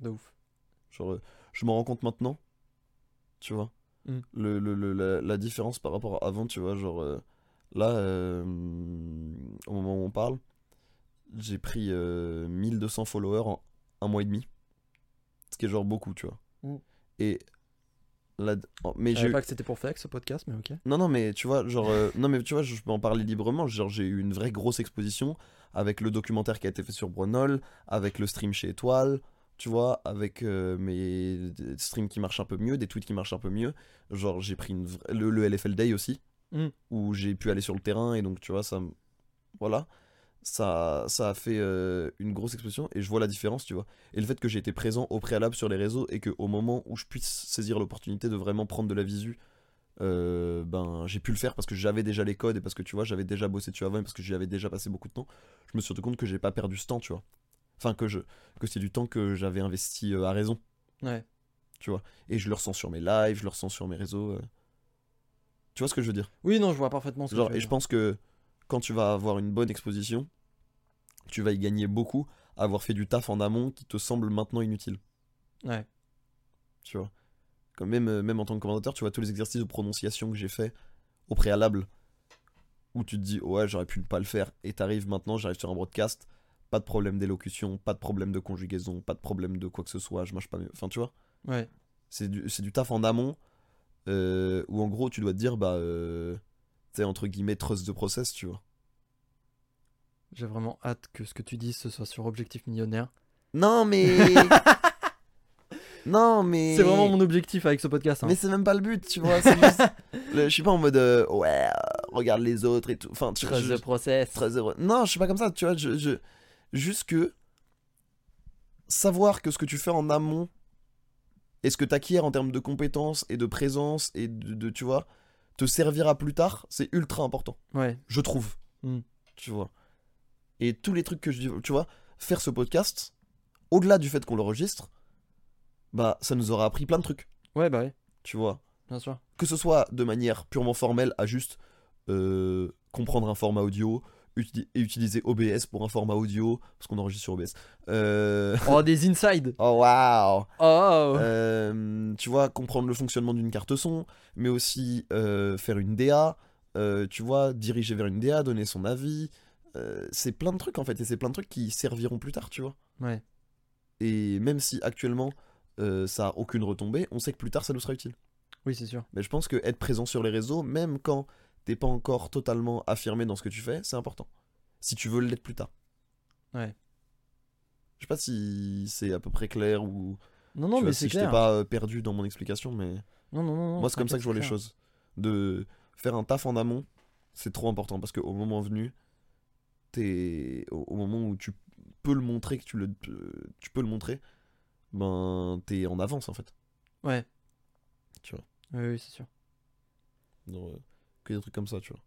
Speaker 1: de ouf.
Speaker 2: Genre, euh, je m'en rends compte maintenant. Tu vois.
Speaker 1: Mm.
Speaker 2: Le, le- le- la, la différence par rapport à avant, tu vois. Genre, euh, là, euh, au moment où on parle, j'ai pris euh, 1200 followers en un mois et demi. Ce qui est genre beaucoup, tu vois.
Speaker 1: Mm.
Speaker 2: Et. Là, oh, mais
Speaker 1: Je
Speaker 2: j'ai
Speaker 1: savais pas que c'était pour flex ce podcast, mais ok.
Speaker 2: Non, non, mais tu vois, genre, euh, non, mais tu vois, je peux en parler librement. Genre, j'ai eu une vraie grosse exposition avec le documentaire qui a été fait sur Brunol, avec le stream chez Étoile, tu vois, avec euh, mes des streams qui marchent un peu mieux, des tweets qui marchent un peu mieux. Genre, j'ai pris une vra- le, le LFL Day aussi,
Speaker 1: Mm.
Speaker 2: où j'ai pu aller sur le terrain et donc, tu vois, ça, me- voilà, ça, ça a fait euh, une grosse exposition et je vois la différence, tu vois. Et le fait que j'ai été présent au préalable sur les réseaux et qu'au moment où je puisse saisir l'opportunité de vraiment prendre de la visu euh, ben j'ai pu le faire parce que j'avais déjà les codes et parce que tu vois j'avais déjà bossé dessus avant et parce que j'y avais déjà passé beaucoup de temps je me suis rendu compte que j'ai pas perdu ce temps tu vois enfin que je que c'est du temps que j'avais investi euh, à raison
Speaker 1: Ouais,
Speaker 2: et je le ressens sur mes lives je le ressens sur mes réseaux euh. tu vois ce que je veux dire
Speaker 1: oui, non, je vois parfaitement ce que
Speaker 2: Genre,
Speaker 1: tu veux
Speaker 2: et je
Speaker 1: dire.
Speaker 2: pense que quand tu vas avoir une bonne exposition tu vas y gagner beaucoup à avoir fait du taf en amont qui te semble maintenant inutile
Speaker 1: Ouais,
Speaker 2: tu vois. Quand même, euh, même en tant que commentateur, tu vois tous les exercices de prononciation que j'ai fait au préalable, où tu te dis ouais j'aurais pu ne pas le faire, et t'arrives maintenant, j'arrive sur un broadcast, pas de problème d'élocution, pas de problème de conjugaison, pas de problème de quoi que ce soit, je mange pas, mes- enfin tu vois,
Speaker 1: ouais,
Speaker 2: c'est du, c'est du taf en amont, euh, où en gros tu dois te dire bah euh, t'es entre guillemets trust the process, tu vois.
Speaker 1: j'ai vraiment hâte que ce que tu dis ce soit sur Objectif Millionnaire.
Speaker 2: Non mais non mais
Speaker 1: C'est vraiment mon objectif avec ce podcast. hein.
Speaker 2: Mais c'est même pas le but, tu vois. C'est juste. le- je suis pas en mode euh, ouais, euh, regarde les autres et tout. Enfin, tu vois,
Speaker 1: Trust
Speaker 2: je-
Speaker 1: the process.
Speaker 2: très heureux. Non, je suis pas comme ça, tu vois. Je, je- Juste que. Savoir que ce que tu fais en amont et ce que tu acquiers en termes de compétences et de présence et de, de- tu vois, te servira plus tard, c'est ultra important.
Speaker 1: Ouais,
Speaker 2: Je trouve.
Speaker 1: Mm.
Speaker 2: Tu vois. Et tous les trucs que je dis, tu vois, faire ce podcast, au-delà du fait qu'on l'enregistre, bah, ça nous aura appris plein de trucs,
Speaker 1: ouais, bah ouais,
Speaker 2: tu vois
Speaker 1: bien sûr.
Speaker 2: que ce soit de manière purement formelle à juste euh, comprendre un format audio uti- et utiliser OBS pour un format audio parce qu'on enregistre sur OBS. Euh,
Speaker 1: Oh, des insides.
Speaker 2: Oh waouh
Speaker 1: Oh,
Speaker 2: Euh, Tu vois, comprendre le fonctionnement d'une carte son, mais aussi euh, faire une DA, euh, tu vois, diriger vers une DA, donner son avis. Euh, c'est plein de trucs en fait, et c'est plein de trucs qui serviront plus tard, tu vois.
Speaker 1: ouais,
Speaker 2: Et même si actuellement euh, ça a aucune retombée, on sait que plus tard ça nous sera utile.
Speaker 1: oui, c'est sûr.
Speaker 2: Mais je pense que être présent sur les réseaux, même quand t'es pas encore totalement affirmé dans ce que tu fais, c'est important. Si tu veux l'être plus tard.
Speaker 1: Ouais.
Speaker 2: Je sais pas si c'est à peu près clair ou
Speaker 1: Non, non,
Speaker 2: tu vois,
Speaker 1: mais
Speaker 2: si
Speaker 1: c'est
Speaker 2: je t'ai
Speaker 1: clair.
Speaker 2: pas euh, perdu dans mon explication, mais
Speaker 1: Non, non, non, non,
Speaker 2: moi c'est comme ça
Speaker 1: t'inquiète,
Speaker 2: que je vois les
Speaker 1: clair.
Speaker 2: choses. De faire un taf en amont, c'est trop important parce qu'au moment venu, t'es au au moment où tu peux le montrer que tu le tu peux le montrer, ben t'es en avance en fait.
Speaker 1: Ouais.
Speaker 2: Tu vois.
Speaker 1: Oui, oui, c'est sûr.
Speaker 2: Genre, euh, que des trucs comme ça, tu vois.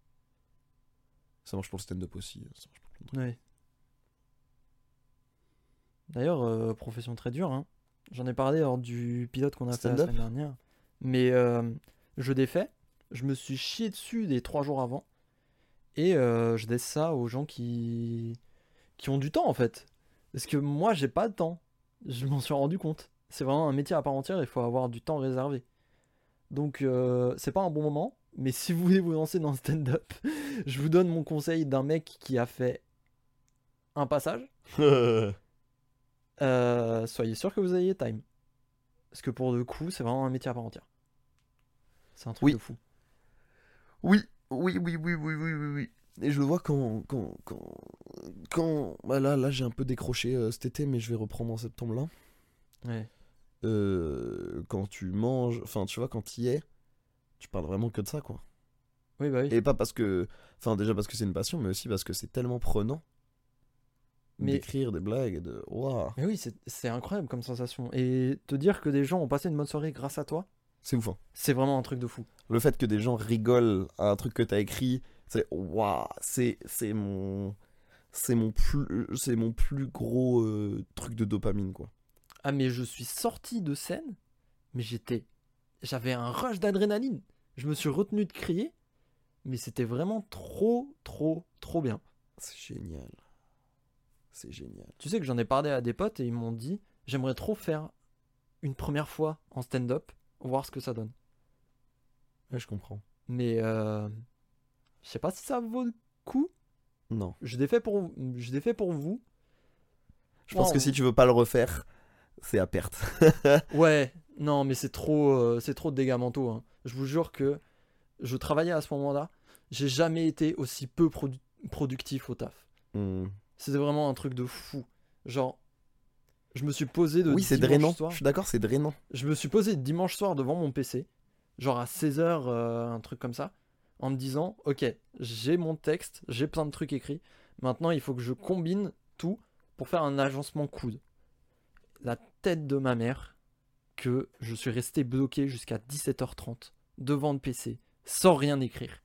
Speaker 2: Ça marche pour le stand-up aussi. hein, Ça marche pour plein de trucs.
Speaker 1: Ouais. D'ailleurs, euh, profession très dure. hein. J'en ai parlé lors du pilote qu'on a fait la
Speaker 2: Stand-up
Speaker 1: semaine dernière. Mais euh, je défais. Je me suis chié dessus des trois jours avant. Et euh, je laisse ça aux gens qui... qui ont du temps, en fait. Parce que moi, j'ai pas de temps. Je m'en suis rendu compte. C'est vraiment un métier à part entière. Il faut avoir du temps réservé. Donc, euh, c'est pas un bon moment. Mais si vous voulez vous lancer dans le stand-up, je vous donne mon conseil d'un mec qui a fait un passage, euh, soyez sûr que vous ayez time. Parce que pour le coup, c'est vraiment un métier à part entière. C'est un truc
Speaker 2: Oui.
Speaker 1: de fou.
Speaker 2: oui, oui, oui, oui, oui, oui, oui, oui. Et je le vois quand. quand, quand, quand- bah là, là j'ai un peu décroché euh, cet été, mais je vais reprendre en septembre là.
Speaker 1: Ouais.
Speaker 2: Euh, quand tu manges, enfin, tu vois, quand tu y es, tu parles vraiment que de ça, quoi.
Speaker 1: Oui, bah oui.
Speaker 2: Et pas parce que. Enfin, déjà parce que c'est une passion, mais aussi parce que c'est tellement prenant.
Speaker 1: Mais-
Speaker 2: D'écrire des blagues, de. Waouh!
Speaker 1: Mais oui, c'est- c'est incroyable comme sensation. Et te dire que des gens ont passé une bonne soirée grâce à toi,
Speaker 2: C'est ouf, hein.
Speaker 1: c'est vraiment un truc de fou.
Speaker 2: Le fait que des gens rigolent à un truc que t'as écrit, c'est waouh, c'est c'est mon c'est mon plus c'est mon plus gros euh, truc de dopamine quoi.
Speaker 1: Ah, mais je suis sorti de scène, mais j'étais. J'avais un rush d'adrénaline. Je me suis retenu de crier, mais c'était vraiment trop, trop, trop bien.
Speaker 2: C'est génial. C'est génial.
Speaker 1: Tu sais que j'en ai parlé à des potes et ils m'ont dit J'aimerais trop faire une première fois en stand-up, voir ce que ça donne.
Speaker 2: Ouais, je comprends.
Speaker 1: Mais euh, je sais pas si ça vaut le coup.
Speaker 2: Non.
Speaker 1: Je l'ai fait pour, je l'ai fait pour vous.
Speaker 2: Je pense que si tu veux pas le refaire, c'est à perte.
Speaker 1: Ouais, non, mais c'est trop, euh, c'est trop de dégâts mentaux. hein. Je vous jure que je travaillais à ce moment-là. J'ai jamais été aussi peu produ- productif au taf.
Speaker 2: Hmm.
Speaker 1: C'était vraiment un truc de fou. Genre, je me suis posé de
Speaker 2: Oui, c'est
Speaker 1: dimanche
Speaker 2: drainant.
Speaker 1: soir-
Speaker 2: Je suis d'accord, c'est drainant.
Speaker 1: Je me suis posé dimanche soir devant mon PC, genre à 16h, un truc comme ça, en me disant Ok, j'ai mon texte, j'ai plein de trucs écrits, maintenant il faut que je combine tout pour faire un agencement coude. La tête de ma mère, que je suis resté bloqué jusqu'à 17h30 devant le PC, sans rien écrire.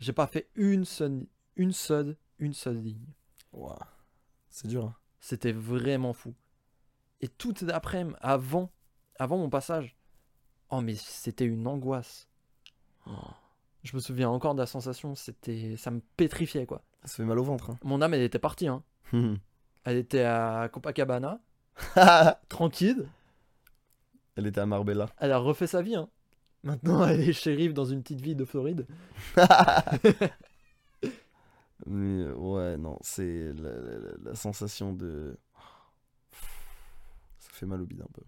Speaker 1: J'ai pas fait une seule, une seule, une seule ligne.
Speaker 2: Waouh. C'est dur. hein.
Speaker 1: C'était vraiment fou. Et toute l'après-midi, avant, avant mon passage, oh mais c'était une angoisse. Oh. Je me souviens encore de la sensation, c'était, ça me pétrifiait quoi.
Speaker 2: Ça fait mal au ventre.
Speaker 1: Mon âme, elle était partie, hein.
Speaker 2: hein.
Speaker 1: Elle était à Copacabana, tranquille.
Speaker 2: Elle était à Marbella.
Speaker 1: Elle a refait sa vie, hein. Maintenant, elle est shérif dans une petite ville de Floride.
Speaker 2: Mais euh, ouais, non, c'est la, la- la- la sensation de. oh, Ça fait mal au bide un peu.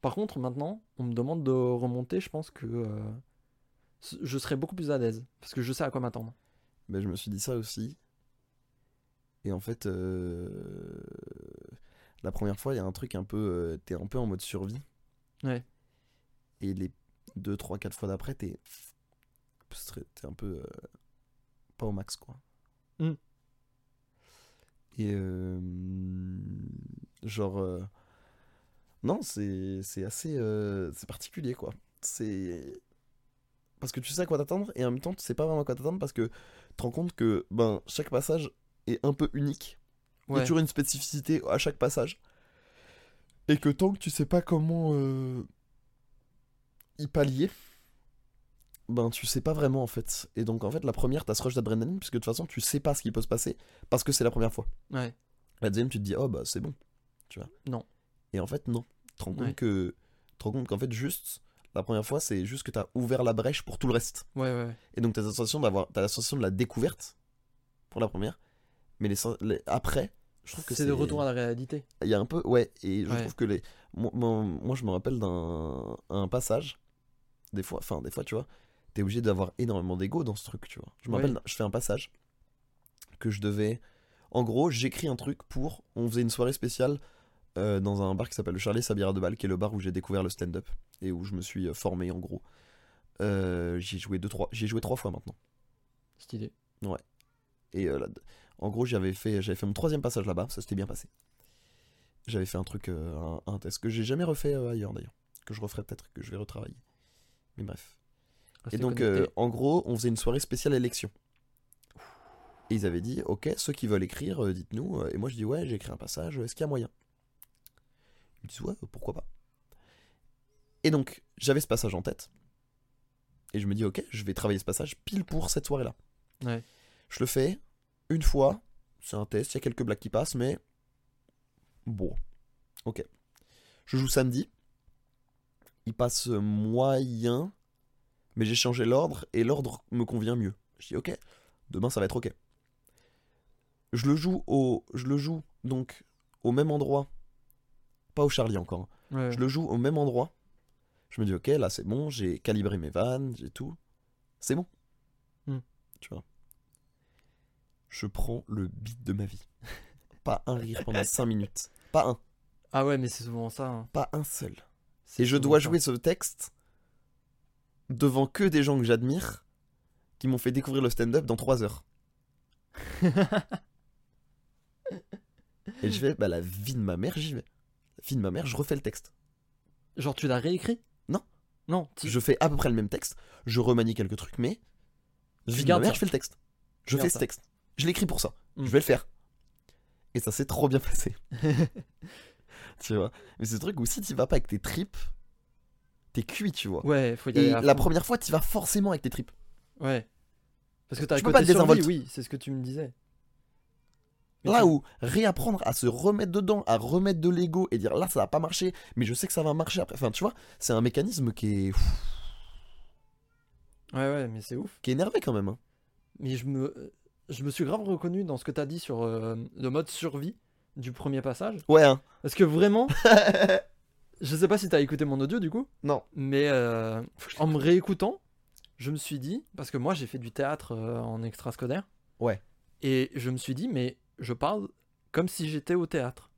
Speaker 1: Par contre, maintenant, on me demande de remonter, je pense que euh, je serai beaucoup plus à l'aise parce que je sais à quoi m'attendre.
Speaker 2: Mais Ben, je me suis dit ça aussi. Et en fait, euh, la première fois, il y a un truc un peu. euh, t'es un peu en mode survie.
Speaker 1: Ouais.
Speaker 2: Et les 2, 3, 4 fois d'après, t'es. T'es un peu. euh, pas au max, quoi.
Speaker 1: Hmm.
Speaker 2: Et. euh, genre. euh, non, c'est c'est assez. euh, c'est particulier, quoi. C'est. Parce que tu sais à quoi t'attendre, et en même temps, tu sais pas vraiment à quoi t'attendre parce que tu te rends compte que ben, chaque passage est un peu unique. Il y a
Speaker 1: Ouais.
Speaker 2: toujours une spécificité à chaque passage. Et que tant que tu sais pas comment euh, y pallier, ben tu sais pas vraiment en fait. Et donc en fait la première, t'as ce rush d'adrénaline, puisque de toute façon tu sais pas ce qui peut se passer, parce que c'est la première fois.
Speaker 1: Ouais.
Speaker 2: La deuxième, tu te dis, oh bah c'est bon, tu vois.
Speaker 1: Non.
Speaker 2: Et en fait, non. Tu te rends compte
Speaker 1: Ouais.
Speaker 2: que. Tu te rends compte qu'en fait, juste, la première fois, c'est juste que t'as ouvert la brèche pour tout le reste.
Speaker 1: Ouais, ouais. ouais.
Speaker 2: Et donc, t'as la sensation d'avoir, t'as la sensation de la découverte pour la première, mais les, sen- les- après, je trouve que
Speaker 1: C'est le retour à la réalité.
Speaker 2: Il y a un peu, ouais. Et je
Speaker 1: Ouais.
Speaker 2: trouve que les, moi, moi- moi, je me rappelle d'un un passage. Des fois, enfin, des fois, tu vois, t'es obligé d'avoir énormément d'ego dans ce truc, tu vois. Je me
Speaker 1: Oui.
Speaker 2: rappelle, d'un- je fais un passage que je devais. En gros, j'écris un truc pour. On faisait une soirée spéciale euh, dans un bar qui s'appelle le Charlie Sabira de Bâle, qui est le bar où j'ai découvert le stand-up et où je me suis euh, formé, en gros. Euh, j'y ai joué deux, trois, j'y ai joué trois fois maintenant.
Speaker 1: Stylé.
Speaker 2: Et euh, là, en gros, j'avais fait, j'avais fait mon troisième passage là-bas, ça s'était bien passé. J'avais fait un truc, euh, un, un test que j'ai jamais refait euh, ailleurs d'ailleurs, que je referai peut-être, que je vais retravailler. Mais bref. Et
Speaker 1: Restez
Speaker 2: donc,
Speaker 1: connectés.
Speaker 2: euh, en gros, on faisait une soirée spéciale élection. Et ils avaient dit, ok, ceux qui veulent écrire, euh, dites-nous. Et moi, je dis, ouais, j'ai écrit un passage, euh, est-ce qu'il y a moyen Ils me disent, ouais, euh, pourquoi pas. Et donc, j'avais ce passage en tête. Et je me dis, ok, je vais travailler ce passage pile pour cette soirée-là.
Speaker 1: Ouais.
Speaker 2: Je le fais une fois, c'est un test, il y a quelques blagues qui passent, mais bon, ok. Je joue samedi, il passe moyen, mais j'ai changé l'ordre et l'ordre me convient mieux. Je dis ok, demain ça va être ok. Je le joue au, je le joue donc au même endroit, pas au Charlie encore. hein.
Speaker 1: Ouais.
Speaker 2: Je le joue au même endroit. Je me dis, ok, là c'est bon, j'ai calibré mes vannes, j'ai tout. C'est bon.
Speaker 1: Hmm.
Speaker 2: Tu vois. je prends le beat de ma vie. Pas un rire pendant 5 minutes. Pas un.
Speaker 1: Ah ouais, mais c'est souvent ça. hein.
Speaker 2: Pas un seul.
Speaker 1: C'est
Speaker 2: Et je
Speaker 1: souvent
Speaker 2: dois
Speaker 1: ça.
Speaker 2: jouer ce texte devant que des gens que j'admire qui m'ont fait découvrir le stand-up dans 3 heures. Et je vais, bah la vie de ma mère, j'y vais. La vie de ma mère, je refais le texte.
Speaker 1: Genre, tu l'as réécrit
Speaker 2: Non.
Speaker 1: Non, tu-
Speaker 2: Je fais à peu près le même texte, je remanie quelques trucs, mais vie de ma
Speaker 1: gardes
Speaker 2: mère,
Speaker 1: ça.
Speaker 2: je fais le texte.
Speaker 1: Tu
Speaker 2: Je fais
Speaker 1: gardes
Speaker 2: ce
Speaker 1: ça.
Speaker 2: texte. Je l'écris pour ça.
Speaker 1: Mm.
Speaker 2: Je vais le faire. Et ça s'est trop bien passé. tu vois Mais c'est le truc où si t'y vas pas avec tes tripes, t'es cuit, tu vois.
Speaker 1: Ouais, faut y aller.
Speaker 2: Et
Speaker 1: à
Speaker 2: la
Speaker 1: fond.
Speaker 2: première fois, t'y vas forcément avec tes tripes.
Speaker 1: Ouais. Parce que t'as
Speaker 2: Tu
Speaker 1: un
Speaker 2: peux pas
Speaker 1: côté
Speaker 2: te
Speaker 1: survie,
Speaker 2: désinvolte.
Speaker 1: oui, c'est ce que tu me disais. Mais
Speaker 2: Là
Speaker 1: tu-
Speaker 2: où réapprendre à se remettre dedans, à remettre de l'ego et dire là ça va pas marcher, mais je sais que ça va marcher après. Enfin, tu vois, c'est un mécanisme qui est, pff,
Speaker 1: Ouais, ouais, mais c'est ouf.
Speaker 2: qui est énervé quand même. hein.
Speaker 1: Mais je me, euh, je me suis grave reconnu dans ce que t'as dit sur euh, le mode survie du premier passage.
Speaker 2: Ouais, hein.
Speaker 1: Parce que vraiment, je sais pas si t'as écouté mon audio du coup,
Speaker 2: non.
Speaker 1: mais euh, en me réécoutant, je me suis dit, parce que moi j'ai fait du théâtre euh, en extrascolaire.
Speaker 2: Ouais.
Speaker 1: Et je me suis dit, mais je parle comme si j'étais au théâtre.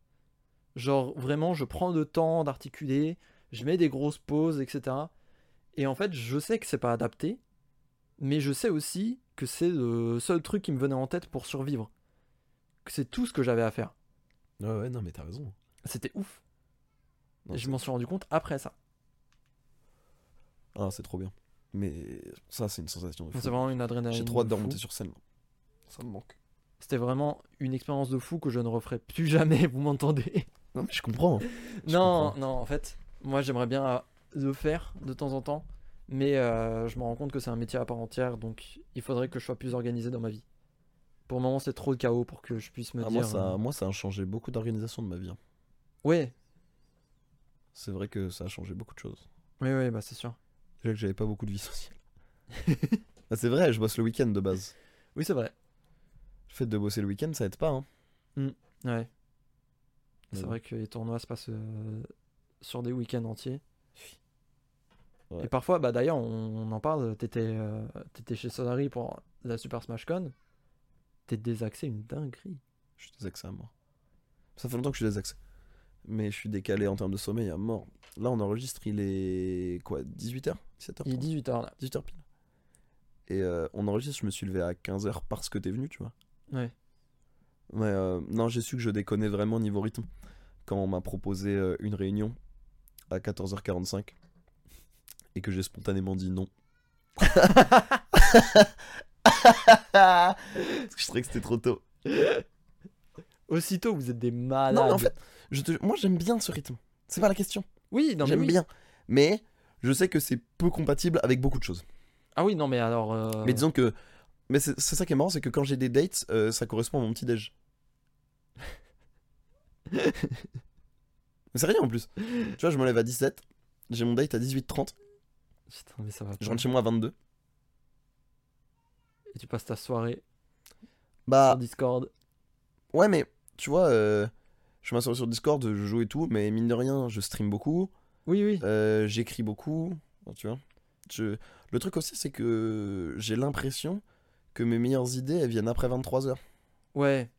Speaker 1: Genre vraiment, je prends le temps d'articuler, je mets des grosses pauses, etc. Et en fait, je sais que c'est pas adapté, mais je sais aussi que c'est le seul truc qui me venait en tête pour survivre. Que c'est tout ce que j'avais à faire.
Speaker 2: Ouais, ouais, non, mais t'as raison.
Speaker 1: C'était ouf.
Speaker 2: Non,
Speaker 1: Et je m'en suis rendu compte après ça.
Speaker 2: Ah, c'est trop bien. Mais ça, c'est une sensation de fou.
Speaker 1: C'est vraiment une adrénaline.
Speaker 2: J'ai trop hâte de
Speaker 1: fou.
Speaker 2: remonter sur scène. Ça me manque.
Speaker 1: C'était vraiment une expérience de fou que je ne referai plus jamais, vous m'entendez
Speaker 2: Non, mais je comprends. Je
Speaker 1: Non,
Speaker 2: comprends.
Speaker 1: non, en fait, moi j'aimerais bien euh, le faire de temps en temps, mais euh, je me rends compte que c'est un métier à part entière, donc il faudrait que je sois plus organisé dans ma vie. Pour le moment, c'est trop de chaos pour que je puisse me
Speaker 2: Ah,
Speaker 1: dire.
Speaker 2: moi, ça,
Speaker 1: euh,
Speaker 2: moi, ça a changé beaucoup d'organisation de ma vie. hein.
Speaker 1: Ouais,
Speaker 2: C'est vrai que ça a changé beaucoup de choses.
Speaker 1: ouais, ouais, bah c'est sûr.
Speaker 2: Déjà que j'avais pas beaucoup de vie sociale. Ah, c'est vrai, je bosse le week-end de base.
Speaker 1: Oui, c'est vrai.
Speaker 2: Le fait de bosser le week-end, ça aide pas. Hein. Euh,
Speaker 1: Ouais.
Speaker 2: Mais
Speaker 1: C'est
Speaker 2: bon.
Speaker 1: vrai que les tournois se passent euh, sur des week-ends entiers.
Speaker 2: Ouais.
Speaker 1: Et parfois, bah d'ailleurs, on, on en parle. T'étais, euh, t'étais chez Sonari pour la Super Smash Con. T'es désaxé une dinguerie.
Speaker 2: Je suis désaxé à mort. Ça fait longtemps que je suis désaxé. Mais je suis décalé en termes de sommeil à mort. Là, on enregistre, il est quoi 18h 17h
Speaker 1: Il est 18h là.
Speaker 2: 18h pile. Et euh, on enregistre, je me suis levé à 15h parce que t'es venu, tu vois.
Speaker 1: Ouais.
Speaker 2: Mais euh, non, j'ai su que je déconnais vraiment niveau rythme quand on m'a proposé euh, une réunion à 14h45 et que j'ai spontanément dit non. parce que je trouvais que c'était trop tôt.
Speaker 1: Aussitôt, vous êtes des malades.
Speaker 2: non, mais en fait, je te- moi j'aime bien ce rythme. C'est pas la question.
Speaker 1: oui, non, mais
Speaker 2: J'aime
Speaker 1: oui.
Speaker 2: bien. Mais je sais que c'est peu compatible avec beaucoup de choses.
Speaker 1: Ah oui, non, mais alors. euh,
Speaker 2: Mais disons que. Mais c'est c'est ça qui est marrant, c'est que quand j'ai des dates, euh, ça correspond à mon petit déj. mais c'est rien en plus. Tu vois, je me lève à 17, j'ai mon date à 18h30,
Speaker 1: Putain, mais ça va.
Speaker 2: je
Speaker 1: pas.
Speaker 2: rentre chez moi à 22.
Speaker 1: Et tu passes ta soirée sur
Speaker 2: Bah,
Speaker 1: Discord.
Speaker 2: ouais, mais tu vois, euh, je m'assois sur Discord, je joue et tout, mais mine de rien, je stream beaucoup,
Speaker 1: Oui, oui.
Speaker 2: euh, j'écris beaucoup, tu vois. Je- Le truc aussi, c'est que j'ai l'impression que mes meilleures idées, elles viennent après 23h.
Speaker 1: Ouais.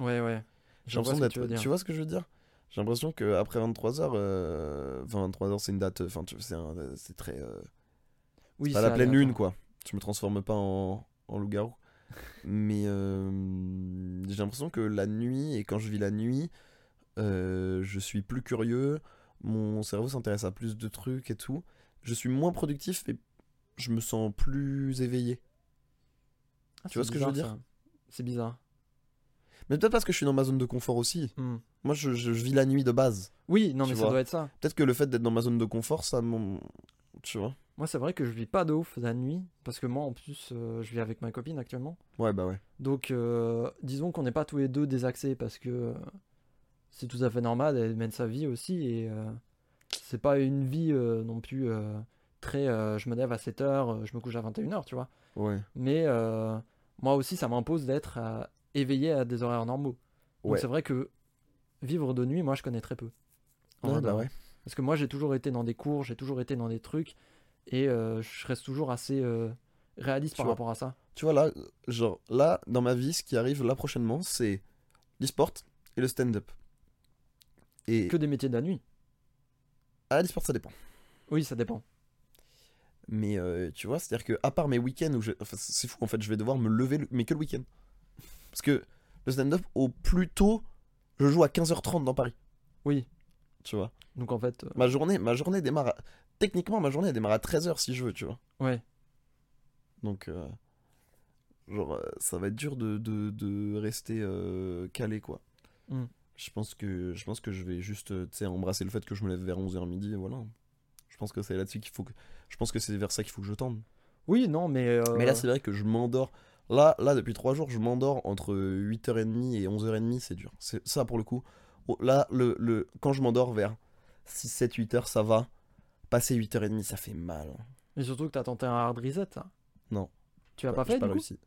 Speaker 1: Ouais, ouais. Je
Speaker 2: J'ai
Speaker 1: vois ce
Speaker 2: l'impression
Speaker 1: que tu veux
Speaker 2: d'être.
Speaker 1: dire.
Speaker 2: Tu, vois ce que je veux dire J'ai l'impression que après 23 h enfin 23 h c'est une date. euh, Enfin, tu- c'est un- c'est très. euh,
Speaker 1: Oui,
Speaker 2: pas la
Speaker 1: c'est
Speaker 2: pleine lune
Speaker 1: aléatoire.
Speaker 2: quoi. Je me transforme pas en, en loup-garou. Mais euh, j'ai l'impression que la nuit et quand je vis la nuit, euh, je suis plus curieux. Mon cerveau s'intéresse à plus de trucs et tout. Je suis moins productif et je me sens plus éveillé.
Speaker 1: Ah,
Speaker 2: Tu
Speaker 1: c'est
Speaker 2: vois ce que je veux
Speaker 1: bizarre, ça. C'est bizarre.
Speaker 2: Mais peut-être parce que je suis dans ma zone de confort aussi.
Speaker 1: Hmm.
Speaker 2: Moi, je- je- je vis la nuit de base.
Speaker 1: Oui, non,
Speaker 2: Tu
Speaker 1: mais ça
Speaker 2: vois.
Speaker 1: doit être ça.
Speaker 2: Peut-être que le fait d'être dans ma zone de confort, ça m'en. Tu vois
Speaker 1: Moi, c'est vrai que je vis pas de ouf la nuit, parce que moi, en plus, euh, je vis avec ma copine actuellement.
Speaker 2: Ouais, bah ouais.
Speaker 1: Donc, euh, disons qu'on n'est pas tous les deux désaxés, parce que euh, c'est tout à fait normal, elle mène sa vie aussi, et euh, c'est pas une vie euh, non plus euh, très euh, je me lève à 7h, je me couche à 21h, tu vois.
Speaker 2: Ouais.
Speaker 1: Mais euh, moi aussi, ça m'impose d'être euh, éveillé à des horaires normaux. Donc,
Speaker 2: Ouais.
Speaker 1: c'est vrai que vivre de nuit, moi, je connais très peu. En vrai de vrai.
Speaker 2: Ah, bah ouais.
Speaker 1: Parce que moi, j'ai toujours été dans des cours, j'ai toujours été dans des trucs, et euh, je reste toujours assez euh, réaliste
Speaker 2: Tu
Speaker 1: par
Speaker 2: vois.
Speaker 1: rapport à ça.
Speaker 2: Tu vois, là, genre, là, dans ma vie, ce qui arrive là prochainement, c'est l'e-sport et le stand-up. Et
Speaker 1: Que des métiers de la nuit.
Speaker 2: à l'e-sport, ça dépend.
Speaker 1: Oui, ça dépend.
Speaker 2: Mais euh, tu vois, c'est-à-dire que à part mes week-ends où je... enfin, c- c'est fou en fait, je vais devoir me lever, le- mais que le week-end. Parce que le stand-up, au plus tôt, je joue à 15h30 dans Paris.
Speaker 1: Oui.
Speaker 2: Tu vois,
Speaker 1: Donc en fait, euh,
Speaker 2: ma journée, ma journée démarre. à- Techniquement, ma journée elle démarre à 13h si je veux, tu vois.
Speaker 1: ouais.
Speaker 2: Donc, euh, genre, euh, ça va être dur de, de, de rester euh, calé, quoi.
Speaker 1: Mm.
Speaker 2: Je pense que je pense que je vais juste, euh, tu sais, embrasser le fait que je me lève vers 11h midi, et voilà. Je pense que c'est là-dessus qu'il faut que. Je pense que c'est vers ça qu'il faut que je tende.
Speaker 1: Oui, non, mais. euh,
Speaker 2: Mais là, c'est vrai que je m'endors. Là, là, depuis trois jours, je m'endors entre 8h30 et 11h30, c'est dur. C'est ça pour le coup. Oh, Là, le, le, quand je m'endors vers 6, 7, 8h, ça va. Passer 8h30, ça fait mal. hein.
Speaker 1: mais surtout que t'as tenté un hard reset. hein.
Speaker 2: Non.
Speaker 1: Tu l'as
Speaker 2: Ouais,
Speaker 1: pas
Speaker 2: j'ai
Speaker 1: fait du coup
Speaker 2: réussi.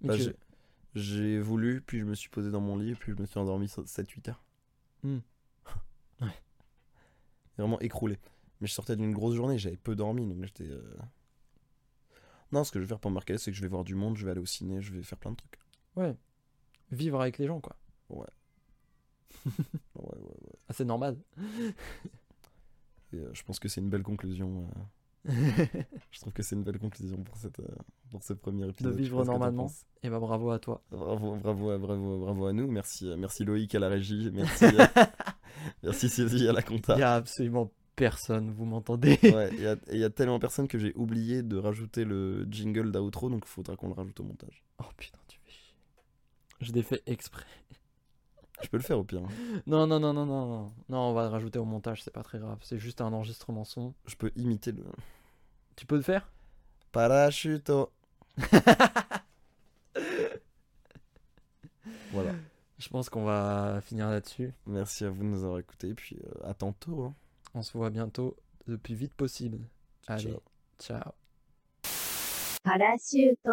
Speaker 1: Mais
Speaker 2: Bah,
Speaker 1: tu-
Speaker 2: j'ai- J'ai voulu, puis je me suis posé dans mon lit, puis je me suis endormi 7-8 heures.
Speaker 1: Hmm. Ouais.
Speaker 2: Vraiment écroulé. Mais je sortais d'une grosse journée, j'avais peu dormi, donc j'étais. euh, Non, ce que je vais faire pour me recaler, c'est que je vais voir du monde, je vais aller au ciné, je vais faire plein de trucs.
Speaker 1: Vivre avec les gens, quoi.
Speaker 2: Ouais, ouais, ouais.
Speaker 1: Ah, c'est normal.
Speaker 2: Et, euh, je pense que c'est une belle conclusion. euh,
Speaker 1: Eh Et
Speaker 2: Je trouve que c'est une belle conclusion pour, cette, euh, pour ce premier épisode.
Speaker 1: vivre
Speaker 2: Je sais pas ce que t'en
Speaker 1: normalement.
Speaker 2: penses.
Speaker 1: bah bravo à toi.
Speaker 2: Bravo, bravo, à- bravo, bravo à nous. Merci, euh, merci Loïc à la régie. Merci, euh, merci Sylvie à la compta.
Speaker 1: Il y a absolument personne, vous m'entendez
Speaker 2: Ouais, il y, a- et il y a tellement personne que j'ai oublié de rajouter le jingle d'outro, donc il faudra qu'on le rajoute au montage.
Speaker 1: Oh putain, tu fais chier. Je l'ai fait exprès.
Speaker 2: Je peux le faire au pire. hein.
Speaker 1: Non, non, non, non, non, non. Non, on va le rajouter au montage, c'est pas très grave. C'est juste un enregistrement son.
Speaker 2: Je peux imiter le.
Speaker 1: Tu peux le faire
Speaker 2: Parachuto Voilà.
Speaker 1: Je pense qu'on va finir là-dessus.
Speaker 2: Merci à vous de nous avoir écoutés, puis euh, à tantôt. hein.
Speaker 1: On se voit bientôt le plus vite possible. Allez,
Speaker 2: Ciao.
Speaker 1: ciao.
Speaker 3: パラシュート。